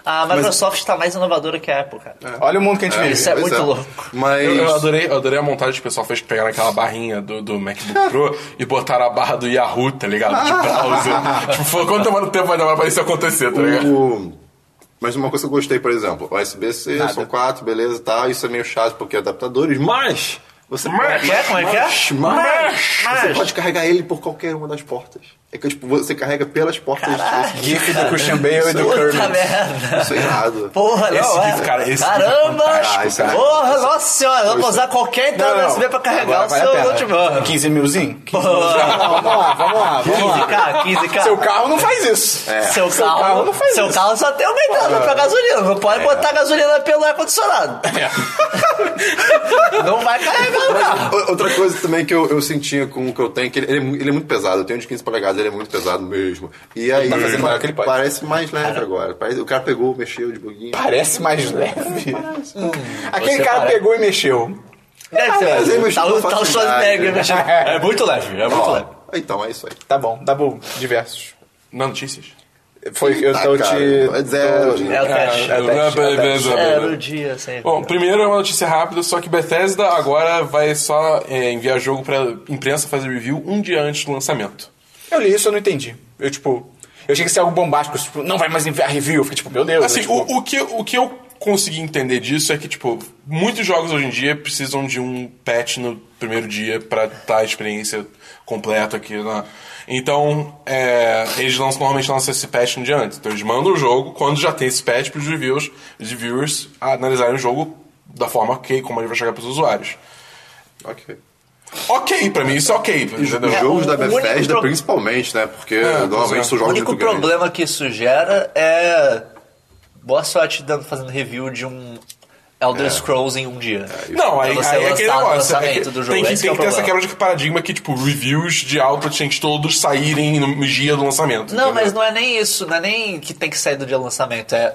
A Microsoft está mais inovadora que a Apple, cara.
ligado? Olha o mundo que a gente vive.
Isso é
Pois
muito louco.
Mas.
Eu, eu adorei, eu adorei a montagem que o pessoal fez que pegaram aquela barrinha do, do MacBook Pro e botaram a barra do Yahoo, tá ligado? De browser. tipo, falou, quanto demora tempo vai demorar pra isso acontecer, tá ligado?
O- Mas uma coisa que eu gostei, por exemplo, USB-C, são quatro, beleza, tá. Isso é meio chato porque é adaptadores, mas você pode,
Como é? Como é que é?
mas, mas, você pode carregar ele por qualquer uma das portas. É que tipo, você carrega pelas portas. Isso,
GIF do Christian Bale e do
Puta
Kermit.
merda.
isso é errado.
Porra, não,
Esse
é.
GIF, cara, esse
Caramba!
fantástico, cara.
Porra, nossa senhora, dá pra usar qualquer entrada USB pra carregar
Agora
o
vale a
seu
pena.
notebook.
15 milzinho?
Porra.
Não, vamos lá, vamos lá, vamos lá.
15K, 15K.
Seu carro não faz isso.
É. Seu carro,
carro não faz
seu
isso. É.
carro só tem uma entrada pra gasolina. Não pode botar gasolina pelo ar-condicionado. não vai carregar o carro.
O- Outra coisa também que eu, eu sentia com o que eu tenho, que ele, ele é, mu- ele é muito pesado. Eu tenho de 15 polegadas, ele é muito pesado mesmo. E aí,
Tá fazendo maior que ele pode.
parece mais leve agora. Parece- o cara pegou, mexeu de buguinho.
Parece mais leve. Aquele
Hum. Você
cara
parece.
pegou e mexeu. É,
Deve ser.
mas ele mexeu
tá,
com
tá o
facilidade,
Schwarzenegger
né?
mexendo. É muito leve, é
Ó, Então é isso aí.
Tá bom, dá bom. Diversos.
Não, notícias.
Foi eu,
Tá,
eu
cara,
te.
é zero.
É o teste. É
É,
o teste.
é,
é o teste.
beleza,
Era
beleza.
o dia sempre.
Bom, primeiro é uma notícia rápida, só que Bethesda agora vai só é, enviar jogo pra imprensa fazer review um dia antes do lançamento.
Eu li isso, eu não entendi. Eu, tipo. Eu achei que isso é algo bombástico, tipo, não vai mais enviar review. Eu fiquei tipo, meu Deus.
Assim,
eu, tipo,
o, o que, o que eu consegui entender disso é que, tipo, muitos jogos hoje em dia precisam de um patch no primeiro dia pra dar a experiência completa aqui na. Então, é, eles lançam, normalmente lançam esse patch no dia antes. Então, eles mandam o jogo, quando já tem esse patch, pros reviews, os reviewers analisarem o jogo da forma que, como ele vai chegar pros usuários.
Ok.
Ok, pra mim isso é ok, entendeu?
Os jogos
o
da
único
Bethesda,
pro-
principalmente, né? Porque
pois é.
normalmente são
O
jogos
único
muito grandes.
problema que isso gera é boa sorte dando, fazendo review de um
É.
Elder Scrolls em um dia.
Não, aí,
Pra você
aí é aquele
lançar no
negócio. é
lançamento
que
do jogo.
Tem que,
Esse
tem
é o
que ter essa
problema.
quebra de paradigma que, tipo, reviews de alta tinha que todos saírem no dia do lançamento.
Não,
entendeu?
mas não é nem isso, não é nem que tem que sair do dia do lançamento, é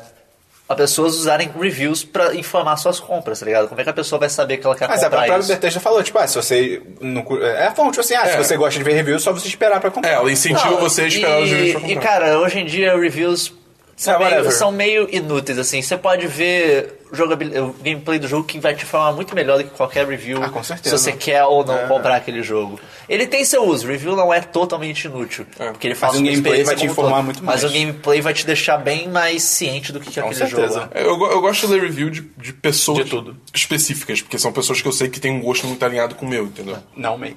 as pessoas usarem reviews pra informar suas compras, tá ligado? Como é que a pessoa vai saber que ela quer
Mas é, a
comprar
própria
isso?
Bethesda falou, tipo, ah, se você. Não, cu- é a fonte, tipo assim, ah, se
É.
você gosta de ver review, é só você esperar pra comprar.
É, ela incentiva
Não,
você a esperar
e,
os reviews pra
E,
comprar.
cara, hoje em dia reviews são,
É,
meio,
whatever.
são meio inúteis, assim. Você pode ver jogabil- o gameplay do jogo que vai te informar muito melhor do que qualquer review.
Ah, com certeza. É.
Se você quer ou não comprar aquele jogo. Ele tem seu uso, review não é totalmente inútil. Porque ele faz
Mas um
uma
gameplay vai te
experiência como
informar
todo.
muito mais.
Mas o gameplay vai te deixar bem mais ciente do que, que
Com
aquele
certeza.
jogo. é.
Eu, go- eu gosto de ler review de, de pessoas
De tudo.
específicas, porque são pessoas que eu sei que têm um gosto muito alinhado com o meu, entendeu?
Não, meio.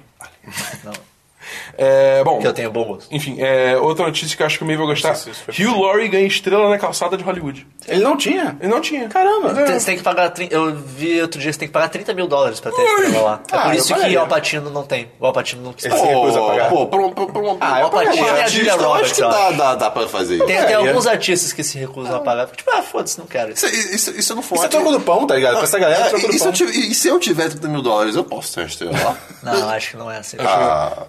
Não,
É, bom,
que eu tenho bom gosto.
enfim, é, outra notícia que eu acho que o meio vai gostar.
sei se isso foi
Hugh Laurie ganha estrela na calçada de Hollywood.
Ele não tinha.
Ele não tinha.
Caramba.
É.
Você tem que pagar. trin- Eu vi outro dia, você tem que pagar 30 mil dólares pra ter estrela lá. É
Ah,
por
eu
isso que
pagaria.
o Alpatino não tem. O Alpatino não quis
Ele se recusa a pagar.
Pô, pô, pra um- pra um- pra um-
Ah,
pra
eu
um
pagaria.
artista,
Tem a Julia
eu
Roberts,
acho que
eu
dá,
acho.
dá, dá pra fazer isso.
Tem
É,
até um-
e é-
alguns artistas que se recusam a pagar. Tipo, ah, foda-se, não quero.
Isso, isso, isso não foi.
Isso é troco do pão, tá ligado? Pra essa galera, é troco do
e, se
pão.
Ah, eu tiver, e se eu tiver 30 mil dólares, eu posso ter uma estrela lá?
Não, acho que não é assim.
Ah,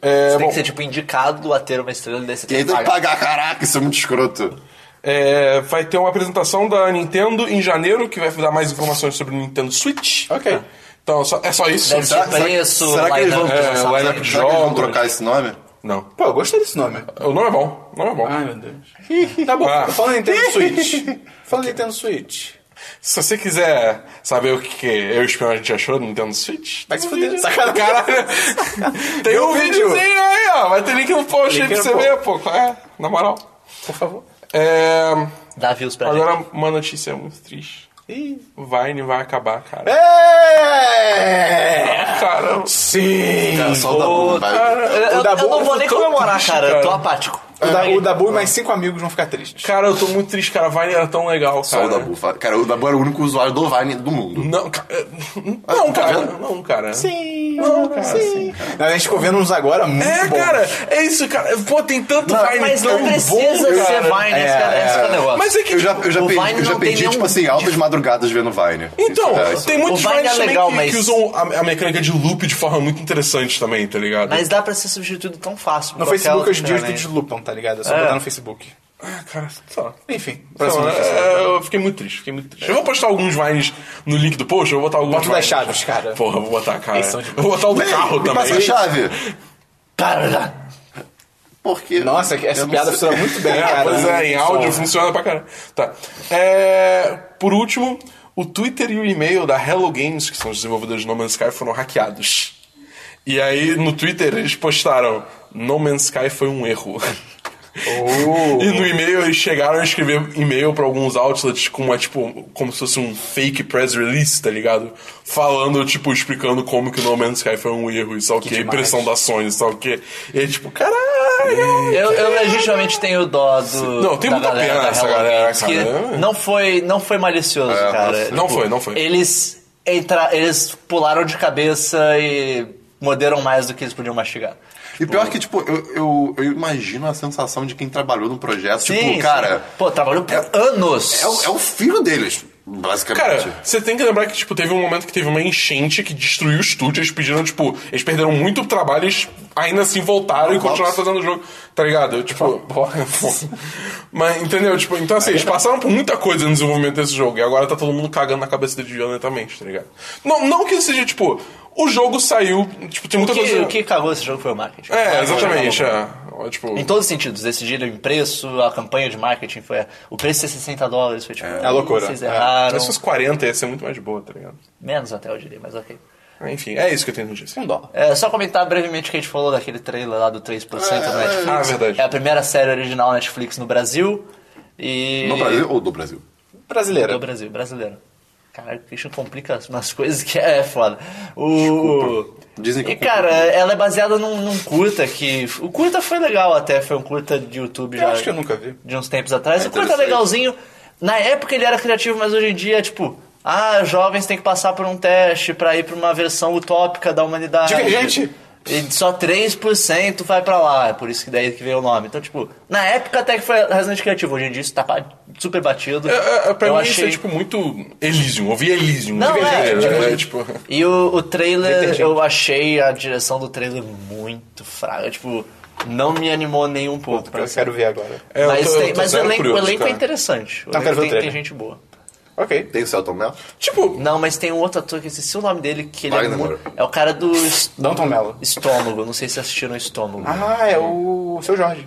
É,
você tem
bom,
que ser, tipo, indicado a ter uma estrela desse
e aí
tem que
tem <laughs> que
pagar.
pagar, caraca, isso é muito escroto.
é, vai ter uma apresentação da Nintendo em janeiro que vai dar mais informações sobre o Nintendo Switch.
Ok.
Então, só- é só isso.
Deve ser
Será- será-
preço,
será que eles
line-up
vão-
de
é,
lançamento.
line-up de
Será que eles vão
Jogos.
trocar esse nome?
Não.
Pô, eu gostei desse nome.
O nome é bom. O nome é bom.
Ai, meu Deus. tá bom,
Ah.
falando em Nintendo Switch. falando em Nintendo Switch.
Se você quiser saber o que, que eu e o Spinão a gente achou do Nintendo Switch,
Vai se fuder, sacanagem.
<laughs> Caralho. Tem um
vídeo.
videozinho aí, ó. Vai ter link no post aí
Link
pra
no
você ver, pô. Qual É, na moral.
Por favor.
É,
Dá views pra gente.
agora, uma notícia muito triste.
Ih.
O Vine vai acabar, cara.
É!
Caramba.
Sim!
Cara, É, só o Dabu, vai.
Eu, eu-
O Dabu
eu não vou
ficou
nem
tão
comemorar,
triste,
cara. Eu
cara.
tô apático.
O, da, o Dabu e mais cinco amigos vão ficar tristes.
Cara, eu tô muito triste, cara. Vine era tão legal, cara.
Só o Dabu. fala. Cara, o Dabu era o único usuário do Vine do mundo.
Não, ca- eh, não,
tá
cara.
vendo?
Não, cara.
Sim! sim. assim. A gente ficou vendo uns agora muito
É,
bons.
cara. É isso, cara. Pô, tem tanto Vine
Mas
tão
não precisa
bom,
ser
cara.
Vine, esse
É,
cara- esse
é.
cara é o negócio.
Mas é que...
Eu já, eu já,
O
perdi,
Vine
eu já
não tem
perdi tipo
nenhum-
assim, altas madrugadas vendo Vine.
Então,
Isso, é, isso.
tem muitos
O Vine
Vines
é
também
legal,
que,
mas-
que usam a, a mecânica de loop de forma muito interessante também, tá ligado?
Mas dá pra ser substituído tão fácil. por
No
qualquer
Facebook
outro
hoje em dia os
ferramenta.
vídeos lupam, tá ligado? É só
É.
botar no Facebook.
Ah, cara, sei lá.
Enfim,
Sei
próximo.
lá, é, eu fiquei muito triste, fiquei muito triste. Eu vou postar alguns Vines no link do post, eu vou botar alguns
Bota o das
Vines.
chaves, cara.
Porra, eu vou botar, cara.
Eles são de-
Eu vou botar o do carro
Me passa
também.
a chave.
Cara,
Porque.
Nossa, essa
eu não
piada
sei.
funciona muito bem,
É,
cara.
pois é, em
Som.
áudio funciona pra caramba. Tá. É, por último, o Twitter e o e-mail da Hello Games, que são os desenvolvedores de No Man's Sky, foram hackeados. E aí, no Twitter, eles postaram No Man's Sky foi um erro.
Oh.
<laughs> E no e-mail eles chegaram a escrever e-mail pra alguns outlets com uma, tipo, como se fosse um fake press release, tá ligado? Falando, tipo, explicando como que o No Man's Sky foi um erro e tal, que, que
demais.
pressão da Sony, tal, que. E é tipo, caralho!
É.
eu, eu legitimamente tenho dó do.
Não, tem
da
muita
galera
pena
da
essa
Hello
galera,
Games, que
cara. É,
Não foi, não foi malicioso, cara.
Não foi, não
É,
foi.
Eles, entra... eles pularam de cabeça e morderam mais do que eles podiam mastigar.
E pior que, tipo, eu, eu, eu imagino a sensação de quem trabalhou num projeto.
Sim,
tipo, cara,
sim. Pô, trabalhou por anos.
É, o, é o filho deles, basicamente.
Cara, você tem que lembrar que, tipo, teve um momento que teve uma enchente que destruiu o estúdio, eles pediram, tipo, eles perderam muito trabalho, eles ainda assim voltaram e continuaram fazendo o jogo, tá ligado? <laughs> Tipo, mas entendeu? Tipo, então assim, eles
é.
passaram por muita coisa no desenvolvimento desse jogo e agora tá todo mundo cagando na cabeça dele violentamente, tá ligado? Não, não que seja tipo, o jogo saiu, tipo, tem muita
O que,
coisa.
o que Ah, cagou esse jogo foi o marketing.
É, exatamente, é. Tipo,
Em todos os sentidos, decidiram em preço, a campanha de marketing foi. O preço é 60 dólares, foi tipo. É,
loucura.
Vocês
É.
erraram.
se fosse 40 ia ser muito mais de boa, tá ligado?
Menos até, eu diria, mas ok.
Ah, Enfim, é isso que eu tenho notícia.
Um dólar.
É, só comentar brevemente o que a gente falou daquele trailer lá do 3% do Netflix.
ah, verdade.
É a primeira série original Netflix no Brasil. E.
No Brasil ou do Brasil?
Brasileira.
Do Brasil, brasileiro. Caralho, o Christian complica umas coisas que é foda. O.
Dizem que
e,
eu compro
cara, ela é baseada num, num curta que. O curta foi legal até, foi um curta de YouTube já.
acho que eu nunca vi.
De uns tempos atrás.
É
o curta é
interessante.
legalzinho. Na época ele era criativo, mas hoje em dia é tipo. Ah, jovens têm que passar por um teste pra ir pra uma versão utópica da humanidade.
Divergente.
E só 3% vai pra lá, é por isso que daí que veio o nome. Então, tipo, na época até que foi razoavelmente criativo. Hoje em dia isso tá pa- super batido.
É, é, pra
eu
mim isso
achei...
é tipo muito Elysium, ouvi Elysium.
Não,
de verdade,
é,
né?
divergente.
tipo...
E o, o trailer, eu achei a direção do trailer muito fraca. Tipo, não me animou nem um pouco. pra
Eu
ser-
quero ver agora.
É, eu
mas
tô-
tem-
eu tô
mas o
zero
elenco, o
curioso,
elenco é
cara. Tá,
interessante. O
Não,
elenco
quero ver o
tem,
trailer.
tem gente boa.
Ok.
Tem o Celton Mello?
Tipo,
Não, mas tem um outro ator que eu esqueci o nome dele, que ele é,
Wagner
muito,
Moura.
é o cara do es-
Danton Mello.
estômago. Não sei se assistiram estômago.
Ah, é o seu Jorge.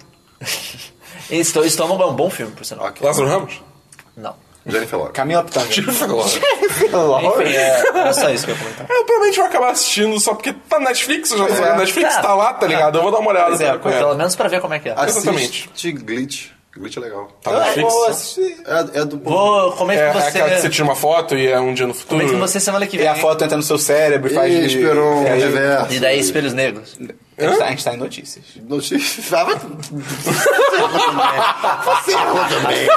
Estô- Estômago é um bom filme, por sinal.
Ok.
Lázaro Ramos? <laughs> Tipo,
Não.
Jennifer Lawrence.
Camila Pitanga.
Tira essa glória.
Enfim, é, era só isso que eu ia comentar.
Eu provavelmente vou acabar assistindo só porque tá na Netflix, eu já
é.
Netflix
Cara,
tá lá, tá ligado? Eu vou dar uma olhada.
Pois é,
tá?
pelo menos pra ver como é que é.
Exatamente.
Assiste Glitch. Glitch é legal.
Tá na Netflix?
assim,
É, é do...
Vou, como é
É, é
que
aquela que você
você...
tira uma foto e é um dia no futuro.
Como é que você semana que
E
vem...
a foto entra no seu cérebro e faz.
Ih,
de-
Esperon,
É,
reverso.
E daí, Espelhos Negros.
A gente tá- a gente tá em notícias.
Notícia. <laughs> Ah, vai- Você errou também.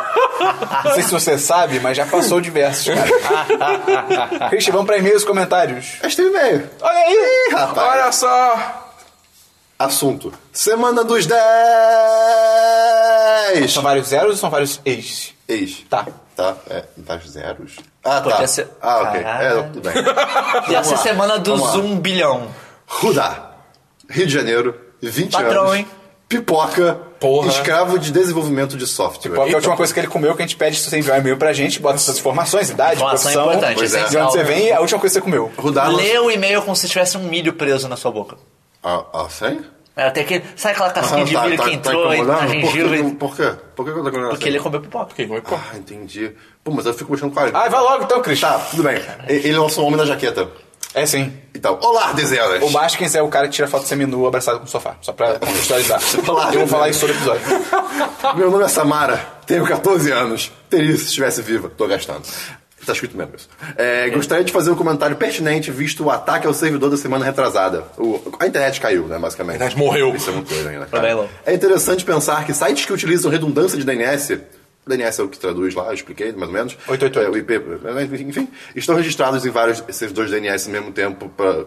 Não sei se você sabe, mas já passou diversos, cara. Christian, vamos pra e-mails e comentários.
Mas tem e-mail.
Olha aí!
É Ih, rapaz.
Olha só!
Assunto. Semana dos 10.
São vários zeros ou são vários ex?
Eis.
Tá.
Tá, é, das zeros. Ah,
Podia
tá.
ser-
Ah, ok.
Caralho.
É, tudo bem.
E essa
lá,
semana do
vamos lá.
Zoom bilhão.
Rudá. Rio de Janeiro, 20
Patrão,
anos.
hein?
Pipoca,
Porra.
escravo de desenvolvimento de software.
Qual que é a última coisa que ele comeu que a gente pede se você enviar um e-mail pra gente, bota suas informações, idade,
Informação
profissão, é.
importante,
de onde
essencial.
você vem, a última coisa que você comeu.
Rudá lançou-
Lê o e-mail como se tivesse um milho preso na sua boca.
Ah, ah, sério? tá-
É, Tem aquele, sabe aquela
Tá
casquinha de milho que entrou aí na
incomodando? Por
gengiva?
que,
e-
por quê? Por que que eu tô comendo
Porque ele comeu pipoca.
Ok, como é que-
Ah, entendi. Pô, mas eu fico mexendo com a...
Ah,
Ai, vai logo então, Christian.
Tá, tudo bem. E- Ele lançou o homem na jaqueta.
É sim.
Então, olá, dezenas.
O Baskins é o cara que tira foto seminua abraçado com o sofá, só pra contextualizar.
Claro.
Eu vou falar isso todo episódio.
Meu nome é Samara, tenho 14 anos. Teria se estivesse viva. Tô gastando. Tá escrito mesmo isso. É, gostaria de fazer um comentário pertinente visto o ataque ao servidor da semana retrasada. O- a internet caiu, né, basicamente.
A internet morreu.
Isso é muito doido ainda,
Vai
cara.
lá.
É interessante pensar que sites que utilizam redundância de DNS... DNS é o que traduz lá, eu expliquei mais ou menos.
888.
É, o IP, enfim, estão registrados em vários servidores DNS ao mesmo tempo para...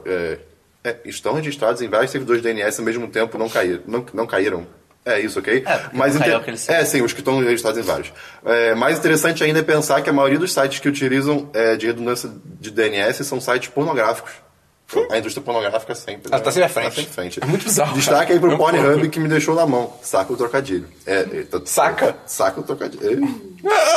estão registrados em vários servidores DNS ao mesmo tempo, não, caí, não, não caíram. É isso, ok?
É,
<laughs>
porque
Mas
não
inte-
caiu aquele site.
é, sim, os que estão registrados em vários. É, mais interessante ainda é pensar que a maioria dos sites que utilizam é, de redundância de DNS são sites pornográficos. A indústria pornográfica é sempre. né?
Ela tá sempre à frente.
sempre
É muito bizarro,
Destaque
cara.
aí pro
Eu-
Pornhub que me deixou na mão. Saca o trocadilho. É, é, tá-
Saca?
Saca o trocadilho. Ei,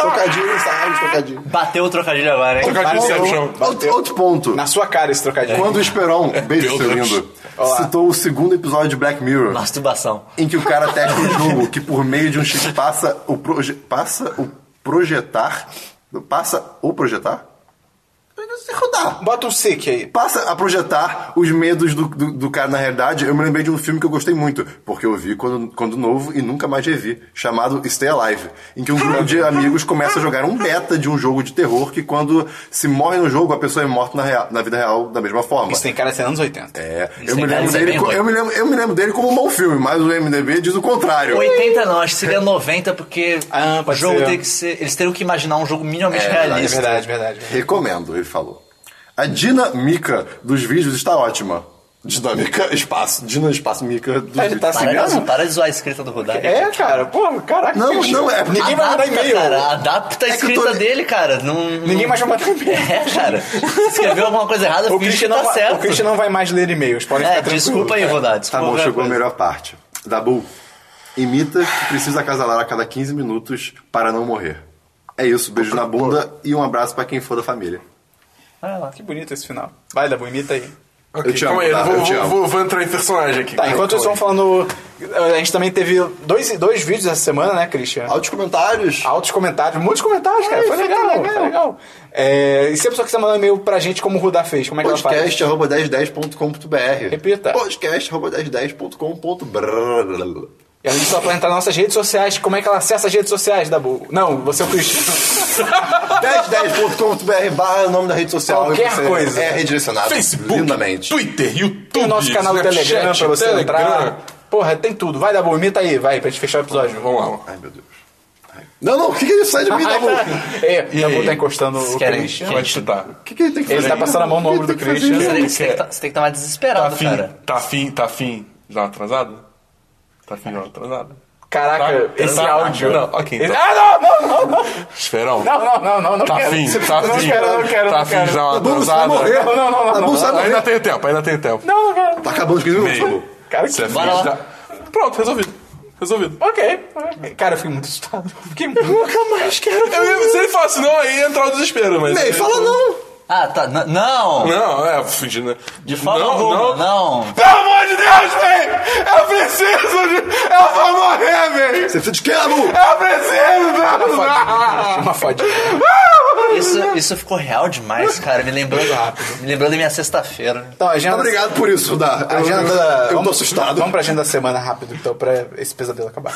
Trocadilho, saca o trocadilho.
Bateu o trocadilho agora, hein?
Trocadilho
Bateu.
sério no chão.
Outro, outro ponto.
Na sua cara esse trocadilho.
Quando o Esperon, beijo seu
Deus.
lindo, citou o segundo episódio de Black Mirror
Masturbação.
em que o cara testa um jogo que por meio de um chip passa o proje- passa o projetar passa o projetar rodar
Bota um sick aí.
passa a projetar os medos do, do, do cara na realidade eu me lembrei de um filme que eu gostei muito porque eu vi quando, quando novo e nunca mais revi chamado Stay Alive em que um grupo de amigos começa a jogar um beta de um jogo de terror que quando se morre no jogo a pessoa é morta na, real- na vida real da mesma forma
Isso tem cara de ser anos 80.
é,
Isso
eu me,
aí, cara,
lembro
isso é
dele,
bem
co-
ruim.
eu, me lembro, eu me lembro dele como um bom filme, mas o MDB diz o contrário.
80 não, acho que seria 90, porque
Ah,
o
pode
jogo
ser.
tem que ser. Eles teriam que imaginar um jogo minimamente
É,
É
realista.
verdade, verdade.
Recomendo, ele falou. A dinâmica dos vídeos está ótima. Dinâmica, espaço, dinâmica, espaço, mica. Do,
Tá- tá
do-
assim
Para,
mesmo?
para de zoar a escrita do Rodai.
É, cara, porra, caraca.
Não,
gente,
não, é-
Ninguém vai mandar e-mail.
Cara, adapta a
É que eu tô
escrita
li-
dele, cara. Não,
Ninguém
não...
mais vai mandar e-mail.
<laughs> É, cara. Se Escreveu alguma coisa errada,
O
finge que
Christian,
tá
não, vai- o
certo.
Christian tá não vai mais ler e-mails. Podem
É,
ficar tranquilos.
desculpa aí, Rodai.
Tá
Desculpa
bom,
qualquer
chegou a
coisa.
melhor parte. Dabu, imita que precisa acasalar a cada 15 minutos para não morrer. É isso, beijo na bunda e um abraço pra quem for da família.
Vai lá.
Que bonito esse final. Vai, Dabu, imita aí.
Ok,
te amo,
calma aí,
tá?
vou,
Eu te
vou-
amo.
vou- vou entrar em personagem aqui.
Tá, enquanto vocês
Calma
vão
aí.
falando. eh, A gente também teve dois, dois vídeos essa semana, né, Christian?
Altos comentários.
Altos comentários, muitos comentários, cara. É, Foi
foi
legal,
legal.
foi legal. É, e se a pessoa quiser mandar um e-mail pra gente, como o Rudá fez, como é que ela faz?
podcast.1010.com.br
Repita.
podcast.1010.com.br
E além disso, ela pode entrar nas nossas redes sociais, como é que ela acessa as redes sociais, Dabu? Não, você é o
<laughs>
Christian.
1010.com.br barra o nome da rede social.
Qualquer
e você
coisa.
É redirecionado.
Facebook,
Lindamente.
Twitter, YouTube,
Tem o nosso canal do
Snapchat,
Telegram pra você
Telegram.
entrar. Porra, tem tudo. Vai, Dabu, imita aí, vai, pra gente fechar o episódio.
Vamos lá, vamos lá.
Ai, meu Deus. Ai. Não, não, o que, que ele sai de mim,
Ah,
Dabu?
tá. É,
E
Dabu
aí?
tá encostando
Vocês
o
querem-
Christian.
querem-
Pode chutar.
O que, que ele tem que
Ele
fazer?
tá passando a mão no
O que
ombro do
ele tem que fazer?
Christian.
Você tem,
Ele
que- você tem que
quer.
tá- você tem que tomar
Tá
desesperado,
afim,
cara.
tá afim, tá afim de dar uma atrasada? Tá afim de dar uma atrasada?
Caraca,
Tá.
esse
Tá.
áudio.
Não, ok,
Esse-
então.
Ah, não, não, não, não.
Esperão.
Não, não, não, não, não
Tá
quero.
afim, tá
não
afim.
quero, não quero,
Tá
não
afim de dar
quero.
uma
Dabu, você vai
atrasada?
morrer.
Não, não, não, não,
Dabu,
não,
você vai morrer.
Ainda tem tempo, ainda tem tempo.
Não, não quero.
Tá acabando os 15 minutos,
Meio.
Dabu.
Cara, que...
Bora lá.
Pronto, resolvido. Resolvido.
Ok. Cara, eu fiquei muito assustado. Tá Fiquei muito... Nunca mais quero...
Eu ia, se ele falasse não, aí ia entrar o desespero, mas.
Ei, fala não.
Ah, tá. n- Não!
Não, é, fingindo. né?
De forma
não,
alguma,
não.
não.
Pelo amor de Deus, velho! Eu preciso de. Eu vou morrer, velho!
Você precisa de quê, Dabu?
Eu preciso de atrasar!
Uma fodinha.
Isso, isso ficou real demais, cara. Me lembrou, me lembrou da minha sexta-feira.
Então, agenda...
Obrigado por isso, Rudá. Eu, eu,
Agenda... um-
eu, tô
vamos-
assustado.
Vamos pra agenda da semana rápido, então, pra esse pesadelo acabar.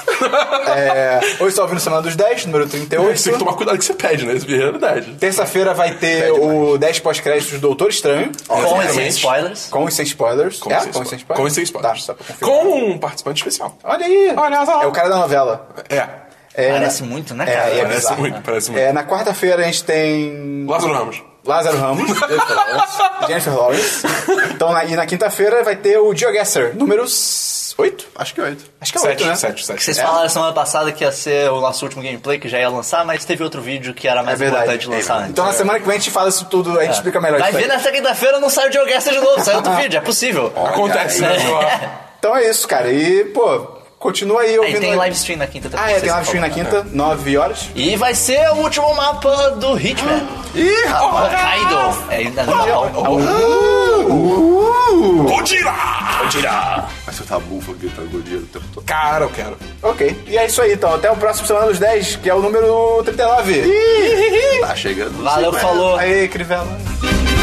é... Hoje tá ouvindo Semana dos 10, número
Você tem que
38.
tomar cuidado com o que você pede, né? Isso é realidade.
Terça-feira vai ter o 10 pós-créditos do Doutor Estranho.
Com e sem
exatamente.
spoilers.
Com e sem spoilers.
Com
é?
e sem
com e sem
spoiler. Com e
spoilers?
sem spoiler.
Tá, só pra confirmar.
Com um participante especial.
Olha aí.
Olha só.
É o cara da novela.
É.
É,
Parece muito, né,
É,
cara?
é
parece
bizarro,
muito,
né?
parece muito.
É, na quarta-feira a gente tem
Lázaro Ramos.
Lázaro Ramos,
<laughs>
é Jennifer Lawrence. Então, na- e na quinta-feira vai ter o GeoGuessr, número 8?
Acho que é oito.
Acho que é 8,
<laughs> Sete,
né?
sete,
Que
sete.
vocês falaram semana passada que ia ser o nosso último gameplay, que já ia lançar, mas teve outro vídeo que era mais importante lançar antes.
É
é. né?
Então, na semana que vem a gente fala isso tudo, a gente explica melhor
Vai
isso aí.
ver nessa quinta-feira, não sai o Geoguessa de novo,
<laughs>
sai outro vídeo, é possível. É. <laughs>
Acontece, né?
Então é isso, cara. E, pô, continua aí
Aí
ouvindo.
tem live stream na quinta também.
Ah, é, tem
vocês
live stream na
falam.
quinta, 9 horas.
E vai ser o último mapa do Hitman.
Ih, rapaz!
É, Hokkaido. É ainda no Japão.
Godira!
Mas seu tabu foi gritar tá Godira o tempo todo.
Cara, eu quero.
Ok. E é isso aí, então. Até o próximo Semana dos 10, que é o número 39. Ih!
Tá chegando. não sei
Valeu,
qual é.
falou.
Aê, Crivella.